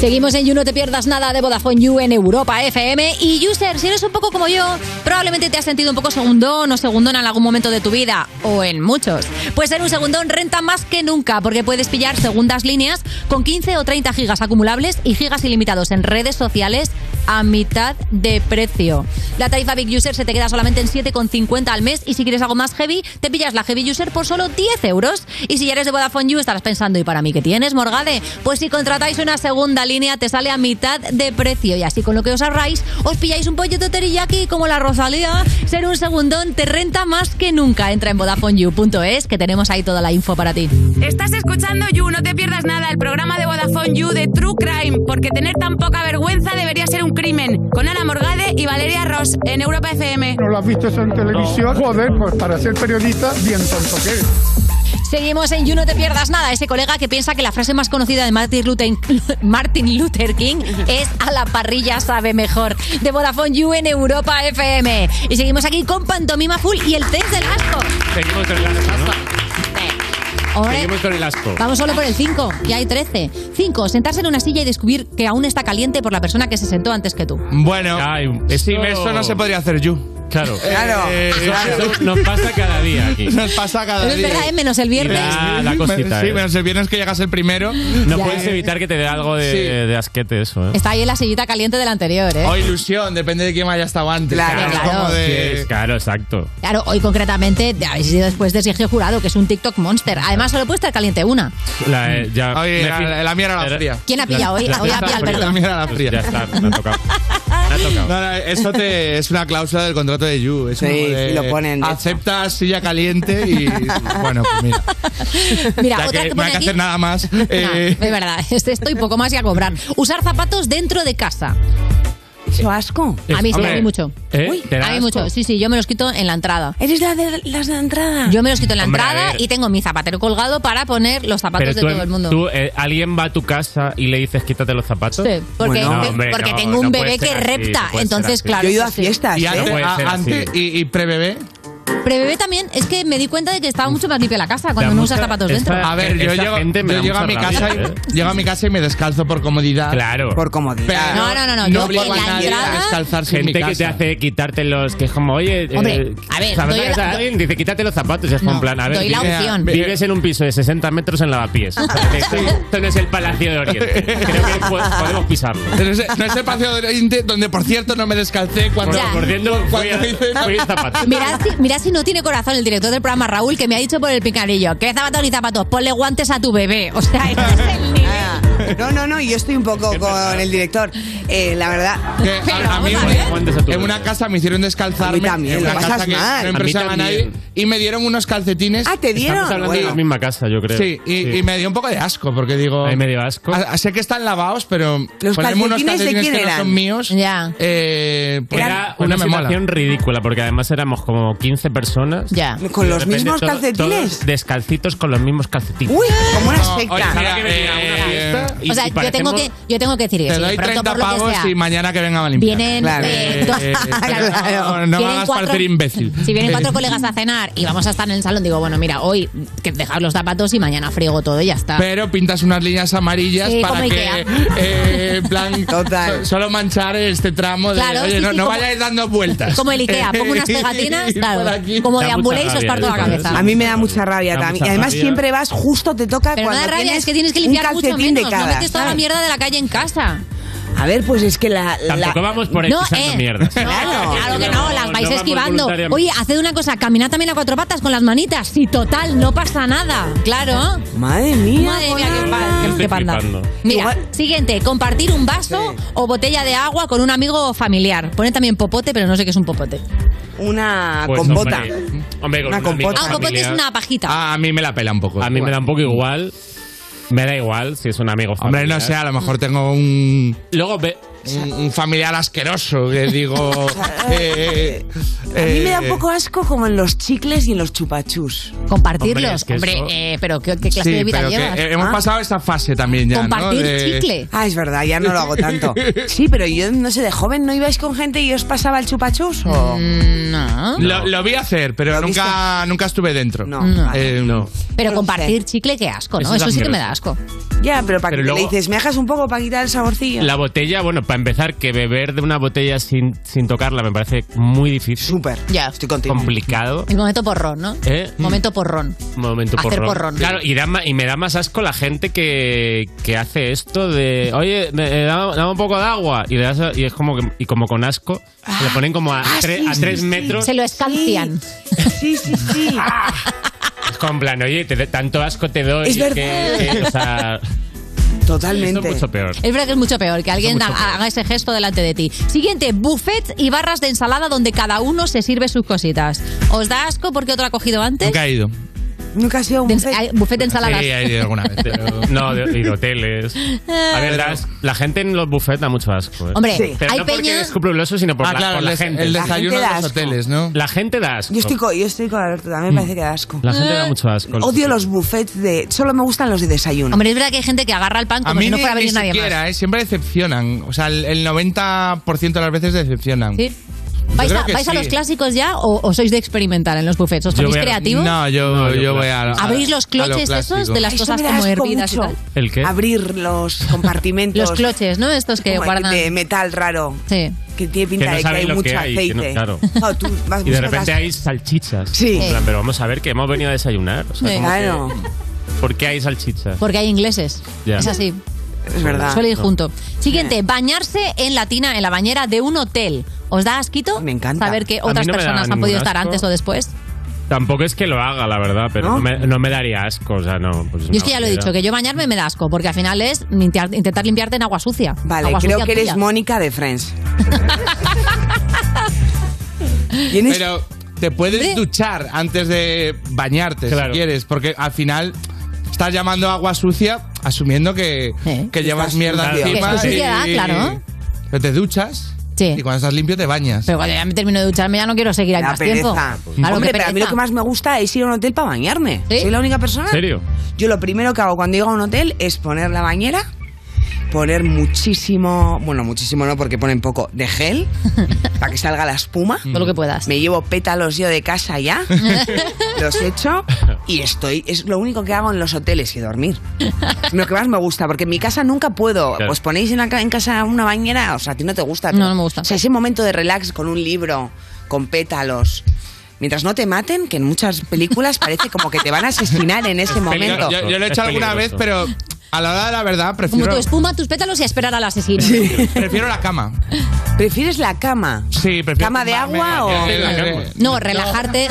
Speaker 3: Seguimos en You No Te Pierdas Nada de Vodafone You en Europa FM. Y user, si eres un poco como yo, probablemente te has sentido un poco segundón o segundón en algún momento de tu vida, o en muchos. Pues ser un segundón renta más que nunca, porque puedes pillar segundas líneas con 15 o 30 gigas acumulables y gigas ilimitados en redes sociales a mitad de precio. La tarifa Big User se te queda solamente en 7,50 al mes y si quieres algo más heavy, te pillas la Heavy User por solo 10 euros. Y si ya eres de Vodafone You, estarás pensando, ¿y para mí qué tienes, Morgade? Pues si contratáis una segunda línea, te sale a mitad de precio y así con lo que os ahorráis, os pilláis un pollo de teriyaki como la Rosalía. Ser un segundón te renta más que nunca. Entra en VodafoneYou.es que tenemos ahí toda la info para ti.
Speaker 6: Estás escuchando You, no te pierdas nada, el programa de Vodafone You de True Crime, porque tener tan poca vergüenza debería ser un crimen. Con Ana Morgade y Valeria Ross en Europa FM.
Speaker 2: ¿No lo has visto eso en televisión? Joder, pues para ser periodista, bien tonto que eres.
Speaker 3: Seguimos en You No Te Pierdas Nada. Ese colega que piensa que la frase más conocida de Martin Luther, [laughs] Martin Luther King es a la parrilla sabe mejor. De Vodafone You en Europa FM. Y seguimos aquí con Pantomima Full y el test del asco.
Speaker 35: Seguimos con el asco, ¿no?
Speaker 3: Ahora-
Speaker 35: Seguimos con el asco.
Speaker 3: Vamos solo por el 5, ya hay 13. 5. Sentarse en una silla y descubrir que aún está caliente por la persona que se sentó antes que tú.
Speaker 34: Bueno, sin
Speaker 35: esto-
Speaker 34: eso no se podría hacer You.
Speaker 35: Claro.
Speaker 34: Claro.
Speaker 35: Eso- eso nos pasa cada día aquí.
Speaker 34: [laughs] Nos pasa cada
Speaker 3: Pero es
Speaker 34: día.
Speaker 3: verdad, ¿eh? menos el viernes.
Speaker 35: Da la cosita,
Speaker 34: Sí,
Speaker 35: eh.
Speaker 34: menos el viernes que llegas el primero.
Speaker 35: No puedes evitar que te dé algo de,
Speaker 34: Sí.
Speaker 35: de asquete eso, ¿eh?
Speaker 3: eh. Está ahí en la sillita caliente del anterior, ¿eh?
Speaker 34: O ilusión, depende de quién haya estado antes.
Speaker 3: Claro,
Speaker 34: Es
Speaker 3: claro.
Speaker 34: como de-
Speaker 35: Sí, claro, exacto.
Speaker 3: Claro, hoy concretamente de- habéis sido después de Sergio Jurado, que es un TikTok monster. Además, solo puede estar caliente una.
Speaker 35: La, eh, ya,
Speaker 34: [laughs] Oye,
Speaker 35: me
Speaker 34: la-
Speaker 35: fi-
Speaker 34: la- la mía era la
Speaker 35: Era-
Speaker 34: fría.
Speaker 3: ¿Quién ha pillado hoy? Hoy ha pillado Alberto.
Speaker 34: La mía era la fría.
Speaker 35: Ya está, me ha tocado.
Speaker 34: No, no, eso te- es una cláusula del contrato de You. Es
Speaker 4: Sí,
Speaker 34: como de-
Speaker 4: sí, lo ponen, de hecho.
Speaker 34: Aceptas silla caliente
Speaker 3: [laughs]
Speaker 34: y. Bueno, pues mira.
Speaker 3: Mira,
Speaker 34: Ya
Speaker 3: otra que
Speaker 34: que no
Speaker 3: pone
Speaker 34: hay que
Speaker 3: aquí-
Speaker 34: hacer
Speaker 3: [laughs]
Speaker 34: nada más.
Speaker 3: Nah,
Speaker 34: eh,
Speaker 3: es verdad, [laughs] este estoy poco más y a cobrar. Usar zapatos dentro de casa.
Speaker 4: Eso asco.
Speaker 3: A mí sí,
Speaker 4: Hombre,
Speaker 3: a mí mucho.
Speaker 4: ¿eh? ¿Te da
Speaker 3: a mí
Speaker 4: asco?
Speaker 3: mucho. Sí, sí, yo me los quito en la entrada. ¿Eres la de las de entrada? Yo me los quito en la
Speaker 35: Hombre, a
Speaker 3: entrada
Speaker 35: ver.
Speaker 3: y tengo mi zapatero colgado para poner los zapatos de
Speaker 35: tú,
Speaker 3: todo el mundo.
Speaker 35: tú, eh, ¿Alguien va a tu casa y le dices quítate los zapatos?
Speaker 3: Sí, porque,
Speaker 35: No,
Speaker 3: te-
Speaker 35: hombre,
Speaker 3: porque
Speaker 35: no,
Speaker 3: tengo un
Speaker 35: no puede
Speaker 3: bebé que
Speaker 35: ser así,
Speaker 3: repta.
Speaker 35: no puede ser
Speaker 3: entonces,
Speaker 35: así.
Speaker 3: claro. sí, sí.
Speaker 4: ¿eh?
Speaker 34: Y antes,
Speaker 35: No puede
Speaker 34: ¿eh? a-
Speaker 35: ser así.
Speaker 34: antes- y, y pre-bebé.
Speaker 3: Prebebé también, es que me di cuenta de que estaba mucho más limpia la casa cuando no usas zapatos dentro.
Speaker 34: A ver, yo
Speaker 35: esa
Speaker 34: llego,
Speaker 35: gente me
Speaker 34: yo
Speaker 35: da
Speaker 34: llego a mi
Speaker 35: mucha
Speaker 34: casa
Speaker 35: rabia, ¿eh?
Speaker 34: y, llego a mi casa y me descalzo por comodidad.
Speaker 35: Claro.
Speaker 4: Por comodidad.
Speaker 3: No, no, no, no, yo
Speaker 34: obligo
Speaker 3: en
Speaker 34: a
Speaker 3: la
Speaker 34: nadie
Speaker 3: entrada-
Speaker 34: a descalzarse en mi
Speaker 35: Gente que te
Speaker 34: casa.
Speaker 35: hace quitarte los. Que es como, oye. eh,
Speaker 3: Hombre, a ver,
Speaker 35: ¿sabes
Speaker 3: doy
Speaker 35: una cosa?
Speaker 3: la-
Speaker 35: alguien dice quítate los zapatos. y Es como en plan, a ver.
Speaker 3: doy la
Speaker 35: vives-
Speaker 3: opción.
Speaker 35: Vives en un piso de 60 metros en lavapiés.
Speaker 34: ¿Ah,
Speaker 35: O sea, que esto, esto no es el Palacio de Oriente. Creo que po- podemos pisarlo.
Speaker 34: Pero ese- No es el paseo de Oriente donde, por cierto, no me descalcé cuando.
Speaker 35: Ya. Por cierto, fui a- fui
Speaker 4: [laughs]
Speaker 35: a zapatos.
Speaker 3: Mirad si, mirad si no tiene corazón el director del programa Raúl que me ha dicho [laughs] por el picarillo que zapatos ni zapatos, ponle guantes a tu bebé. O sea, este es el nivel.
Speaker 4: No, no, no, yo estoy un poco con el director. Eh, la verdad.
Speaker 34: Que a, a mí en una casa me hicieron descalzarme.
Speaker 4: también,
Speaker 34: en una
Speaker 4: lo pasas
Speaker 34: casa que
Speaker 4: mal.
Speaker 34: no
Speaker 4: A mí
Speaker 34: impresionaba a nadie.
Speaker 35: también.
Speaker 34: Y me dieron unos calcetines. Ah,
Speaker 4: te
Speaker 35: Estamos hablando de la misma casa, yo creo.
Speaker 34: Sí, y, y me dio un poco de asco, porque digo.
Speaker 35: Ahí me dio asco.
Speaker 34: "Ah, sé que están lavados, pero. ponerme unos calcetines que no son míos.
Speaker 3: Ya.
Speaker 34: eh, pues
Speaker 35: Era
Speaker 34: pues
Speaker 35: una
Speaker 34: no me mola.
Speaker 35: situación ridícula porque además éramos como 15 personas.
Speaker 3: Ya.
Speaker 4: ¿Con
Speaker 35: Y de
Speaker 4: los
Speaker 35: repente
Speaker 4: mismos
Speaker 35: to-
Speaker 4: calcetines?
Speaker 35: todos descalcitos con los mismos calcetines.
Speaker 4: Uy, como una secta.
Speaker 35: Oye, ahora que venía a
Speaker 34: Eh,
Speaker 35: una fiesta y-
Speaker 3: o sea,
Speaker 35: y
Speaker 3: yo tengo,
Speaker 35: parecemos-
Speaker 3: que, yo tengo que decir
Speaker 34: Te
Speaker 3: eso.
Speaker 34: doy 30 pavos y mañana que venga a limpiar.
Speaker 3: Vienen, eh,
Speaker 34: [laughs]
Speaker 3: [laughs]
Speaker 34: Eh,
Speaker 35: [laughs]
Speaker 34: pero No, no me
Speaker 3: Vienen
Speaker 34: hagas
Speaker 3: cuatro-
Speaker 34: parecer imbécil.
Speaker 3: Si vienen cuatro
Speaker 34: Eh,
Speaker 3: colegas a cenar y vamos a estar en el salón, digo, bueno, mira, hoy que dejar los zapatos y mañana friego todo y ya está.
Speaker 34: Pero pintas unas líneas amarillas
Speaker 3: Ah. Sí,
Speaker 34: para
Speaker 3: como
Speaker 34: que,
Speaker 3: Ikea.
Speaker 34: eh, en plan, so- solo manchar este tramo de,
Speaker 3: Claro,
Speaker 34: oye,
Speaker 3: sí,
Speaker 34: no,
Speaker 3: sí,
Speaker 34: no
Speaker 3: como-
Speaker 34: vayáis dando vueltas.
Speaker 3: como el Ikea, pongo
Speaker 34: [laughs]
Speaker 3: unas pegatinas, claro,
Speaker 34: Por aquí.
Speaker 3: como
Speaker 34: Da
Speaker 3: deambuléis,
Speaker 34: mucha
Speaker 3: os parto
Speaker 34: rabia,
Speaker 3: la cabeza.
Speaker 34: ¿sabes?
Speaker 4: A mí me da mucha rabia
Speaker 34: Da
Speaker 4: también.
Speaker 34: mucha
Speaker 4: Y además
Speaker 34: rabia.
Speaker 4: siempre vas justo, te toca
Speaker 3: Pero no
Speaker 4: cuando
Speaker 3: da rabia,
Speaker 4: tienes
Speaker 3: es que tienes que
Speaker 4: un
Speaker 3: limpiar mucho
Speaker 4: calcetín
Speaker 3: menos.
Speaker 4: de
Speaker 3: No
Speaker 4: cada.
Speaker 3: metes toda la mierda de la calle en casa.
Speaker 4: A ver, pues es que la... la-
Speaker 35: Tampoco vamos por ahí
Speaker 3: No,
Speaker 35: pisando
Speaker 3: eh.
Speaker 35: mierdas.
Speaker 3: Claro, claro que no, las vais
Speaker 35: vamos
Speaker 3: esquivando.
Speaker 35: voluntariamente.
Speaker 3: Oye, haced una cosa, caminad también a cuatro patas con las manitas. Sí, total, no pasa nada. Claro.
Speaker 4: Madre mía.
Speaker 3: Madre mía, qué, pa- qué- qué panda.
Speaker 4: flipando.
Speaker 3: Mira, siguiente, compartir un vaso o botella de agua con un amigo o familiar. Pone también popote, pero no sé qué es un popote.
Speaker 4: Una
Speaker 35: Pues,
Speaker 4: compota.
Speaker 35: Hombre, hombre, con
Speaker 4: Una
Speaker 35: un amigo
Speaker 4: compota.
Speaker 3: Ah, popote es
Speaker 35: familiar.
Speaker 3: una pajita.
Speaker 34: Ah, A mí me la pela un poco.
Speaker 35: A mí me da un poco igual. Me da igual si es un amigo familiar.
Speaker 34: Hombre, no sé, a lo mejor tengo un...
Speaker 35: Luego ve...
Speaker 34: Un, un familiar asqueroso que
Speaker 4: [laughs]
Speaker 34: digo... eh,
Speaker 4: A mí me da
Speaker 34: eh,
Speaker 4: un poco asco como en los chicles y en los chupachús.
Speaker 3: Compartirlos, hombre, eh, pero ¿qué, qué clase
Speaker 34: sí,
Speaker 3: de vida
Speaker 34: pero que
Speaker 3: llevas?
Speaker 34: hemos
Speaker 3: Ah.
Speaker 34: pasado esta fase también ya,
Speaker 4: Compartir
Speaker 34: ¿no? De-
Speaker 4: chicle. Ah, es verdad, ya no lo hago
Speaker 34: [laughs]
Speaker 4: tanto. Sí, pero yo, no sé, de joven no ibais con gente y os pasaba el chupachús o...
Speaker 3: Mm, No.
Speaker 34: Lo, lo vi hacer, pero nunca, nunca estuve dentro.
Speaker 4: No.
Speaker 34: Eh, no.
Speaker 3: Pero compartir chicle, qué asco, ¿no?
Speaker 34: Eso es
Speaker 3: Eso sí que me
Speaker 34: asqueroso.
Speaker 3: da asco.
Speaker 4: Ya, pero para
Speaker 35: Pero
Speaker 4: que le
Speaker 35: luego-
Speaker 4: dices, me dejas un poco para quitar el saborcillo.
Speaker 35: [laughs] La botella, bueno, para empezar, que beber de una botella sin, sin tocarla me parece muy difícil.
Speaker 4: Súper.
Speaker 3: Ya.
Speaker 4: Estoy
Speaker 35: Complicado.
Speaker 3: El momento porrón, ¿no?
Speaker 35: ¿Eh?
Speaker 3: Momento porrón.
Speaker 35: Momento
Speaker 3: Hacer
Speaker 35: porrón.
Speaker 3: porrón.
Speaker 35: Claro, y, da ma- y me da más asco la gente que, que hace esto de, oye, me, eh, dame, dame un poco de agua. Y, le das- y es como, que- y como con asco, le ponen como a,
Speaker 3: Ah,
Speaker 35: tre- a tres metros.
Speaker 3: Se lo escancian.
Speaker 4: Sí, sí, sí.
Speaker 35: Es como en plan, oye, te- tanto asco te doy.
Speaker 3: Es
Speaker 35: que-
Speaker 3: verdad.
Speaker 35: que- o sea,
Speaker 4: Totalmente.
Speaker 35: Esto es mucho peor.
Speaker 3: Es verdad que es mucho peor que alguien
Speaker 35: mucho
Speaker 3: ha- haga ese gesto delante de ti. Siguiente, buffet y barras de ensalada donde cada uno se sirve sus cositas. ¿Os da asco porque otro ha cogido antes?
Speaker 34: Nunca he ido.
Speaker 4: Nunca ha sido un
Speaker 3: buffet. buffet de ensaladas.
Speaker 34: Sí, he ido alguna vez. pero-
Speaker 35: [laughs] No, de, y de hoteles. A ver, la, la gente en los buffets da mucho asco. ¿eh?
Speaker 3: Hombre, Sí.
Speaker 35: pero
Speaker 3: hay
Speaker 35: no porque
Speaker 3: peña-
Speaker 35: es escrupuloso, sino por,
Speaker 34: Ah,
Speaker 35: la,
Speaker 34: claro,
Speaker 35: por la
Speaker 34: el des-
Speaker 35: gente.
Speaker 34: el La gente desayuno da de los asco. hoteles, ¿no?
Speaker 35: La gente da asco.
Speaker 4: Yo estoy, co- yo estoy con [laughs] Alberto, también me parece que da asco.
Speaker 35: La gente da mucho asco.
Speaker 4: Odio los buffets de... Solo me gustan los de desayuno.
Speaker 3: Hombre, es verdad que hay gente que agarra el pan
Speaker 34: A
Speaker 3: como
Speaker 34: mí
Speaker 3: si no
Speaker 34: ni-
Speaker 3: fuera a
Speaker 34: ni
Speaker 3: venir nadie
Speaker 34: siquiera,
Speaker 3: más.
Speaker 34: ¿eh? siempre decepcionan. O sea, el, el 90% de las veces decepcionan.
Speaker 3: Sí. ¿Vais,
Speaker 34: creo
Speaker 3: a,
Speaker 34: que
Speaker 3: vais a
Speaker 34: sí.
Speaker 3: los clásicos ya o, o sois de experimentar en los buffets? ¿Os ponéis
Speaker 34: voy a-
Speaker 3: creativos?
Speaker 34: No, yo,
Speaker 35: No, yo
Speaker 34: yo, voy a.
Speaker 35: clásico.
Speaker 34: a-
Speaker 3: ¿Abrís los
Speaker 34: a lo
Speaker 3: cloches esos
Speaker 34: clásico.
Speaker 3: de las
Speaker 4: Eso
Speaker 3: cosas
Speaker 4: me da
Speaker 3: como
Speaker 4: asco
Speaker 3: hervidas y
Speaker 4: mucho.
Speaker 3: tal?
Speaker 35: ¿El qué?
Speaker 4: Abrir los
Speaker 35: [laughs]
Speaker 4: compartimentos.
Speaker 3: Los cloches, ¿no? Estos que
Speaker 4: como
Speaker 3: guardan.
Speaker 4: De metal raro.
Speaker 3: Sí.
Speaker 4: Que tiene pinta
Speaker 35: Que no
Speaker 4: de que
Speaker 35: saben
Speaker 4: hay
Speaker 35: lo que
Speaker 4: mucho
Speaker 35: hay, que
Speaker 4: aceite.
Speaker 35: no- claro.
Speaker 4: No, tú vas
Speaker 35: Y de
Speaker 4: buscas
Speaker 35: repente
Speaker 4: las-
Speaker 35: hay salchichas.
Speaker 4: Sí.
Speaker 35: En plan, pero vamos a ver que hemos venido a desayunar. O sea,
Speaker 3: Sí.
Speaker 35: como que-
Speaker 3: Claro.
Speaker 35: ¿Por qué hay salchichas?
Speaker 3: Porque hay ingleses.
Speaker 35: Ya.
Speaker 3: Es así.
Speaker 4: Es verdad.
Speaker 3: Suele ir
Speaker 35: No.
Speaker 3: junto. Siguiente, bañarse en la tina, en la bañera de un hotel. ¿Os da asquito? Me encanta. Saber que
Speaker 35: A mí
Speaker 3: otras
Speaker 35: no me da
Speaker 3: personas han
Speaker 35: ningún
Speaker 3: podido estar
Speaker 35: asco.
Speaker 3: antes o después.
Speaker 35: Tampoco es que lo haga, la verdad, pero no,
Speaker 3: ¿No?
Speaker 35: me, no me daría asco. O sea, no. pues
Speaker 3: Yo es
Speaker 35: una
Speaker 3: que ya lo he
Speaker 35: barbaridad.
Speaker 3: dicho, que yo bañarme me da asco, porque al final es limpiar- intentar limpiarte en agua sucia.
Speaker 4: Vale,
Speaker 3: Agua
Speaker 4: creo
Speaker 3: sucia
Speaker 4: que eres
Speaker 3: tuya.
Speaker 4: Mónica de Friends.
Speaker 34: Pero te puedes duchar antes de bañarte
Speaker 35: Claro.
Speaker 34: si quieres, porque al final estás llamando agua sucia asumiendo que, que llevas mierda
Speaker 35: sucio.
Speaker 34: encima.
Speaker 3: Que es
Speaker 34: y-
Speaker 3: suciedad, claro.
Speaker 34: Pero te duchas y cuando estás limpio te bañas.
Speaker 3: [laughs] Pero cuando ya me termino de ducharme ya no quiero seguir ahí
Speaker 4: La
Speaker 3: más tiempo.
Speaker 4: pereza.
Speaker 35: pues.
Speaker 3: Claro,
Speaker 4: Hombre,
Speaker 3: qué
Speaker 4: pero a mí
Speaker 3: pereza.
Speaker 4: lo que más me gusta es ir a un hotel para bañarme. Soy la única persona.
Speaker 35: ¿En serio?
Speaker 4: Yo lo primero que hago cuando llego a un hotel es poner la bañera, poner muchísimo, bueno, muchísimo no porque ponen poco, de gel, para que salga la espuma.
Speaker 3: Todo lo que puedas.
Speaker 4: Me llevo pétalos yo de casa
Speaker 3: [laughs]
Speaker 4: ya, los echo y estoy, es lo único que hago en los hoteles y dormir. Es Lo que más me gusta, porque en mi casa nunca puedo.
Speaker 3: Claro.
Speaker 4: Os ponéis en, la ca- en casa una bañera, o sea, a ti no te gusta. pero-
Speaker 3: no me gusta.
Speaker 4: O sea, ese momento de relax con un libro, con pétalos. Mientras no te maten, que en muchas películas parece como que te van a asesinar en ese momento.
Speaker 34: Yo, yo lo he hecho alguna vez, pero A la hora de
Speaker 3: [laughs]
Speaker 34: la verdad,
Speaker 3: Como
Speaker 34: prefiero,
Speaker 3: tu espuma, Ah, tus pétalos y a esperar al asesino.
Speaker 34: prefiero la cama.
Speaker 4: ¿Prefieres la cama?
Speaker 34: Sí, prefiero.
Speaker 4: ¿Cama de agua o...? [laughs]
Speaker 3: No, relajarte.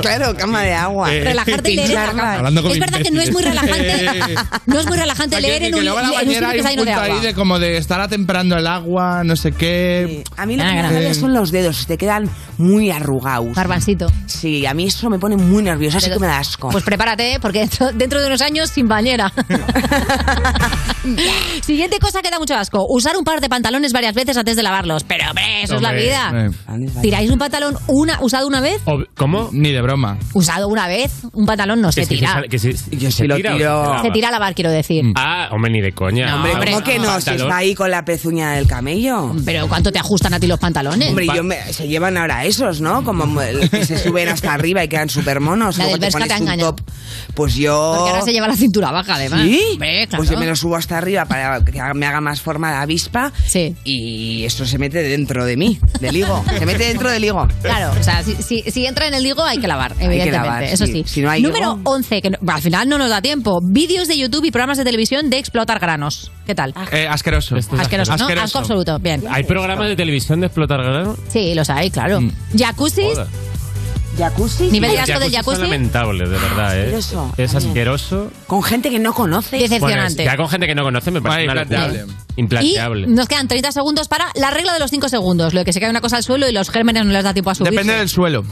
Speaker 4: claro, cama de agua.
Speaker 3: Eh, [laughs] Relajarte y leer en la
Speaker 4: Charlar.
Speaker 3: cama.
Speaker 34: Hablando con
Speaker 3: Es
Speaker 34: mi
Speaker 3: verdad que no es muy
Speaker 34: [laughs]
Speaker 3: relajante.
Speaker 34: Eh.
Speaker 3: No es muy relajante leer en un,
Speaker 34: que luego en la
Speaker 3: en un sitio
Speaker 34: bañera
Speaker 3: que
Speaker 34: hay
Speaker 3: está
Speaker 34: un
Speaker 3: lleno de
Speaker 34: punto ahí
Speaker 3: agua.
Speaker 34: de como de estar atemperando el agua, no sé qué.
Speaker 4: A
Speaker 3: Ah,
Speaker 4: mí lo que me
Speaker 34: Eh,
Speaker 4: jode son los dedos, te quedan muy arrugados.
Speaker 3: Barbancito.
Speaker 4: Sí, a mí eso me pone muy nerviosa, así que me da asco.
Speaker 3: Pues prepárate, porque dentro, dentro de unos años
Speaker 4: [laughs]
Speaker 3: sin bañera. Siguiente cosa que da mucho asco: usar un par de pantalones varias veces antes de lavarlos. Pero, hombre, eso
Speaker 34: Hombre,
Speaker 3: es la vida.
Speaker 34: eh.
Speaker 3: ¿Tiráis un pantalón una, usado una vez?
Speaker 34: ¿Cómo? Ni de broma.
Speaker 3: Usado una vez, un pantalón no se tira.
Speaker 34: Yo
Speaker 35: sí lo tiro.
Speaker 3: Se tira a lavar, quiero decir.
Speaker 35: Ah, hombre, ni de coña.
Speaker 3: No, hombre,
Speaker 35: Ah,
Speaker 3: ¿cómo
Speaker 35: un
Speaker 3: que no? Si
Speaker 35: pantalón.
Speaker 4: Está ahí con la pezuña del camello.
Speaker 3: Pero ¿cuánto te ajustan a ti los pantalones?
Speaker 4: Hombre, yo me- se llevan ahora esos, ¿no? Como el que se suben hasta arriba y quedan súper monos.
Speaker 3: La del Bershka te ha engañado.
Speaker 4: Pues yo...
Speaker 3: Porque ahora se lleva la cintura baja, además.
Speaker 4: ¿Sí?
Speaker 3: Hombre, claro.
Speaker 4: Pues yo me lo subo hasta arriba para que me haga más forma de avispa. Y eso se mete dentro de mí, del higo. Se mete dentro del higo.
Speaker 3: [laughs] Claro, o sea, si, si- si entra en el digo hay que lavar,
Speaker 4: que
Speaker 3: evidentemente.
Speaker 4: lavar,
Speaker 3: eso
Speaker 4: sí.
Speaker 3: sí.
Speaker 4: Si no hay
Speaker 3: Número 11, que no- al final no nos da tiempo. Vídeos de YouTube y programas de televisión de explotar granos. ¿Qué tal?
Speaker 4: Ah,
Speaker 34: Eh, asqueroso.
Speaker 3: Asqueroso, ¿no? Asco absoluto. Bien.
Speaker 35: ¿Hay programas de televisión de explotar grano?
Speaker 3: Sí, los hay, claro. Jacuzzi.
Speaker 35: Mm. Joder.
Speaker 4: Jacuzzi.
Speaker 3: Nivel de
Speaker 35: Los
Speaker 3: asco del
Speaker 35: son
Speaker 3: jacuzzi.
Speaker 35: lamentables, de verdad, ¿eh?
Speaker 4: Asqueroso,
Speaker 35: Es asqueroso.
Speaker 4: Con gente que no conoce.
Speaker 35: Bueno, es-
Speaker 3: Decepcionante.
Speaker 35: ya con gente que no conoce me parece una locura.
Speaker 3: implanteable. y
Speaker 35: Implanteable.
Speaker 3: nos quedan 30 segundos para la regla de los 5 segundos. Lo de que se cae una cosa al suelo y los gérmenes no les da tiempo a subir.
Speaker 34: Depende del suelo.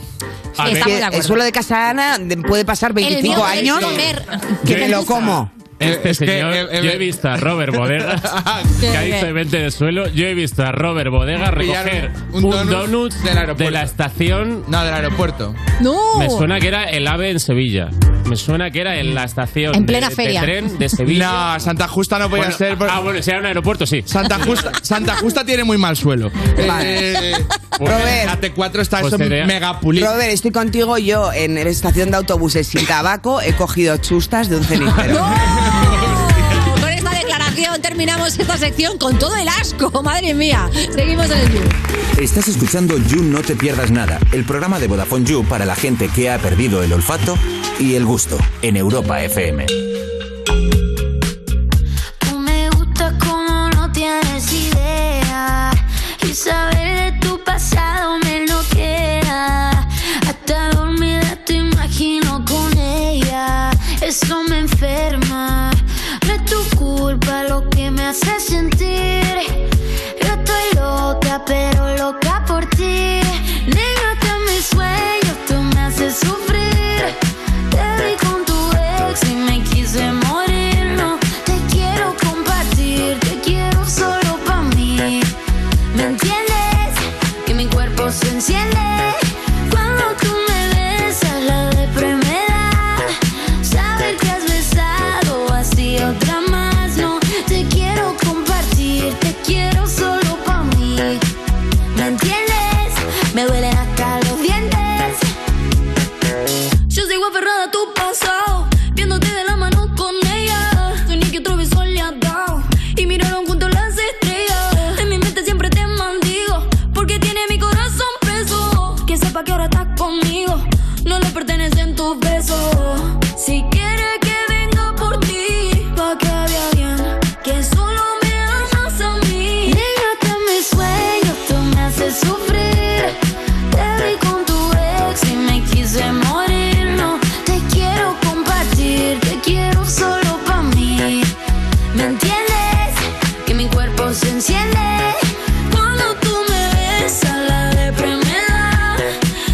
Speaker 35: Ah,
Speaker 3: A ver. estamos de acuerdo.
Speaker 4: El suelo de casa Ana de- puede pasar
Speaker 3: El mío
Speaker 4: 25
Speaker 3: puede
Speaker 4: años
Speaker 3: comer.
Speaker 4: que
Speaker 35: Yo
Speaker 4: me
Speaker 35: he
Speaker 4: lo
Speaker 35: visto-
Speaker 4: como.
Speaker 34: Eh,
Speaker 35: Este señor, yo he visto a Robert
Speaker 34: [laughs]
Speaker 35: Bodega,
Speaker 34: Ah,
Speaker 35: que ha
Speaker 3: Qué
Speaker 35: dicho
Speaker 3: bien.
Speaker 35: evento de suelo, yo he visto a Robert Bodega
Speaker 34: Pillar
Speaker 35: recoger
Speaker 34: un
Speaker 35: un,
Speaker 34: donut
Speaker 35: donut,
Speaker 34: del aeropuerto.
Speaker 35: de la estación...
Speaker 34: No, del aeropuerto.
Speaker 3: No.
Speaker 35: Me suena que era el AVE en Sevilla. Me suena que era en la estación
Speaker 34: En
Speaker 35: de-
Speaker 34: plena
Speaker 35: de,
Speaker 34: feria.
Speaker 35: tren de Sevilla.
Speaker 34: No, Santa Justa no podía
Speaker 35: Bueno,
Speaker 34: ser.
Speaker 35: Ah, bueno, si era un aeropuerto, sí.
Speaker 34: Santa Justa, Santa Justa tiene muy mal suelo. Eh,
Speaker 4: Vale.
Speaker 34: Pues
Speaker 4: Robert.
Speaker 34: la T4 está
Speaker 35: Pues
Speaker 34: eso
Speaker 35: sería-
Speaker 34: mega pulido.
Speaker 4: Robert, estoy contigo yo en la estación de autobuses sin tabaco. He cogido chustas de un
Speaker 3: [laughs]
Speaker 4: cenicero.
Speaker 3: Con esta declaración terminamos esta sección con todo el asco. Madre mía. Seguimos en el You.
Speaker 11: Estás escuchando You No Te Pierdas Nada, el programa de Vodafone You para la gente que ha perdido el olfato y el gusto en Europa FM.
Speaker 27: Tú me gustas como no tienes idea. Y saber de tu pasado me enloquea. Hasta dormida te imagino con ella. Eso me enferma. No es tu culpa lo que me hace sentir. Yo estoy loca, pero loca por ti. Negate a mis sueños, tú me haces sufrir. Te vi con tu ex y me quise morir. No te quiero compartir, te quiero solo para mí. ¿Me entiendes? Que mi cuerpo se enciende. Cuando tú me besas, la depresión me da. Saber que has besado así otra más. No te quiero compartir, te quiero solo para mí. ¿Me entiendes? Me duelen hasta los dientes. Yo sigo aferrada a tu pasado, viéndote de la mano con ella. Soñé que otro beso le has dado y miraron juntos las estrellas. En mi mente siempre te mandigo, porque tiene mi corazón preso. Que sepa que ahora estás conmigo, no le pertenecen tus besos. Si quieres que venga por ti, pa' que vea bien, que solo me amas a mí. Negate a mis sueños, tú me haces sufrir. Te vi con tu ex y me quise morir. No te quiero compartir, te quiero solo para mí. ¿Me entiendes? Que mi cuerpo se enciende cuando tú me besas. La depresión me da.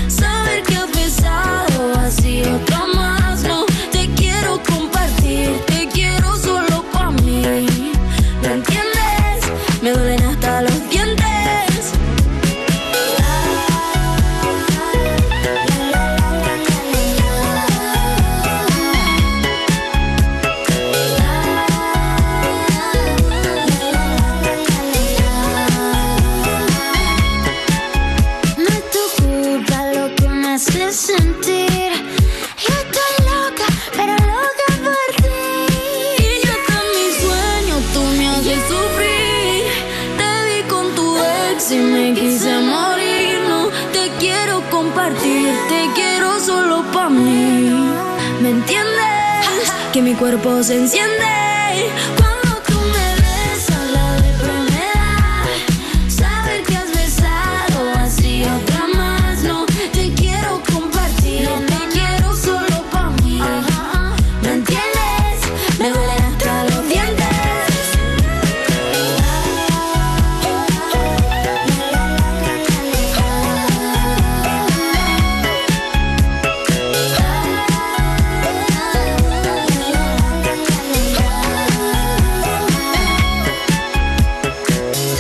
Speaker 27: Saber que has besado así otra más. No te quiero compartir, te quiero solo para mí. ¿Me entiendes? Me duelen hasta los dientes. No es tu culpa lo que me hace sentir. Yo estoy loca, pero loca por ti. Y yo hasta mis sueños tú me haces sufrir. Te vi con tu ex y me quise morir. No te quiero compartir, te quiero solo para mí. ¿Me entiendes? Que que mi cuerpo se enciende. Cuando tú me besas, la vibra me da. Saber que has besado así otra más. No te quiero compartir, no te quiero solo para mí. ¿Me entiendes? Me duelen hasta los dientes.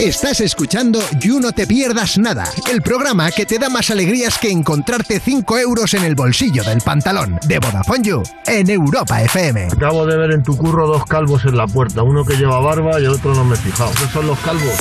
Speaker 16: Estás escuchando You No Te Pierdas Nada, el programa que te da más alegrías que encontrarte 5 euros en el bolsillo del pantalón de Vodafone You en Europa FM.
Speaker 1: Acabo de ver en tu curro dos calvos en la puerta, uno que lleva barba y el otro no me he fijado. ¿Qué son los calvos?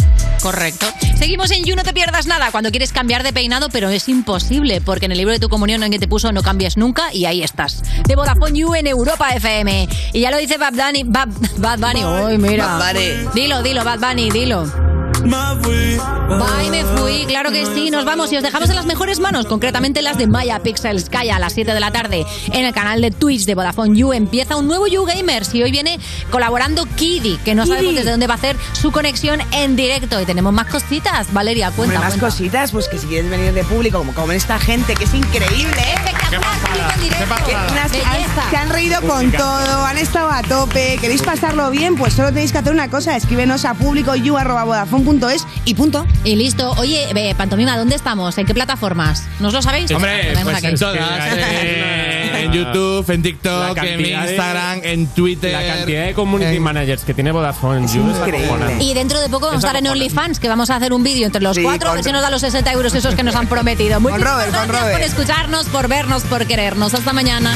Speaker 3: Correcto. Seguimos en You, no te pierdas nada cuando quieres cambiar de peinado, pero es imposible, porque en el libro de tu comunión en que te puso no cambias nunca y ahí estás. De Vodafone You en Europa FM. Y ya lo dice Bad Bunny. Bad, Bad Bunny. Uy, mira.
Speaker 4: Bad Bunny.
Speaker 3: Dilo, dilo, Bad Bunny, dilo. Bye, me fui, claro que sí. Nos vamos y os dejamos en las mejores manos, concretamente las de Maya Pixel Sky a las 7 de la tarde en el canal de Twitch de Vodafone You. Empieza un nuevo You Gamers y hoy viene colaborando Kiddy, que no sabemos desde dónde va a hacer su conexión en directo. Y tenemos más cositas. Valeria,
Speaker 4: Hombre,
Speaker 3: cuenta.
Speaker 4: más
Speaker 3: cuenta.
Speaker 4: cositas, pues que si quieres venir de público, como comen esta gente, que es increíble, ¿eh? Que unas- han- Se han reído con
Speaker 3: Pública.
Speaker 4: todo, han estado a tope. ¿Queréis pasarlo bien? Pues solo tenéis que hacer una cosa: escríbenos a publicoyu.vodafone.es y punto.
Speaker 3: Y listo. Oye, eh, ve, Pantomima, ¿dónde estamos? ¿En qué plataformas? ¿Nos lo sabéis?
Speaker 34: Hombre,
Speaker 3: Nos vemos
Speaker 34: pues
Speaker 3: aquí.
Speaker 35: [laughs]
Speaker 34: en todas. eh, [laughs] en YouTube, en
Speaker 35: La
Speaker 34: TikTok, en
Speaker 35: cantidad de-
Speaker 34: Instagram, en Twitter.
Speaker 35: La cantidad de community managers que tiene Vodafone You es acojonante.
Speaker 3: Y dentro de poco vamos a estar en OnlyFans, que vamos a hacer un vídeo entre los
Speaker 35: Sí,
Speaker 3: cuatro, a ver
Speaker 35: con-
Speaker 3: si nos da los 60 euros esos que nos han prometido. Muy
Speaker 4: Robert, con
Speaker 3: gracias por
Speaker 4: Robert.
Speaker 3: escucharnos, por vernos, por querernos. Hasta mañana.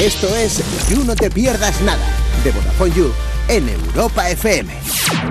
Speaker 16: Esto es You No Te Pierdas Nada de Vodafone You en Europa FM.